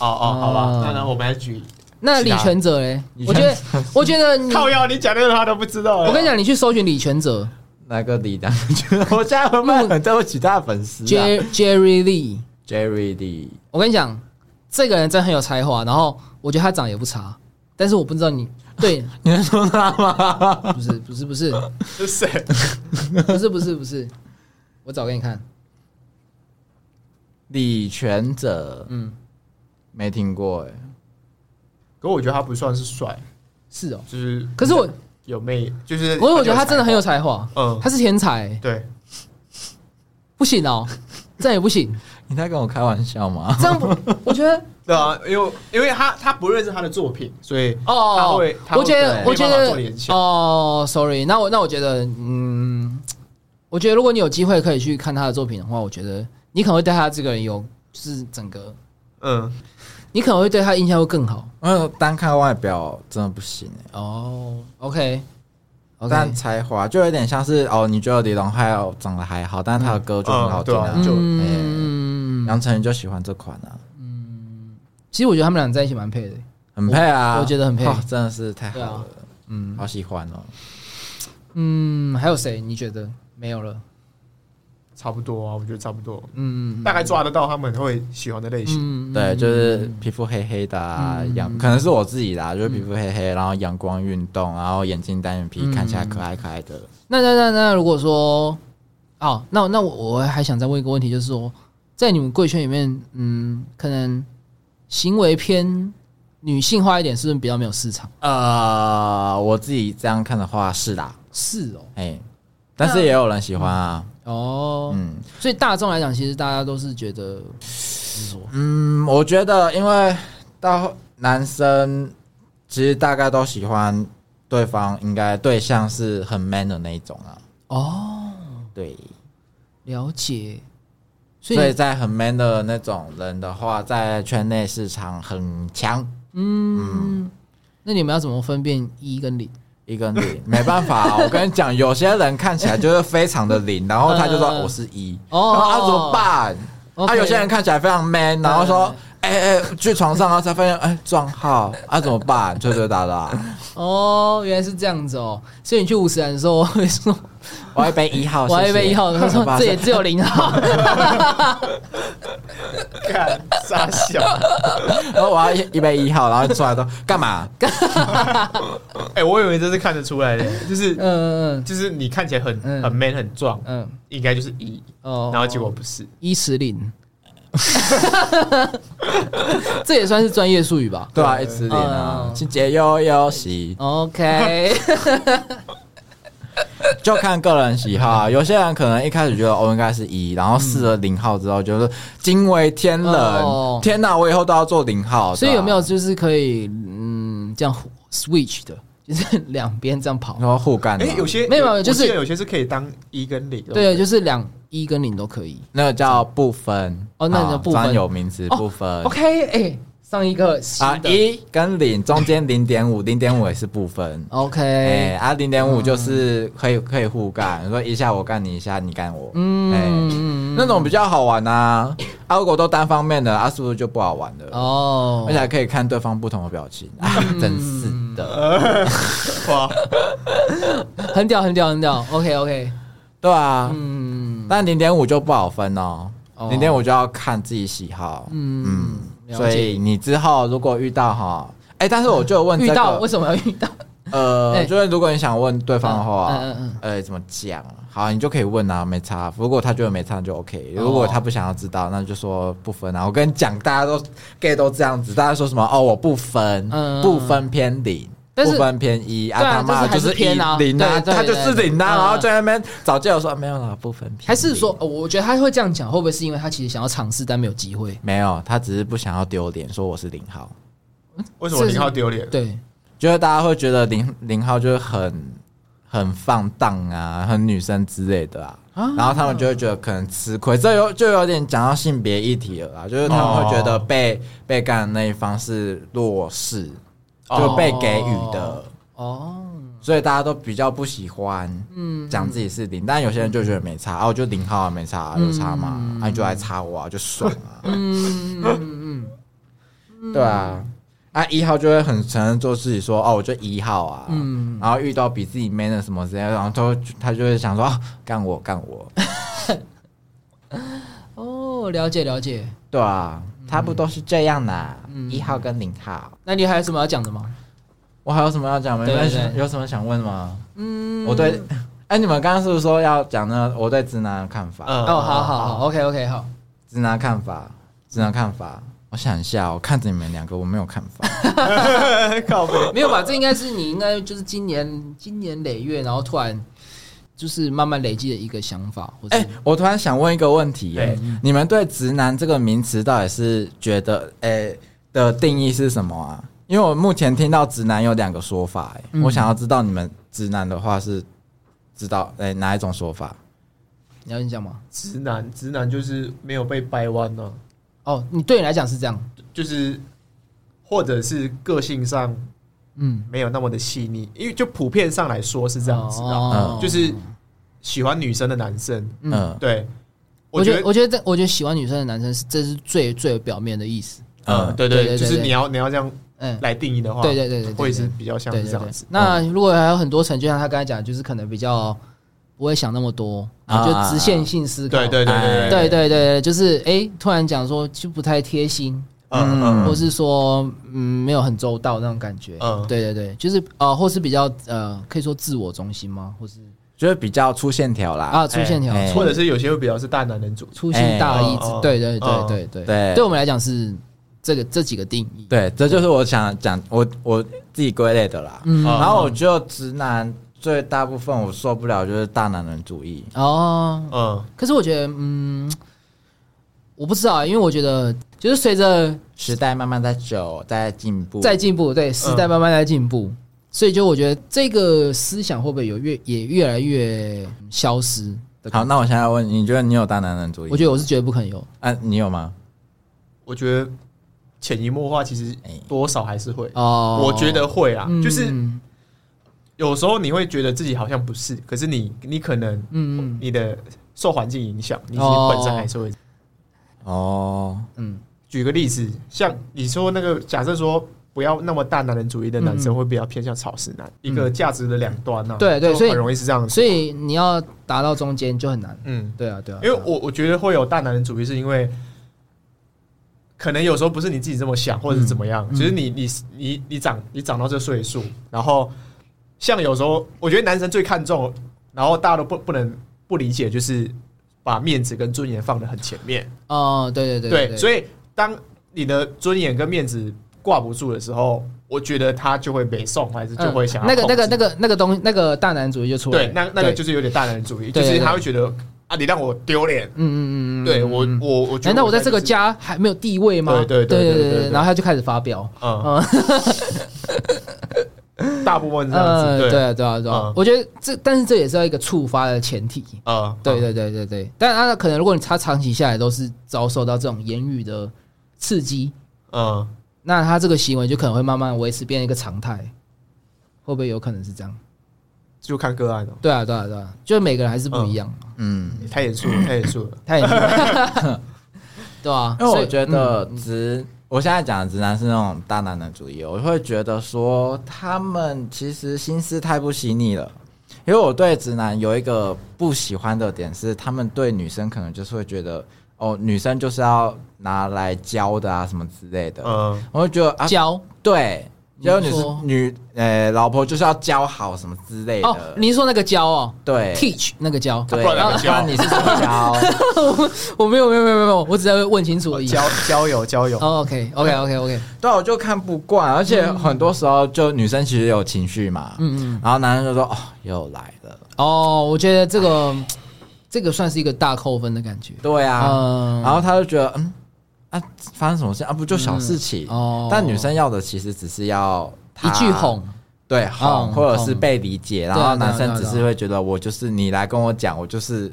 [SPEAKER 3] 哦，好吧
[SPEAKER 1] 哦，
[SPEAKER 3] 那那我们还举
[SPEAKER 1] 那
[SPEAKER 3] 其
[SPEAKER 1] 李
[SPEAKER 3] 他
[SPEAKER 1] 全哲嘞
[SPEAKER 2] 李？
[SPEAKER 1] 我
[SPEAKER 2] 全
[SPEAKER 1] 觉得，我觉得你，
[SPEAKER 3] 靠
[SPEAKER 1] 我
[SPEAKER 3] 腰，你讲那个他都不知道。
[SPEAKER 1] 嗯跟你，讲，你去搜寻李全哲
[SPEAKER 2] 哪个李的？我现在会卖很对不起他的粉丝、啊。
[SPEAKER 1] ，Jer- Jerry Lee，
[SPEAKER 2] Jerry Lee，
[SPEAKER 1] 我跟你讲，这个人真很有才华，然后我觉得他长得也不差，但是我不知道你对，
[SPEAKER 2] 你在说他吗？
[SPEAKER 1] 不是不是不是
[SPEAKER 3] 是谁？
[SPEAKER 1] 不是不是不是，我找给你看，
[SPEAKER 2] 李全哲
[SPEAKER 1] 嗯，
[SPEAKER 2] 没听过哎、
[SPEAKER 3] 可我觉得他不算是帅，
[SPEAKER 1] 是哦，
[SPEAKER 3] 就是
[SPEAKER 1] 可是我，
[SPEAKER 3] 有魅，就是
[SPEAKER 1] 可是我觉得他真的很有才华，
[SPEAKER 3] 嗯
[SPEAKER 1] 他是天才欸，
[SPEAKER 3] 对，
[SPEAKER 1] 不行哦，这样也不行，
[SPEAKER 2] 你在跟我开玩笑吗？
[SPEAKER 1] 这样不我觉得。
[SPEAKER 3] 对啊，因为因为他他不认识他的作品，所以他
[SPEAKER 1] 哦
[SPEAKER 3] 会，他会
[SPEAKER 1] 我觉得，
[SPEAKER 3] 没
[SPEAKER 1] 我觉
[SPEAKER 3] 办法做
[SPEAKER 1] 得
[SPEAKER 3] 联，想。
[SPEAKER 1] 哦，sorry，那我那我觉得，嗯，我觉得如果你有机会可以去看他的作品的话，我觉得你可能会对他这个人有，就是整个，
[SPEAKER 3] 嗯，
[SPEAKER 1] 你可能会对他印象会更好。
[SPEAKER 2] 嗯，单看外表真的不行哎、
[SPEAKER 1] 哦，OK，
[SPEAKER 2] 但才华就有点像是哦，你觉得李荣浩长得还好，但是他的歌就很好听啊。
[SPEAKER 3] 嗯对啊就
[SPEAKER 1] 嗯，
[SPEAKER 2] 杨丞琳就喜欢这款啊，
[SPEAKER 1] 其实我觉得他们俩在一起蛮配的。
[SPEAKER 2] 很配啊，
[SPEAKER 1] 我我觉得很配
[SPEAKER 2] 哦真的是太好了，
[SPEAKER 1] 对
[SPEAKER 2] 嗯，好喜欢哦。
[SPEAKER 1] 嗯，还有谁？你觉得没有了？
[SPEAKER 3] 差不多啊，我觉得差不多，
[SPEAKER 1] 嗯，
[SPEAKER 3] 大概抓得到他们会喜欢的类型。
[SPEAKER 1] 嗯，
[SPEAKER 2] 对，就是皮肤黑黑的、啊，阳、可能是我自己啦，就是皮肤黑黑，然后阳光运动，然后眼睛单眼皮，看起来可爱可爱的。
[SPEAKER 1] 那那那那，如果说，哦，那那我我还想再问一个问题，就是说，在你们贵圈里面，嗯，可能行为偏女性化一点，是不是比较没有市场？
[SPEAKER 2] 呃，我自己这样看的话是啦，
[SPEAKER 1] 是哦，
[SPEAKER 2] 哎、但是也有人喜欢啊，
[SPEAKER 1] 哦，
[SPEAKER 2] 嗯
[SPEAKER 1] 所以大众来讲，其实大家都是觉得，
[SPEAKER 2] 嗯，我觉得因为到男生其实大概都喜欢对方，应该对象是很 man 的那一种啊，
[SPEAKER 1] 哦，
[SPEAKER 2] 对，
[SPEAKER 1] 了解，所
[SPEAKER 2] 所
[SPEAKER 1] 以
[SPEAKER 2] 以在很 man 的那种人的话，在圈内市场很强。
[SPEAKER 1] 嗯，那你们要怎么分辨一跟零？
[SPEAKER 2] 一个零，没办法、啊我跟你讲，有些人看起来就是非常的零，然后他就说
[SPEAKER 1] 嗯
[SPEAKER 2] 我是一，
[SPEAKER 1] 哦
[SPEAKER 2] 哦，啊怎么办？啊，
[SPEAKER 1] OK 嗯
[SPEAKER 2] 有些人看起来非常 man，然后说，哎哎，去床上，然后才发现，哎，撞号，啊怎么办？吹吹打 打，
[SPEAKER 1] 哦，原来是这样子哦，所以你去五十岚的时候，我会 说。
[SPEAKER 2] 我要一杯一号，
[SPEAKER 1] 我还以为一号，他说这也只有零啊号， 嗯
[SPEAKER 3] 看傻笑，
[SPEAKER 2] 然 后我要一杯一号，然后出来都干嘛？
[SPEAKER 3] 哎，我以为这是看得 出来的，就是
[SPEAKER 1] 嗯嗯
[SPEAKER 3] 就是你看起来很
[SPEAKER 1] 嗯
[SPEAKER 3] 很 man 很壮，
[SPEAKER 1] 嗯，
[SPEAKER 3] 应该就是一，
[SPEAKER 1] 哦，
[SPEAKER 3] 然后结果不是。
[SPEAKER 1] 一十零， 这也算是专业术语吧
[SPEAKER 2] 对啊，一直零啊
[SPEAKER 1] 嗯，
[SPEAKER 2] 清洁又又洗，
[SPEAKER 1] ？OK，
[SPEAKER 2] 就看个人喜好
[SPEAKER 1] 嗯
[SPEAKER 2] 啊。有些人可能一开始觉得哦应该是一，然后试了零号之后，就是惊为天人
[SPEAKER 1] 哦，
[SPEAKER 2] 天哪！我以后都要做零号。
[SPEAKER 1] 所以
[SPEAKER 2] 对啊
[SPEAKER 1] 有没有就是可以嗯这样 switch 的，就是两边这样跑
[SPEAKER 2] 然。后互干
[SPEAKER 3] 哎、
[SPEAKER 2] 嘛，
[SPEAKER 3] 有些
[SPEAKER 1] 没有没有
[SPEAKER 3] 我
[SPEAKER 1] 就是
[SPEAKER 3] 记得有些是可以当一跟零的。
[SPEAKER 1] 对，就是两一跟零都可以。
[SPEAKER 2] 那个叫不分
[SPEAKER 1] 哦那个叫
[SPEAKER 2] 好
[SPEAKER 1] 不分
[SPEAKER 2] 专有名词
[SPEAKER 1] 哦
[SPEAKER 2] 不分
[SPEAKER 1] OK，哎、上一个新
[SPEAKER 2] 啊，
[SPEAKER 1] 的
[SPEAKER 2] 一跟零中间零点五，零点五也是不分。
[SPEAKER 1] OK，、
[SPEAKER 2] 哎、啊，零点
[SPEAKER 1] 嗯
[SPEAKER 2] 五就是可以可以互干，说一下我干你一下，你干我，
[SPEAKER 1] 嗯嗯
[SPEAKER 2] 嗯，
[SPEAKER 1] 嗯
[SPEAKER 2] 那种比较好玩啊。啊，如果都单方面的，啊，是不是就不好玩了？
[SPEAKER 1] 哦，
[SPEAKER 2] 而且还可以看对方不同的表情，啊，真是的，
[SPEAKER 3] 哇，
[SPEAKER 1] 嗯很屌很屌很屌。OK OK，
[SPEAKER 2] 对啊。
[SPEAKER 1] 嗯
[SPEAKER 2] 但零点五就不好分哦
[SPEAKER 1] 哦，
[SPEAKER 2] 零点五就要看自己喜好，
[SPEAKER 1] 嗯，了解
[SPEAKER 2] 所以你之后如果遇到哈，哎、但是我就有问、这
[SPEAKER 1] 遇
[SPEAKER 2] 个
[SPEAKER 1] 到为什么要遇到？哎
[SPEAKER 2] 呃，就是如果你想问对方的话，
[SPEAKER 1] 嗯嗯嗯
[SPEAKER 2] 呃，怎么讲？好，你就可以问啊，没差。如果他觉得没差就 OK，如
[SPEAKER 1] 哦
[SPEAKER 2] 果他不想要知道，那就说不分啊。我跟你讲，大家都 gay 都这样子，大家说什么哦，我不分，
[SPEAKER 1] 嗯
[SPEAKER 2] 不分偏零。
[SPEAKER 1] 但是
[SPEAKER 2] 不分偏
[SPEAKER 1] 对
[SPEAKER 2] 一
[SPEAKER 1] 啊
[SPEAKER 2] 他妈
[SPEAKER 1] 就是还
[SPEAKER 2] 就是是
[SPEAKER 1] 偏啊
[SPEAKER 2] 一零啊，
[SPEAKER 1] 对对
[SPEAKER 2] 他就是零啊，
[SPEAKER 1] 对
[SPEAKER 2] 然后
[SPEAKER 1] 嗯
[SPEAKER 2] 在那边找借口说没有啦，不分偏零，
[SPEAKER 1] 还是 说，呃我觉得他会这样讲，会不会是因为他其实想要尝试，但没有机会？
[SPEAKER 2] 没有，他只是不想要丢脸，说我是零号，
[SPEAKER 3] 为什么零号丢脸？
[SPEAKER 1] 对，
[SPEAKER 2] 就是大家会觉得零零号就是很很放荡啊，很女生之类的啊，然后他们就会觉得可能吃亏，这有就有点讲到性别议题了啦，就是他们会觉得被、被干的那一方是弱势，就被给予的。
[SPEAKER 1] 哦，
[SPEAKER 2] 所以大家都比较不喜欢，嗯，讲自己是零，但有些人就觉得没差，啊，我就零号啊，没差、啊，有差嘛，啊，你就来插我啊，就爽啊，
[SPEAKER 1] 嗯嗯嗯
[SPEAKER 2] 对啊，啊一号就会很承认做自己说，哦，我就一号啊，
[SPEAKER 1] 嗯
[SPEAKER 2] 然后遇到比自己 man 的什么之类的，然后都他就会想说，啊干我干我，
[SPEAKER 1] 嗯，哦，了解了解。
[SPEAKER 2] 对啊，
[SPEAKER 1] 嗯
[SPEAKER 2] 差不多是这样啦，一、号跟零号。
[SPEAKER 1] 那你还有什么要讲的吗？
[SPEAKER 2] 我还有什么要讲吗？
[SPEAKER 1] 对对
[SPEAKER 2] 你们
[SPEAKER 1] 对
[SPEAKER 2] 有什么想问吗？
[SPEAKER 1] 嗯，
[SPEAKER 2] 我对，哎、你们刚刚是不是说要讲那个我对直男的看法？
[SPEAKER 3] 嗯
[SPEAKER 1] 哦，好好好，OK OK，好，
[SPEAKER 2] 直男看法，直男看法。我想一下，我看着你们两个，我没有看法。
[SPEAKER 3] 靠背。
[SPEAKER 1] 没有吧？这应该是你应该就是今年今年累月，然后突然就是慢慢累积的一个想法，或者
[SPEAKER 2] 哎、我突然想问一个问题、哎
[SPEAKER 3] 对，
[SPEAKER 2] 你们对“直男”这个名词到底是觉得，哎、的定义是什么啊？因为我目前听到“直男”有两个说法、哎、
[SPEAKER 1] 嗯
[SPEAKER 2] 我想要知道你们“直男”的话是知道，哎、哪一种说法？
[SPEAKER 1] 你要你讲吗？
[SPEAKER 3] 直男，直男就是没有被掰弯呢、
[SPEAKER 1] 哦，你对你来讲是这样，
[SPEAKER 3] 就是或者是个性上
[SPEAKER 1] 嗯，
[SPEAKER 3] 没有那么的细腻，因为就普遍上来说是这样子啊，
[SPEAKER 1] 哦
[SPEAKER 3] 就是喜欢女生的男生，
[SPEAKER 1] 嗯
[SPEAKER 2] 嗯
[SPEAKER 3] 对，
[SPEAKER 1] 我
[SPEAKER 3] 觉
[SPEAKER 1] 觉得，我觉得这，我觉得喜欢女生的男生是，这是最最表面的意思。
[SPEAKER 3] 嗯，
[SPEAKER 2] 嗯，
[SPEAKER 3] 对
[SPEAKER 1] 呃对对
[SPEAKER 3] 对，就
[SPEAKER 1] 对
[SPEAKER 3] 是
[SPEAKER 1] 对
[SPEAKER 3] 你要你要这样
[SPEAKER 1] 嗯，
[SPEAKER 3] 来定义的话，
[SPEAKER 1] 对对对对对对
[SPEAKER 3] 会是比较像
[SPEAKER 1] 对
[SPEAKER 3] 是
[SPEAKER 1] 对
[SPEAKER 3] 这样子
[SPEAKER 1] 对。。
[SPEAKER 3] 哦
[SPEAKER 1] 那如果还有很多层，就像他刚才讲，就是可能比较不会想那么多，然
[SPEAKER 2] 啊
[SPEAKER 1] 后就直线性思考。
[SPEAKER 3] 对对对对
[SPEAKER 2] 哎
[SPEAKER 1] 对对对对就是哎、诶突然讲说就不太贴心，
[SPEAKER 3] 嗯
[SPEAKER 2] 嗯
[SPEAKER 3] 嗯
[SPEAKER 1] 或是说嗯没有很周到那种感觉。
[SPEAKER 3] 嗯
[SPEAKER 1] 对对对，就是呃，或是比较呃，可以说自我中心吗？或是
[SPEAKER 2] 就是比较粗线条啦。
[SPEAKER 1] 啊，粗线条，
[SPEAKER 2] 哎
[SPEAKER 1] 粗
[SPEAKER 3] 或者是有些会比较是大男人主义，
[SPEAKER 1] 粗心大意之。
[SPEAKER 3] 哎
[SPEAKER 1] 对对对
[SPEAKER 3] 嗯
[SPEAKER 1] 对对
[SPEAKER 2] 对
[SPEAKER 1] 对我们来讲是这个这几个定义。
[SPEAKER 2] 对，这就是我想讲，我我自己归类的啦。
[SPEAKER 1] 嗯
[SPEAKER 3] 啊
[SPEAKER 2] 然后我觉得直男最大部分我受不了就是大男人主义，
[SPEAKER 1] 哦，
[SPEAKER 3] 嗯，
[SPEAKER 1] 可是我觉得，嗯，我不知道啊，因为我觉得就是随着
[SPEAKER 2] 时代慢慢在走，在进步，
[SPEAKER 1] 在进步，
[SPEAKER 3] 嗯
[SPEAKER 1] 对时代慢慢在进步，所以就我觉得这个思想会不会有越也越来越消失的
[SPEAKER 2] 好，
[SPEAKER 1] 感觉？
[SPEAKER 2] 那我现在问你，你觉得你有大男人主义？
[SPEAKER 1] 我觉得我是绝对不可能有
[SPEAKER 2] 得，啊，你有吗？
[SPEAKER 3] 我觉得潜移默化其实
[SPEAKER 2] 哎
[SPEAKER 3] 多少还是会，
[SPEAKER 1] 哦。
[SPEAKER 3] 我觉得会啊，
[SPEAKER 1] 嗯，
[SPEAKER 3] 就是
[SPEAKER 1] 嗯
[SPEAKER 3] 有时候你会觉得自己好像不是，可是你你可能
[SPEAKER 1] 嗯
[SPEAKER 3] 你的受环境影响，你自己
[SPEAKER 1] 哦
[SPEAKER 3] 本身还是会。
[SPEAKER 2] 哦，
[SPEAKER 1] 嗯
[SPEAKER 3] 举个例子，像你说那个，假设说不要那么大男人主义的男生，会比较偏向草食男，一个价值的两端呢、啊。
[SPEAKER 1] 嗯对对
[SPEAKER 3] 就
[SPEAKER 1] 所以
[SPEAKER 3] 很容易是这样
[SPEAKER 1] 嗯，
[SPEAKER 3] 子。
[SPEAKER 1] 所以你要达到中间就很难。
[SPEAKER 3] 嗯，
[SPEAKER 1] 对啊，对啊，
[SPEAKER 3] 因为
[SPEAKER 1] 对啊
[SPEAKER 3] 我我觉得会有大男人主义，是因为可能有时候不是你自己这么想，或者是怎么样，
[SPEAKER 1] 嗯
[SPEAKER 3] 只是你你你你长你长到这岁数，然后像有时候我觉得男生最看重，然后大家都不不能不理解，就是把面子跟尊严放得很前面。
[SPEAKER 1] 哦，对对
[SPEAKER 3] 对
[SPEAKER 1] 对，以
[SPEAKER 3] 所以当你的尊严跟面子挂不住的时候，我觉得他就会北宋，还是就会想要
[SPEAKER 1] 嗯那个那个那
[SPEAKER 3] 控制
[SPEAKER 1] 个那个东西，那个大男主义就出来
[SPEAKER 3] 对
[SPEAKER 1] 了。，
[SPEAKER 3] 那那个
[SPEAKER 1] 对
[SPEAKER 3] 就是有点大男人主义，
[SPEAKER 1] 对
[SPEAKER 3] 就
[SPEAKER 1] 对
[SPEAKER 3] 是他会觉得啊，你让我丢脸，
[SPEAKER 1] 嗯嗯嗯嗯，
[SPEAKER 3] 对我
[SPEAKER 1] 嗯
[SPEAKER 3] 我我觉得
[SPEAKER 1] 难道我在这个
[SPEAKER 3] 就是，
[SPEAKER 1] 家还没有地位吗？
[SPEAKER 3] 对对对
[SPEAKER 1] 对
[SPEAKER 3] 对对对
[SPEAKER 1] 然后他就开始发飙。
[SPEAKER 3] 嗯，
[SPEAKER 1] 嗯，
[SPEAKER 3] 大部分这样
[SPEAKER 1] 呃，
[SPEAKER 3] 子，
[SPEAKER 1] 对
[SPEAKER 3] 对，
[SPEAKER 1] 啊，对啊，对啊
[SPEAKER 3] 嗯。
[SPEAKER 1] 我觉得这，但是这也是要一个触发的前提。
[SPEAKER 3] 呃，
[SPEAKER 1] 对对对对对，但他可能如果你他长期下来都是遭受到这种言语的刺激，
[SPEAKER 3] 嗯，
[SPEAKER 1] 那他这个行为就可能会慢慢维持变成一个常态，会不会有可能是这样？
[SPEAKER 3] 就看个案哦，
[SPEAKER 1] 对啊，对啊，对啊，就每个人还是不一样，
[SPEAKER 2] 嗯，
[SPEAKER 3] 太 严肃了，太严肃了，
[SPEAKER 1] 他也是， 对啊，
[SPEAKER 2] 因为
[SPEAKER 1] 所
[SPEAKER 2] 我
[SPEAKER 1] 以
[SPEAKER 2] 觉得
[SPEAKER 1] 嗯
[SPEAKER 2] 直，我现在讲的直男是那种大男人主义，我会觉得说他们其实心思太不细腻了。因为我对直男有一个不喜欢的点是，他们对女生可能就是会觉得，哦，女生就是要拿来教的啊，什么之类的。
[SPEAKER 3] 嗯，
[SPEAKER 2] 我会觉得啊，
[SPEAKER 1] 教
[SPEAKER 2] 对，
[SPEAKER 1] 你
[SPEAKER 2] 就是女
[SPEAKER 1] 说
[SPEAKER 2] 生女呃老婆就是要教好什么之类的。
[SPEAKER 1] 哦，你是说那个教哦
[SPEAKER 2] 对
[SPEAKER 1] ，teach 那个教，
[SPEAKER 2] 对，
[SPEAKER 3] 不然
[SPEAKER 2] 然
[SPEAKER 3] 哪
[SPEAKER 2] 后
[SPEAKER 3] 个
[SPEAKER 2] 不
[SPEAKER 3] 教
[SPEAKER 2] 然你是怎么 教？
[SPEAKER 1] 我没有没有没有没有没有，我只在问清楚而已。
[SPEAKER 2] 哦
[SPEAKER 3] 交交友交友，
[SPEAKER 1] 哦，OK OK OK OK，
[SPEAKER 2] 对啊，我就看不惯，而且很多时候就女生其实有情绪嘛，
[SPEAKER 1] 嗯嗯，
[SPEAKER 2] 然后男生就说：“哦，又来了。
[SPEAKER 1] 哦，我觉得这个这个算是一个大扣分的感觉”。
[SPEAKER 2] 对啊，
[SPEAKER 1] 嗯
[SPEAKER 2] 然后他就觉得，嗯，啊，发生什么事啊？不就小事情、
[SPEAKER 1] 嗯哦
[SPEAKER 2] 但女生要的其实只是要
[SPEAKER 1] 一
[SPEAKER 2] 他
[SPEAKER 1] 句哄，，
[SPEAKER 2] 对
[SPEAKER 1] 嗯
[SPEAKER 2] 哄，或者是被理解，然
[SPEAKER 1] 对啊
[SPEAKER 2] 后
[SPEAKER 1] 对啊
[SPEAKER 2] 男生
[SPEAKER 1] 对啊
[SPEAKER 2] 只
[SPEAKER 1] 对
[SPEAKER 2] 是
[SPEAKER 1] 啊
[SPEAKER 2] 会觉得我就是你来跟我讲，我就是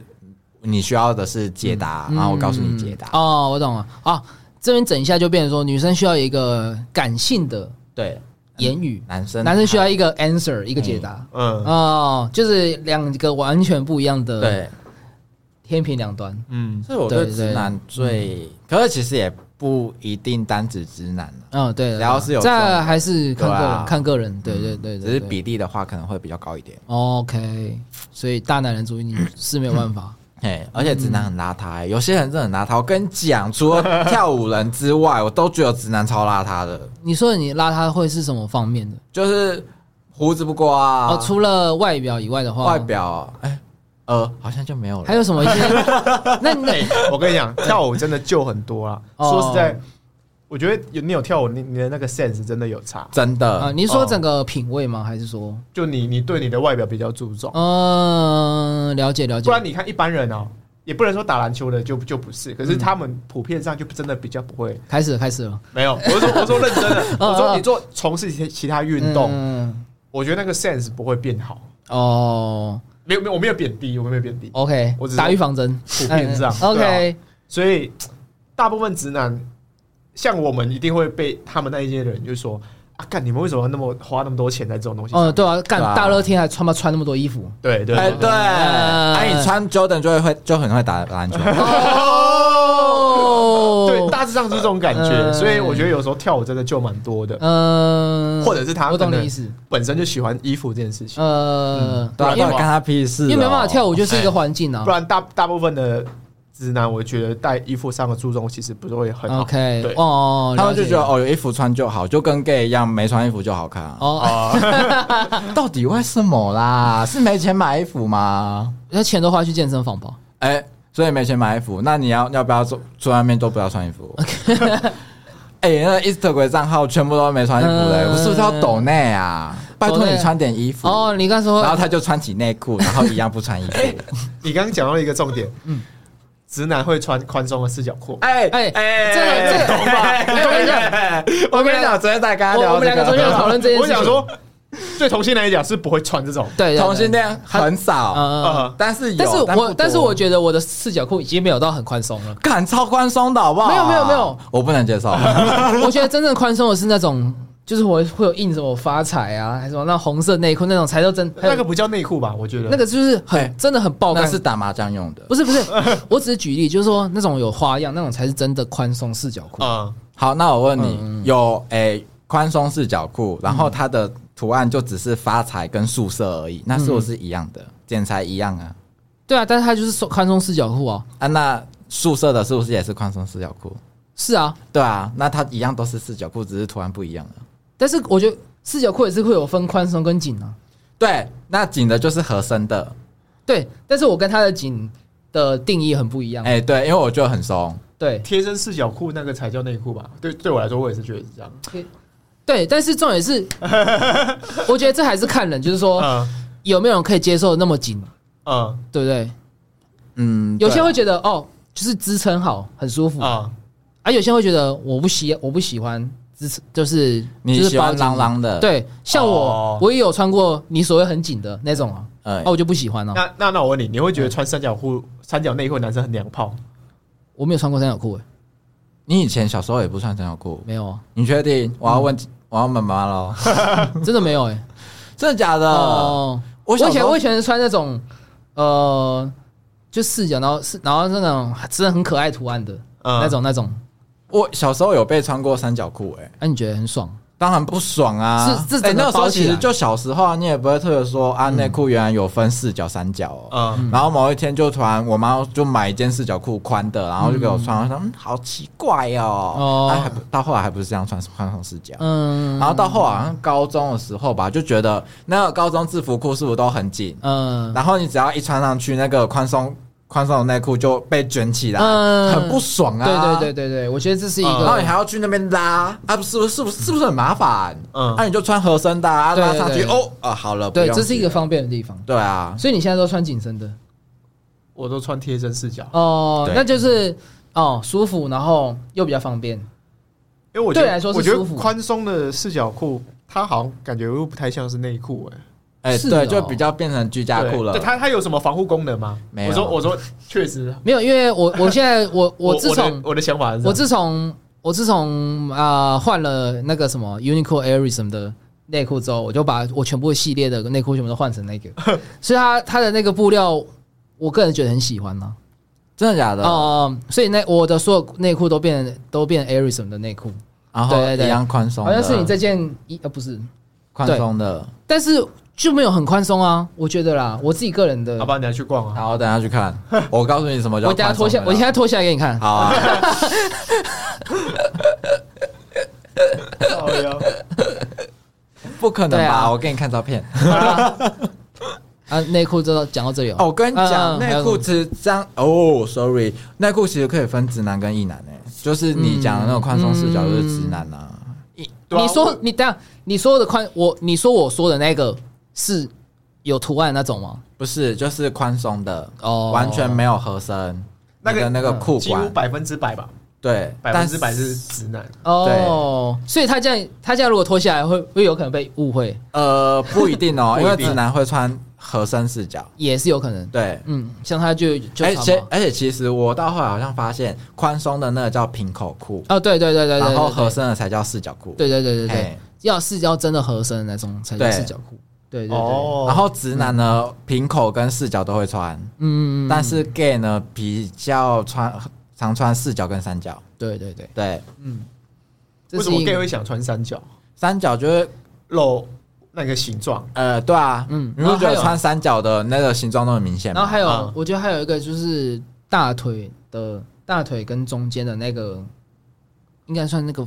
[SPEAKER 2] 你需要的是解答，然后我告诉你解答。
[SPEAKER 1] 嗯哦，我懂了。啊，这边整一下就变成说，女生需要一个感性的
[SPEAKER 2] 对，
[SPEAKER 1] 言语，
[SPEAKER 2] 男生
[SPEAKER 1] 男生需要一个 answer，一个解答。
[SPEAKER 3] 嗯
[SPEAKER 1] 哦，就是两个完全不一样的
[SPEAKER 2] 啊对，
[SPEAKER 1] 天平两端。
[SPEAKER 3] 嗯，
[SPEAKER 2] 所以我
[SPEAKER 1] 嗯
[SPEAKER 2] 对
[SPEAKER 1] 对
[SPEAKER 2] 直
[SPEAKER 1] 对
[SPEAKER 2] 男最，可是其实也不一定单指直男啊了。
[SPEAKER 1] 嗯，对，
[SPEAKER 2] 然后是有
[SPEAKER 1] 这
[SPEAKER 2] 这种
[SPEAKER 1] 还是看个
[SPEAKER 2] 对
[SPEAKER 1] 人，
[SPEAKER 2] 啊
[SPEAKER 1] 看个人，对对对对，
[SPEAKER 2] 只是
[SPEAKER 1] 对
[SPEAKER 2] 比例的话，可能会比较高一点。
[SPEAKER 1] OK，所以大男人主义你是没有办 法。
[SPEAKER 2] 哎，而且直男很邋遢、欸，有些人真的很邋遢。我跟你讲，除了 跳舞人之外，我都觉得直男超邋遢的，
[SPEAKER 1] 你说的你邋遢会是什么方面的？
[SPEAKER 2] 就是胡子不刮啊，
[SPEAKER 1] 哦，除了外表以外的话，
[SPEAKER 2] 外表，哎、呃，好像就没有了。
[SPEAKER 1] 还有什 么一些？那你那
[SPEAKER 3] 我跟 你讲，跳舞真的救很多啊，
[SPEAKER 1] 哦
[SPEAKER 3] 说实在，我觉得有你有跳舞，你你的那个 sense 真的有差，
[SPEAKER 2] 真的，
[SPEAKER 3] 哦
[SPEAKER 1] 啊，你是说整个品味吗？还是说，
[SPEAKER 3] 就你你对你的外表比较注重，哦
[SPEAKER 1] 嗯、了解哦了解
[SPEAKER 3] 不。然你看一般人哦。也不能说打篮球的就就不是，可是他们普遍上就真的比较不会。
[SPEAKER 1] 开始了，开始了。
[SPEAKER 3] 没有，我 是说我是说认真 的，
[SPEAKER 1] 嗯
[SPEAKER 3] 我说你做从事其其他运动，
[SPEAKER 1] 嗯、
[SPEAKER 3] 我觉得那个 sense 不会变好。
[SPEAKER 1] 哦
[SPEAKER 3] 没有没有，我没有贬低，我没有贬低。
[SPEAKER 1] ，OK，
[SPEAKER 3] 我只是
[SPEAKER 1] 打预防针，
[SPEAKER 3] 普遍这样啊
[SPEAKER 1] 嗯 OK，、
[SPEAKER 3] 所以大部分直男，像我们一定会被他们那一些人就说啊，干你们为什么要那么花那么多钱在这种东西上面？
[SPEAKER 1] 哦，对啊，干、
[SPEAKER 2] 对啊
[SPEAKER 1] 大热天还穿不穿那么多衣服？
[SPEAKER 3] 对对
[SPEAKER 2] 哎、
[SPEAKER 3] 对
[SPEAKER 2] 对，哎、
[SPEAKER 1] 嗯
[SPEAKER 2] 你穿 Jordan 就会会就很会打 篮球。
[SPEAKER 1] 哦，
[SPEAKER 3] 对，大致上是这种感觉。
[SPEAKER 1] 嗯
[SPEAKER 3] 所以我觉得有时候跳舞真的就蛮多的，
[SPEAKER 1] 嗯、
[SPEAKER 3] 或者是他
[SPEAKER 1] 我懂
[SPEAKER 3] 可能嗯
[SPEAKER 1] 你意思，
[SPEAKER 3] 本身就喜欢衣服这件事情，
[SPEAKER 1] 呃，
[SPEAKER 2] 对、啊，
[SPEAKER 1] 因
[SPEAKER 2] 到
[SPEAKER 1] 为
[SPEAKER 2] 底干他屁事、
[SPEAKER 1] 因
[SPEAKER 2] 哦？
[SPEAKER 1] 为没办法跳舞，就是一个环境啊
[SPEAKER 3] 不。然大大部分的直男，我觉得在衣服上的注重其实不是会很好。
[SPEAKER 1] 嗯 OK，
[SPEAKER 3] 对
[SPEAKER 1] 哦，
[SPEAKER 2] 他们就觉得
[SPEAKER 1] 了解
[SPEAKER 2] 哦，有衣服穿就好，就跟 gay 一样，没穿衣服就好看啊。
[SPEAKER 1] 哦，
[SPEAKER 2] 到底为什么啦？是没钱买衣服吗？
[SPEAKER 1] 那钱都花去健身房吧。
[SPEAKER 2] 哎、所以没钱买衣服，那你要要不要做出外面都不要穿 衣服？哎、那 Instagram 账号全部都没穿衣服的、
[SPEAKER 1] 嗯
[SPEAKER 2] 我是不是要抖内啊？拜
[SPEAKER 1] 抖
[SPEAKER 2] 托
[SPEAKER 1] 内
[SPEAKER 2] 你穿点衣服。
[SPEAKER 1] 哦，哎你刚
[SPEAKER 2] 然后
[SPEAKER 1] 说
[SPEAKER 2] 他就穿起内裤，然后一样不 穿衣服。
[SPEAKER 3] 你刚刚讲到一个重点，嗯，直男会穿宽松的四角裤。
[SPEAKER 2] 哎
[SPEAKER 1] 哎这个这个
[SPEAKER 2] 懂吧
[SPEAKER 1] 哎我跟你
[SPEAKER 2] 哎我跟你讲，昨天在跟他
[SPEAKER 1] 我
[SPEAKER 2] 聊
[SPEAKER 1] 我们两个昨天有讨论这件事
[SPEAKER 3] 我
[SPEAKER 1] 情
[SPEAKER 3] 想说，对同性来讲是不会穿这种，
[SPEAKER 1] 对对对
[SPEAKER 2] 嗯同性恋很少，
[SPEAKER 1] 嗯嗯嗯
[SPEAKER 3] 呃，
[SPEAKER 2] 但是有，
[SPEAKER 1] 但是
[SPEAKER 2] 不多。
[SPEAKER 1] 我但是我觉得我的四角裤已经没有到很宽松了
[SPEAKER 2] 干超宽松的好不好？
[SPEAKER 1] 没有没有没有，
[SPEAKER 2] 我不能 接受。
[SPEAKER 1] 我觉得真正宽松的是那种，就是我会有印什么发财啊，还是什么那红色内裤那种才叫真。还有
[SPEAKER 3] 那个不叫内裤吧？我觉得
[SPEAKER 1] 那个就是
[SPEAKER 2] 哎
[SPEAKER 1] 很真的很爆
[SPEAKER 2] 那
[SPEAKER 1] 干
[SPEAKER 2] 是。打麻将用的。
[SPEAKER 1] 不是不是，我只是举例，就是说那种有花样那种才是真的宽松四角
[SPEAKER 2] 哦
[SPEAKER 1] 裤。
[SPEAKER 3] 啊，
[SPEAKER 2] 好，那我问你，
[SPEAKER 1] 嗯
[SPEAKER 2] 有诶宽松四角裤，然后它的图案就只是发财跟宿舍而已，那是不是一样的？剪裁一样啊？
[SPEAKER 1] 对啊，但是它就是松宽松四角裤啊。
[SPEAKER 2] 啊，那宿舍的是不是也是宽松四角裤？
[SPEAKER 1] 是啊，
[SPEAKER 2] 对啊，那它一样都是四角裤，只是图案不一样了。
[SPEAKER 1] 但是我觉得四角裤也是会有分宽松跟紧啊。
[SPEAKER 2] 对，那紧的就是合身的，
[SPEAKER 1] 对，但是我跟它的紧的定义很不一样。
[SPEAKER 2] 哎、对，因为我觉得很松，
[SPEAKER 1] 对
[SPEAKER 3] 贴身四角裤那个才叫内裤吧？对，对我来说我也是觉得是这样。
[SPEAKER 1] 对，但是重点 是，我觉得这还是看人，就是说
[SPEAKER 3] 嗯
[SPEAKER 1] 有没有人可以接受那么紧，
[SPEAKER 3] 嗯
[SPEAKER 1] 对不对？
[SPEAKER 2] 嗯，
[SPEAKER 1] 有些
[SPEAKER 2] 对
[SPEAKER 1] 会觉得哦，就是支撑好，很舒服啊
[SPEAKER 3] 啊
[SPEAKER 1] 有些会觉得我不喜，我不喜欢支持就是
[SPEAKER 2] 你
[SPEAKER 1] 就是
[SPEAKER 2] 喜欢
[SPEAKER 1] 包紧
[SPEAKER 2] 朗朗的，，
[SPEAKER 1] 对，像我
[SPEAKER 3] 哦
[SPEAKER 1] 我也有穿过你所谓很紧的那种啊，
[SPEAKER 2] 哎
[SPEAKER 1] 啊我就不喜欢啊，
[SPEAKER 3] 那那那我问你，你会觉得穿三角裤、三角内裤的男生很娘炮？
[SPEAKER 1] 我没有穿过三角裤诶，
[SPEAKER 2] 你以前小时候也不穿三角裤，
[SPEAKER 1] 没有啊，
[SPEAKER 2] 你确定？我要
[SPEAKER 1] 嗯
[SPEAKER 2] 问，我要问妈妈喽，
[SPEAKER 1] 真的没有诶。
[SPEAKER 2] 真的假的？
[SPEAKER 1] 哦，我
[SPEAKER 2] 呃我小
[SPEAKER 1] 以
[SPEAKER 2] 时
[SPEAKER 1] 前
[SPEAKER 2] 候
[SPEAKER 1] 我以前穿那种呃，就四角，然后是然后那种真的很可爱图案的、
[SPEAKER 3] 嗯
[SPEAKER 1] 那种那种，啊
[SPEAKER 2] 我小时候有被穿过三角裤，哎，
[SPEAKER 1] 那、你觉得很爽？
[SPEAKER 2] 当然不爽啊！
[SPEAKER 1] 是是
[SPEAKER 2] 哎
[SPEAKER 1] 整个
[SPEAKER 2] 那时候
[SPEAKER 1] 包起
[SPEAKER 2] 其
[SPEAKER 1] 来嗯
[SPEAKER 2] 实就小时候啊，你也不会特别说啊，内裤原来有分四角、三角哦。
[SPEAKER 3] 嗯，
[SPEAKER 2] 然后某一天就突然，我妈就买一件四角裤宽的，然后就给我穿，我说嗯，好奇怪哦。
[SPEAKER 1] 哦
[SPEAKER 2] 哦，还不到后来还不是这样穿，穿成四角。
[SPEAKER 1] 嗯，
[SPEAKER 2] 然后到后来好像高中的时候吧，就觉得那个高中制服裤是不是都很紧？
[SPEAKER 1] 嗯，
[SPEAKER 2] 然后你只要一穿上去，那个宽松宽松的内裤就被卷起来，
[SPEAKER 1] 嗯
[SPEAKER 2] 很不爽啊。
[SPEAKER 1] 对对对对对，我觉得这是一
[SPEAKER 2] 然后你
[SPEAKER 1] 个，
[SPEAKER 2] 还要去那边拉啊，不是不是不是是不是很麻烦？
[SPEAKER 3] 嗯
[SPEAKER 2] 嗯，啊，你就穿合身的啊，
[SPEAKER 1] 对
[SPEAKER 2] 拉上去
[SPEAKER 1] 对对
[SPEAKER 2] 哦啊，好了，
[SPEAKER 1] 对，
[SPEAKER 2] 不用
[SPEAKER 1] 这是一个
[SPEAKER 2] 去了
[SPEAKER 1] 方便的地方。
[SPEAKER 2] 对啊，
[SPEAKER 1] 所以你现在都穿紧身的
[SPEAKER 3] 我都穿贴身四角，
[SPEAKER 1] 哦，
[SPEAKER 2] 对
[SPEAKER 1] 那就是哦舒服，然后又比较方便。
[SPEAKER 3] 因为我觉得
[SPEAKER 1] 对来说是
[SPEAKER 3] 我觉得
[SPEAKER 1] 舒服
[SPEAKER 3] 宽松的四角裤，它好像感觉又不太像是内裤哎。
[SPEAKER 2] 哎，
[SPEAKER 1] 是
[SPEAKER 2] 对，
[SPEAKER 1] 哦
[SPEAKER 2] 就比较变成居家
[SPEAKER 3] 对
[SPEAKER 2] 裤了
[SPEAKER 3] 对，。它它有什么防护功能吗？
[SPEAKER 2] 没有
[SPEAKER 3] 我说我说确实，
[SPEAKER 1] 没有，因为我我现在 我我自
[SPEAKER 3] 的
[SPEAKER 1] 从
[SPEAKER 3] 我的想法是这
[SPEAKER 1] 我
[SPEAKER 3] 样，
[SPEAKER 1] 自从我自从啊换了那个什么 Uniqlo Airism 的内裤之后，我就把我全部系列的内裤全部都换成那个， 所以它它的那个布料，我个人觉得很喜欢呢、
[SPEAKER 2] 真的假的？
[SPEAKER 1] 哦、所以那我的所有内裤都变都变 Airism 的内裤，
[SPEAKER 2] 然后
[SPEAKER 1] 对对对
[SPEAKER 2] 一样宽松的，
[SPEAKER 1] 好像是你这件衣呃不是，
[SPEAKER 2] 宽松的。
[SPEAKER 1] 但是就没有很宽松啊，我觉得啦，我自己个人的
[SPEAKER 3] 好，吧，你来去逛啊。
[SPEAKER 2] 好，我等一下去看。我告诉你什么叫
[SPEAKER 1] 我等一下脱
[SPEAKER 2] 宽松
[SPEAKER 1] 下
[SPEAKER 2] 的，
[SPEAKER 1] 我现在脱下来给你看，
[SPEAKER 2] 好啊。
[SPEAKER 3] 好呀
[SPEAKER 2] 不可能
[SPEAKER 1] 对啊
[SPEAKER 2] 吧？我给你看照片。
[SPEAKER 1] 啊内裤就讲到这里
[SPEAKER 2] 哦，我跟
[SPEAKER 1] 嗯
[SPEAKER 2] 你
[SPEAKER 1] 嗯
[SPEAKER 2] 讲，
[SPEAKER 1] 还有什么
[SPEAKER 2] 内裤其实这样哦，sorry，内裤其实可以分直男跟异男诶，就是你讲的那种宽松视角就是直男啊。
[SPEAKER 3] 对啊
[SPEAKER 1] 你说
[SPEAKER 3] 我
[SPEAKER 1] 你等下你说的宽，我你说我说的那个是有图案那种吗？
[SPEAKER 2] 不是，就是宽松的，
[SPEAKER 1] 哦
[SPEAKER 2] 完全没有合身，
[SPEAKER 3] 那
[SPEAKER 2] 那
[SPEAKER 3] 个
[SPEAKER 2] 个那个
[SPEAKER 1] 嗯
[SPEAKER 2] 裤
[SPEAKER 3] 几乎
[SPEAKER 2] 管，
[SPEAKER 3] 百分之百吧，
[SPEAKER 2] 对，
[SPEAKER 3] 百分之百
[SPEAKER 2] 但
[SPEAKER 3] 是直男。
[SPEAKER 1] 哦，所以他这样他这样如果脱下来会会有可能被误会，
[SPEAKER 2] 呃不一定 哦，
[SPEAKER 3] 不一定
[SPEAKER 2] 因为直男会穿合身视角，
[SPEAKER 1] 也是有可能。
[SPEAKER 2] 对。哎
[SPEAKER 1] 嗯，像他就就
[SPEAKER 2] 而
[SPEAKER 1] 长
[SPEAKER 2] 且
[SPEAKER 1] 毛
[SPEAKER 2] 而且，其实我到后来好像发现，宽松的那个叫平口裤，
[SPEAKER 1] 哦，对对对对对，
[SPEAKER 2] 然后合
[SPEAKER 1] 对
[SPEAKER 2] 身的才叫四角裤。
[SPEAKER 1] 对对对对对
[SPEAKER 2] 嘿，
[SPEAKER 1] 要是要真的合身的那种才叫
[SPEAKER 2] 对
[SPEAKER 1] 四角裤。对对对，
[SPEAKER 3] 哦，
[SPEAKER 2] 然后直男呢，平口跟四角都会穿，
[SPEAKER 1] 嗯，
[SPEAKER 2] 但是 gay 呢比较穿常穿四角跟三角。
[SPEAKER 1] 对对对，
[SPEAKER 2] 对，
[SPEAKER 1] 这
[SPEAKER 3] 为
[SPEAKER 1] 是
[SPEAKER 3] 什么
[SPEAKER 1] 一
[SPEAKER 3] gay 会想穿三角
[SPEAKER 2] 三角就是
[SPEAKER 3] 露那个形状？
[SPEAKER 2] 呃，对啊，
[SPEAKER 1] 嗯
[SPEAKER 2] 嗯，你会
[SPEAKER 1] 然后
[SPEAKER 2] 觉
[SPEAKER 1] 还
[SPEAKER 2] 得
[SPEAKER 1] 有
[SPEAKER 2] 穿三角的那个形状都很明显嘛。
[SPEAKER 1] 然后还有
[SPEAKER 3] 嗯，
[SPEAKER 1] 我觉得还有一个就是大腿的大腿跟中间的那个，应该算那个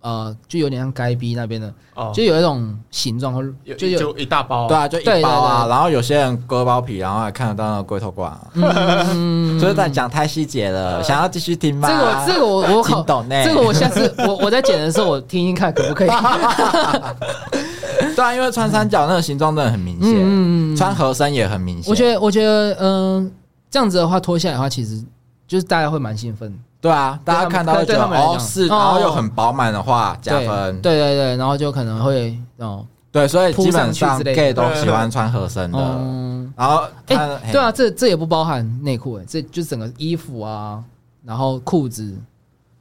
[SPEAKER 1] 呃，就有点像该逼那边的，
[SPEAKER 3] 哦，
[SPEAKER 1] 就有一种形状，或
[SPEAKER 3] 有
[SPEAKER 1] 就有
[SPEAKER 3] 就一大包
[SPEAKER 2] 对，啊，就
[SPEAKER 1] 对
[SPEAKER 2] 一
[SPEAKER 1] 对对
[SPEAKER 2] 包
[SPEAKER 1] 嗯
[SPEAKER 2] 啊，
[SPEAKER 1] 对
[SPEAKER 2] 然后有些人割包皮，然后还看得到那个龟头冠啊，就是在讲太细节了，想要继续听吗？
[SPEAKER 1] 呃这个这个我我考
[SPEAKER 2] 请抖内
[SPEAKER 1] 这个我下次我我在剪的时候我听听看可不可以？
[SPEAKER 2] 对啊，因为穿三角那个形状真的很明
[SPEAKER 1] 嗯嗯嗯嗯
[SPEAKER 2] 显，穿合身也很明显。
[SPEAKER 1] 我觉得我觉得嗯、这样子的话脱下来的话，其实就是大家会蛮兴奋，
[SPEAKER 2] 对啊，大家看到会觉
[SPEAKER 1] 对
[SPEAKER 2] 得
[SPEAKER 1] 他们来讲
[SPEAKER 2] 哦是，
[SPEAKER 1] 哦
[SPEAKER 2] 然后又很饱满的话加分。
[SPEAKER 1] 对对对对，然后就可能会哦
[SPEAKER 2] 对，所以基
[SPEAKER 1] 铺上
[SPEAKER 2] 本
[SPEAKER 1] 去之
[SPEAKER 2] 上
[SPEAKER 1] 类的
[SPEAKER 2] gay 都喜欢穿合身的。
[SPEAKER 1] 嗯，
[SPEAKER 2] 然后
[SPEAKER 1] 哎、
[SPEAKER 2] 他嘿
[SPEAKER 1] 对啊，这这也不包含内裤哎，这就是整个衣服啊，然后裤子，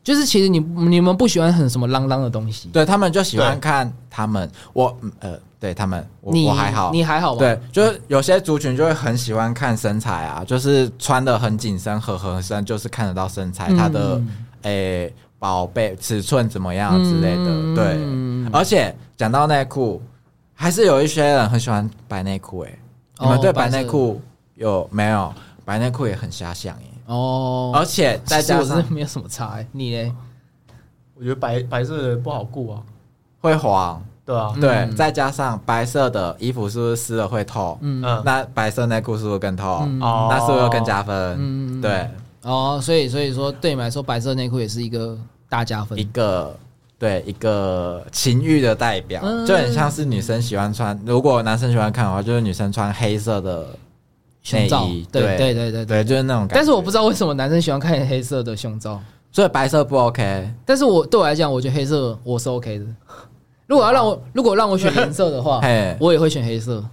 [SPEAKER 1] 就是其实你你们不喜欢很什么浪浪的东西，
[SPEAKER 2] 对他们就喜欢
[SPEAKER 3] 对
[SPEAKER 2] 看他们，我嗯呃，对他们，我
[SPEAKER 1] 你
[SPEAKER 2] 我还好，
[SPEAKER 1] 你还好吧？
[SPEAKER 2] 对，就是有些族群就会很喜欢看身材啊，就是穿的很紧身、很合身，就是看得到身材，
[SPEAKER 1] 嗯
[SPEAKER 2] 它的诶宝贝尺寸怎么样啊之类的。
[SPEAKER 1] 嗯
[SPEAKER 2] 对，而且讲到内裤，还是有一些人很喜欢白内裤、欸。
[SPEAKER 1] 哦
[SPEAKER 2] 你们对
[SPEAKER 1] 白
[SPEAKER 2] 白
[SPEAKER 1] 色
[SPEAKER 2] 内裤有没有？白内裤也很遐想耶、
[SPEAKER 1] 哦，
[SPEAKER 2] 而且再
[SPEAKER 1] 其实
[SPEAKER 2] 加
[SPEAKER 1] 我真
[SPEAKER 2] 上
[SPEAKER 1] 的没有什么差哎，你嘞？
[SPEAKER 2] 呃
[SPEAKER 3] 我觉得白白色的不好顾啊，
[SPEAKER 2] 会黄，
[SPEAKER 3] 对啊，
[SPEAKER 1] 嗯
[SPEAKER 2] 对，再加上白色的衣服是不是湿了会透？
[SPEAKER 1] 嗯
[SPEAKER 3] 嗯，
[SPEAKER 2] 那白色内裤是不是更透？
[SPEAKER 1] 嗯
[SPEAKER 3] 哦
[SPEAKER 2] 那是不是又更加分？
[SPEAKER 1] 嗯
[SPEAKER 2] 对。
[SPEAKER 1] 哦，所以所以说对你们来说，白色内裤也是一个大加分
[SPEAKER 2] 一。个对一个情欲的代表，
[SPEAKER 1] 嗯
[SPEAKER 2] 就很像是女生喜欢穿，如果男生喜欢看的话，就是女生穿黑色的
[SPEAKER 1] 胸
[SPEAKER 2] 内
[SPEAKER 1] 罩
[SPEAKER 2] 衣，
[SPEAKER 1] 对对
[SPEAKER 2] 对
[SPEAKER 1] 对对对
[SPEAKER 2] 对，就是那种感觉。
[SPEAKER 1] 但是我不知道为什么男生喜欢看黑色的胸罩，
[SPEAKER 2] 所以白色不 OK。
[SPEAKER 1] 但是我对我来讲，我觉得黑色我是 OK 的。 如果要让我，如果让我选颜色的话
[SPEAKER 2] 嘿，
[SPEAKER 1] 我也会选黑色。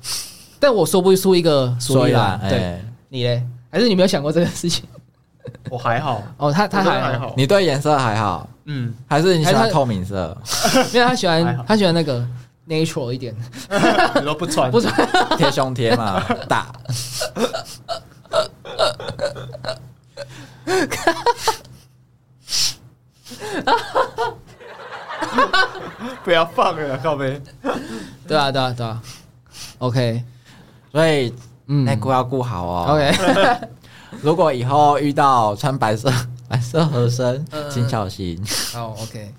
[SPEAKER 1] 但我说不出一个所以然。
[SPEAKER 2] 所以然
[SPEAKER 1] 对
[SPEAKER 2] 哎
[SPEAKER 1] 你嘞，还是你没有想过这个事情？
[SPEAKER 3] 我还好，
[SPEAKER 1] 哦，他他
[SPEAKER 3] 我觉得
[SPEAKER 1] 还
[SPEAKER 3] 还
[SPEAKER 1] 好，
[SPEAKER 3] 好，
[SPEAKER 2] 你对颜色还好，
[SPEAKER 3] 嗯，
[SPEAKER 2] 还是你喜
[SPEAKER 1] 还
[SPEAKER 2] 欢
[SPEAKER 1] 是
[SPEAKER 2] 透明色？
[SPEAKER 1] 没有他喜
[SPEAKER 3] 还
[SPEAKER 1] 欢
[SPEAKER 3] 好
[SPEAKER 1] 他喜欢那个 natural 一点，
[SPEAKER 2] 嗯
[SPEAKER 3] 你都不穿，
[SPEAKER 1] 不是？
[SPEAKER 2] 贴胸贴嘛，大。
[SPEAKER 3] 不要放了，靠背。
[SPEAKER 1] 对啊对啊对啊。OK，
[SPEAKER 2] 所以
[SPEAKER 1] 嗯
[SPEAKER 2] 内裤要顾好哦。
[SPEAKER 1] OK，
[SPEAKER 2] 如果以后遇到穿白色白色合身
[SPEAKER 1] 嗯，
[SPEAKER 2] 请小心。
[SPEAKER 1] 好 OK，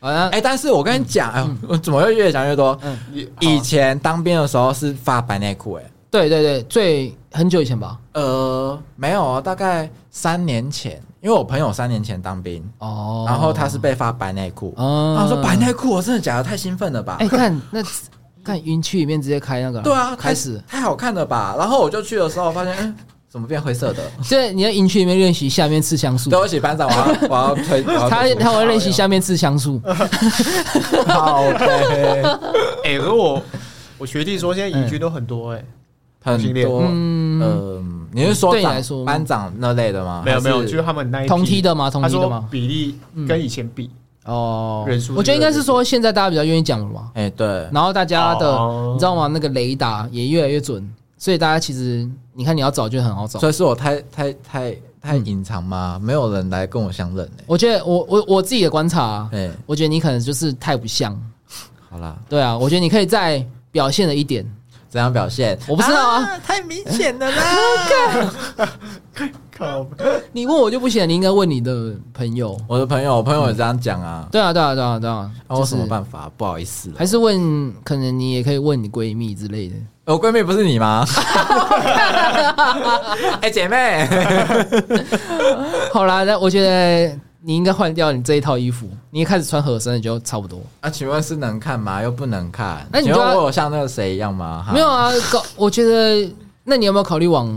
[SPEAKER 1] 好像
[SPEAKER 2] 哎、但是我跟你讲，哎、呦，我怎么会越讲越多？
[SPEAKER 1] 嗯
[SPEAKER 3] 你好
[SPEAKER 2] 以前当兵的时候是发白内裤，哎，
[SPEAKER 1] 对对对，最很久以前吧。
[SPEAKER 2] 呃，没有啊，大概三年前，因为我朋友三年前当兵，
[SPEAKER 1] 哦，
[SPEAKER 2] 然后他是被发白内裤，
[SPEAKER 1] 哦
[SPEAKER 2] 然后说白内裤，我真的假的？太兴奋了吧？
[SPEAKER 1] 哎，看那看云区里面直接开那个，
[SPEAKER 2] 对啊，
[SPEAKER 1] 开
[SPEAKER 2] 太
[SPEAKER 1] 始。
[SPEAKER 2] 太好看了吧？然后我就去的时候发现，嗯，怎么变灰色的？
[SPEAKER 1] 这你在营区里面练习下面刺枪术
[SPEAKER 2] 对，不啊起，班长，我要我要推，我要
[SPEAKER 1] 他
[SPEAKER 2] 推
[SPEAKER 1] 他会练习下面刺枪术，
[SPEAKER 2] 好 呗，
[SPEAKER 3] 哎，可是我我学弟说现在宜居都很多哎，
[SPEAKER 2] 很多，
[SPEAKER 1] 嗯
[SPEAKER 2] 嗯，你是说
[SPEAKER 1] 对你
[SPEAKER 2] 长
[SPEAKER 1] 来说
[SPEAKER 2] 班长那类的吗？
[SPEAKER 3] 没有没有，
[SPEAKER 2] 还
[SPEAKER 3] 就是他们那一批
[SPEAKER 1] 同梯的吗？同
[SPEAKER 3] 呃他
[SPEAKER 1] 梯的
[SPEAKER 3] 说
[SPEAKER 1] 吗？
[SPEAKER 3] 比例跟以前比
[SPEAKER 1] 哦
[SPEAKER 3] 人数，
[SPEAKER 1] 我觉得应该是说现在大家比较愿意讲了嘛，
[SPEAKER 2] 哎，对，
[SPEAKER 1] 然后大家的
[SPEAKER 3] 哦
[SPEAKER 1] 你知道吗？那个雷达也越来越准，所以大家其实你看你要找就很好找。
[SPEAKER 2] 所以是我太太太太
[SPEAKER 1] 嗯
[SPEAKER 2] 隐藏吗？没有人来跟我相认哎，
[SPEAKER 1] 我觉得我我我自己的观察啊，
[SPEAKER 2] 哎，
[SPEAKER 1] 我觉得你可能就是太不像，
[SPEAKER 2] 好啦，
[SPEAKER 1] 对啊，我觉得你可以再表现了一点，
[SPEAKER 2] 怎样表现？
[SPEAKER 1] 我不知道啊，
[SPEAKER 2] 太明显 了啦！
[SPEAKER 3] 靠背，
[SPEAKER 1] 你问我就不行，你应该问你的朋友。
[SPEAKER 2] 我的朋友，我朋友也这样讲啊，
[SPEAKER 1] 对啊，对啊，对啊，对啊，
[SPEAKER 2] 那我
[SPEAKER 1] 就是
[SPEAKER 2] 哦什么办法？不好意思啊，
[SPEAKER 1] 还是问，可能你也可以问你闺蜜之类的。
[SPEAKER 2] 我闺蜜不是你吗？哎，姐妹，
[SPEAKER 1] 好啦，那我觉得你应该换掉你这一套衣服，你一开始穿合身的就差不多。
[SPEAKER 2] 啊，请问是能看吗？又不能看。
[SPEAKER 1] 那你
[SPEAKER 2] 请
[SPEAKER 1] 就
[SPEAKER 2] 问
[SPEAKER 1] 要
[SPEAKER 2] 我有像那个谁一样吗？哈
[SPEAKER 1] 没有，啊，搞我觉得，那你有没有考虑往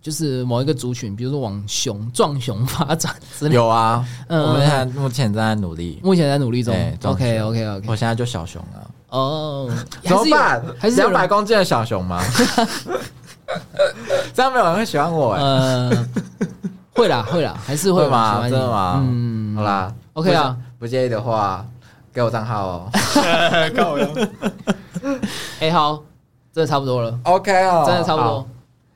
[SPEAKER 1] 就是某一个族群，比如说往熊壮熊发展之类的？
[SPEAKER 2] 有啊。
[SPEAKER 1] 嗯
[SPEAKER 2] 我们现在目前正在努力，
[SPEAKER 1] 目前在努力中
[SPEAKER 2] 对。哎壮
[SPEAKER 1] OK OK OK。
[SPEAKER 2] 我现在就小熊了，
[SPEAKER 1] 哦，
[SPEAKER 2] 怎么办？
[SPEAKER 1] 还是有
[SPEAKER 2] 两百
[SPEAKER 1] 人
[SPEAKER 2] 公斤的小 熊吗？这样没有人会喜欢我哎，
[SPEAKER 1] 呃， 会啦会啦，还是会
[SPEAKER 2] 会
[SPEAKER 1] 有人喜
[SPEAKER 2] 吗？
[SPEAKER 1] 欢
[SPEAKER 2] 真
[SPEAKER 1] 你
[SPEAKER 2] 的吗？
[SPEAKER 1] 嗯，
[SPEAKER 2] 好。啦
[SPEAKER 1] OK 啊，
[SPEAKER 2] 不介不介意的话，给我账 号哦。
[SPEAKER 3] 靠背。
[SPEAKER 1] 哎，好，真的差不多了，
[SPEAKER 2] OK 哦，
[SPEAKER 1] 真的差不
[SPEAKER 3] 好
[SPEAKER 1] 多。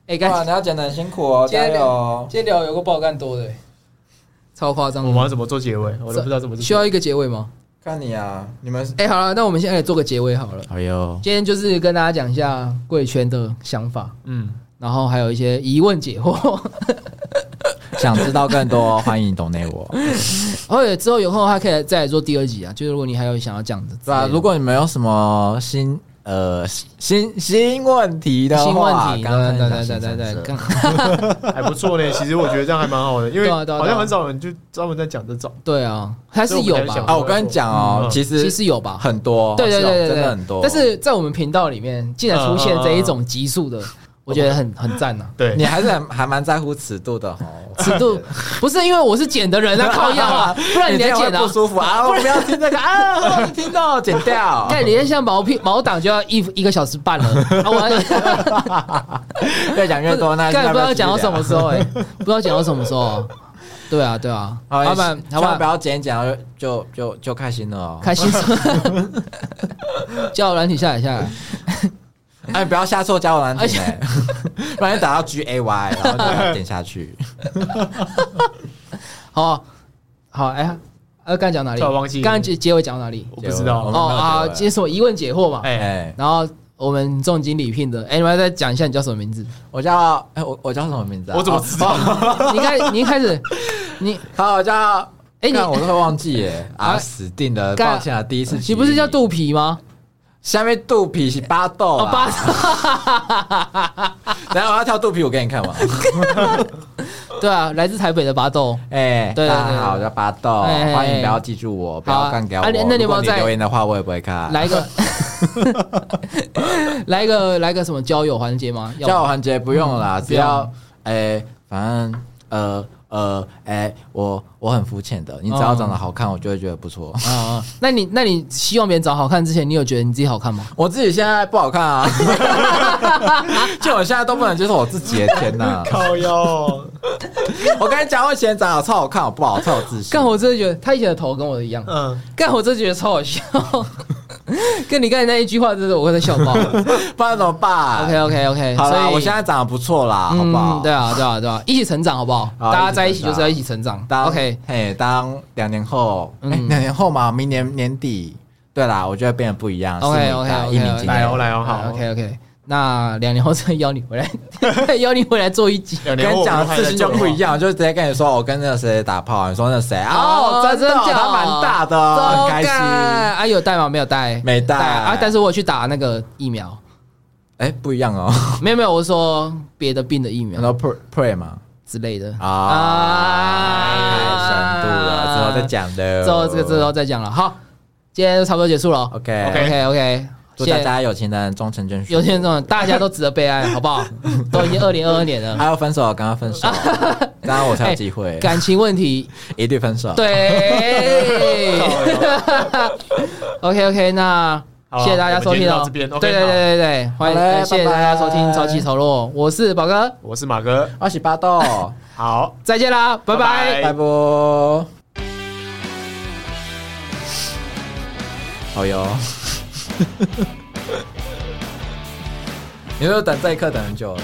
[SPEAKER 1] 哎，
[SPEAKER 2] 哇，
[SPEAKER 1] 干。
[SPEAKER 2] 你要剪的很辛 苦哦，
[SPEAKER 1] 今
[SPEAKER 2] 加
[SPEAKER 1] 天
[SPEAKER 2] 油哦！
[SPEAKER 1] 今天聊有个爆干多的欸、超夸张
[SPEAKER 3] 我
[SPEAKER 1] 的。
[SPEAKER 3] 们要怎么做结尾？我都不知道怎么做。
[SPEAKER 1] 需要一个结尾吗？
[SPEAKER 2] 看你啊，你们是
[SPEAKER 1] 哎、好了，那我们现在来做个结尾好了。
[SPEAKER 2] 哎呦，
[SPEAKER 1] 今天就是跟大家讲一下贵圈的想法，
[SPEAKER 3] 嗯，
[SPEAKER 1] 然后还有一些疑问解惑。
[SPEAKER 2] 想知道更 多，欢迎懂内我。
[SPEAKER 1] 而且哦之后有空的话可以再来做第二集啊，就是如果你还有想要讲的之类的，
[SPEAKER 2] 对啊，如果你们有什么新呃新新问题的话，
[SPEAKER 1] 新问题，
[SPEAKER 2] 刚刚
[SPEAKER 1] 对
[SPEAKER 2] 讲
[SPEAKER 1] 对对对
[SPEAKER 2] 新政
[SPEAKER 1] 对
[SPEAKER 2] 策
[SPEAKER 1] 对，刚
[SPEAKER 3] 还不 错嘞。其实我觉得这样还蛮好的，因为
[SPEAKER 1] 对啊对啊对啊
[SPEAKER 3] 好像很少人就专门在讲这种。
[SPEAKER 1] 对啊，还是有
[SPEAKER 3] 所以我们才
[SPEAKER 1] 吧
[SPEAKER 3] 想，
[SPEAKER 2] 啊，我跟你讲哦，
[SPEAKER 3] 嗯
[SPEAKER 2] 其实
[SPEAKER 1] 其实有吧，
[SPEAKER 2] 很多，
[SPEAKER 1] 对对
[SPEAKER 2] 是哦
[SPEAKER 1] 对对
[SPEAKER 2] 真
[SPEAKER 1] 对，
[SPEAKER 2] 的很多。
[SPEAKER 1] 但是在我们频道里面，竟然出现这一种集数的，我觉得很很赞呐、啊
[SPEAKER 3] 对，
[SPEAKER 2] 你还是很还蛮在乎尺度的哦。
[SPEAKER 1] 尺 度不是因为我是剪 的人啊，靠腰啊，哦不然你来
[SPEAKER 2] 这样会
[SPEAKER 1] 剪啊
[SPEAKER 2] 不。舒 服啊！我不要听这个啊，我听到剪 掉。
[SPEAKER 1] 看，你看像毛片毛档就要一一个小时 半了，啊，我还
[SPEAKER 2] 越讲越多，那
[SPEAKER 1] 干不知道讲到什么
[SPEAKER 2] 么。
[SPEAKER 1] 时候哎、不知道讲到什么时候、啊。对啊，对啊，
[SPEAKER 2] 好，哎
[SPEAKER 1] 老板，
[SPEAKER 2] 千
[SPEAKER 1] 老
[SPEAKER 2] 万不
[SPEAKER 1] 板
[SPEAKER 2] 要剪一剪然后就就就开心了哦。
[SPEAKER 1] 开 心死，叫软体下载下来，
[SPEAKER 2] 哎，不要下错交友软
[SPEAKER 1] 而
[SPEAKER 2] 体
[SPEAKER 1] 且
[SPEAKER 2] 欸， 不然打到 G A Y，然后就把它点下去。
[SPEAKER 1] 好啊、好哎，呃、刚才讲哪里？
[SPEAKER 3] 突然忘记
[SPEAKER 1] 刚刚结结尾讲到哪里？
[SPEAKER 3] 我不知道
[SPEAKER 2] 我
[SPEAKER 1] 哦
[SPEAKER 2] 们没有
[SPEAKER 1] 啊，
[SPEAKER 2] 结尾
[SPEAKER 1] 今天是我疑问解惑嘛，
[SPEAKER 3] 哎
[SPEAKER 2] 哎，
[SPEAKER 1] 然后我们重金礼聘的，哎、你们再讲一下你叫什么名字？
[SPEAKER 2] 我叫哎我我叫什么名字啊？
[SPEAKER 3] 我怎么
[SPEAKER 2] 哦
[SPEAKER 3] 知道？
[SPEAKER 1] 你开，你一开始，你
[SPEAKER 2] 好，我叫。
[SPEAKER 1] 哎你
[SPEAKER 2] 干我都会忘 记耶
[SPEAKER 1] 啊
[SPEAKER 2] 啊！死定了，
[SPEAKER 1] 干
[SPEAKER 2] 抱歉啊，第一次提
[SPEAKER 1] 你不是叫肚皮吗？
[SPEAKER 2] 下面肚皮是巴豆
[SPEAKER 1] 哦，
[SPEAKER 2] 啦
[SPEAKER 1] 八，
[SPEAKER 2] 等一下我要跳肚皮舞给你看嘛。
[SPEAKER 1] 对啊，来自台北的巴豆。
[SPEAKER 2] 哎，
[SPEAKER 1] 对对对
[SPEAKER 2] 大家好，我叫巴豆，
[SPEAKER 1] 哎哎哎
[SPEAKER 2] 欢迎不要记住我，不
[SPEAKER 1] 好啊
[SPEAKER 2] 要干给我。
[SPEAKER 1] 啊你那你有没有
[SPEAKER 2] 如果你
[SPEAKER 1] 在
[SPEAKER 2] 留言的话，我也不会看。
[SPEAKER 1] 来一个， 来一个，来一个什么交友环节吗？要
[SPEAKER 2] 交友环节不用啦，
[SPEAKER 1] 嗯
[SPEAKER 2] 只要哎，反正呃，呃，哎、我我很肤浅的，你只要长得好看，我就会觉得不错。
[SPEAKER 1] 啊、啊那你那你希望别人长好看之前，你有觉得你自己好看吗？
[SPEAKER 2] 我自己现在不好看啊， 就我现在都不能接受我自己的天 呐！
[SPEAKER 3] 靠腰，哦
[SPEAKER 2] 我跟你讲，我以前长得超好看，我不好，超有自信。
[SPEAKER 1] 干，我真的觉得他以前的头跟我的一样，
[SPEAKER 3] 嗯，
[SPEAKER 1] 干，我真的觉得超好笑。 跟你刚才那一句话，真的我会在笑爆。
[SPEAKER 2] 不然怎么办
[SPEAKER 1] OK OK OK，
[SPEAKER 2] 好
[SPEAKER 1] 所
[SPEAKER 2] 啦，
[SPEAKER 1] 以
[SPEAKER 2] 我现在长得不错啦，好不好？
[SPEAKER 1] 嗯？对啊，对啊，对啊，一起成长好不好？
[SPEAKER 2] 好
[SPEAKER 1] 大家在一
[SPEAKER 2] 一
[SPEAKER 1] 起
[SPEAKER 2] 起成
[SPEAKER 1] 就
[SPEAKER 2] 长
[SPEAKER 1] 是要一起成长。
[SPEAKER 2] 当
[SPEAKER 1] OK，
[SPEAKER 2] 嘿，当两年后，哎、
[SPEAKER 1] 嗯
[SPEAKER 2] 两年后嘛，明年年底，对啦，我觉得变得不一样。
[SPEAKER 1] OK，
[SPEAKER 2] 是你
[SPEAKER 1] OK，
[SPEAKER 2] 大
[SPEAKER 1] OK，
[SPEAKER 2] 一鸣
[SPEAKER 1] OK，
[SPEAKER 2] 惊
[SPEAKER 3] 来哦
[SPEAKER 2] 人。
[SPEAKER 3] 来哦，好
[SPEAKER 1] OK OK，那两年后再邀你回来， 再邀你回来做一 集。
[SPEAKER 3] 两年
[SPEAKER 2] 跟
[SPEAKER 3] 后
[SPEAKER 2] 你
[SPEAKER 3] 哎我们
[SPEAKER 2] 讲
[SPEAKER 3] 都还在
[SPEAKER 2] 自信就
[SPEAKER 3] 做
[SPEAKER 2] 不一样，就直接跟你说我跟那个谁打炮，你说那谁
[SPEAKER 1] 哦
[SPEAKER 2] 哦，真的
[SPEAKER 1] 真假
[SPEAKER 2] 他蛮大的哦，很开
[SPEAKER 1] 周
[SPEAKER 2] 心。
[SPEAKER 1] 干啊，有带吗？没有带，
[SPEAKER 2] 没带
[SPEAKER 1] 啊。但是我有去打那个疫苗，
[SPEAKER 2] 哎，不一样哦，
[SPEAKER 1] 没有没有，我说别的病的疫
[SPEAKER 2] 然
[SPEAKER 1] 苗
[SPEAKER 2] 后 pray pray 嘛
[SPEAKER 1] 之类的
[SPEAKER 2] 啊，太深度了，之后再。讲的。
[SPEAKER 1] 之后这个之后再讲了。好，今天就差不多结束了。
[SPEAKER 2] OK
[SPEAKER 3] OK
[SPEAKER 1] OK OK，
[SPEAKER 2] 祝大家有情人终成眷属，
[SPEAKER 1] 有些人这种大家都值得被爱，好 不好？都已经二零二二年了哎
[SPEAKER 2] 还，要分手，赶快分 手，这样我才有机会，
[SPEAKER 1] 感情问题
[SPEAKER 2] 一律 分手。
[SPEAKER 1] 对，OK OK，那
[SPEAKER 3] 好啊
[SPEAKER 1] 谢谢大家收听
[SPEAKER 3] 我
[SPEAKER 1] 哦
[SPEAKER 3] 们今天就到这。边
[SPEAKER 1] 对
[SPEAKER 3] OK，
[SPEAKER 1] 对对对对，欢迎
[SPEAKER 2] 好嘞
[SPEAKER 1] 呃谢谢
[SPEAKER 2] 拜
[SPEAKER 1] 大
[SPEAKER 2] 拜
[SPEAKER 1] 家收听《潮起潮落》，我是宝哥，
[SPEAKER 3] 我是马哥，
[SPEAKER 2] 二十八度，
[SPEAKER 3] 好，
[SPEAKER 1] 再见啦，拜拜
[SPEAKER 3] 拜。
[SPEAKER 2] 拜拜。好哟， 你说等这一刻等很久了。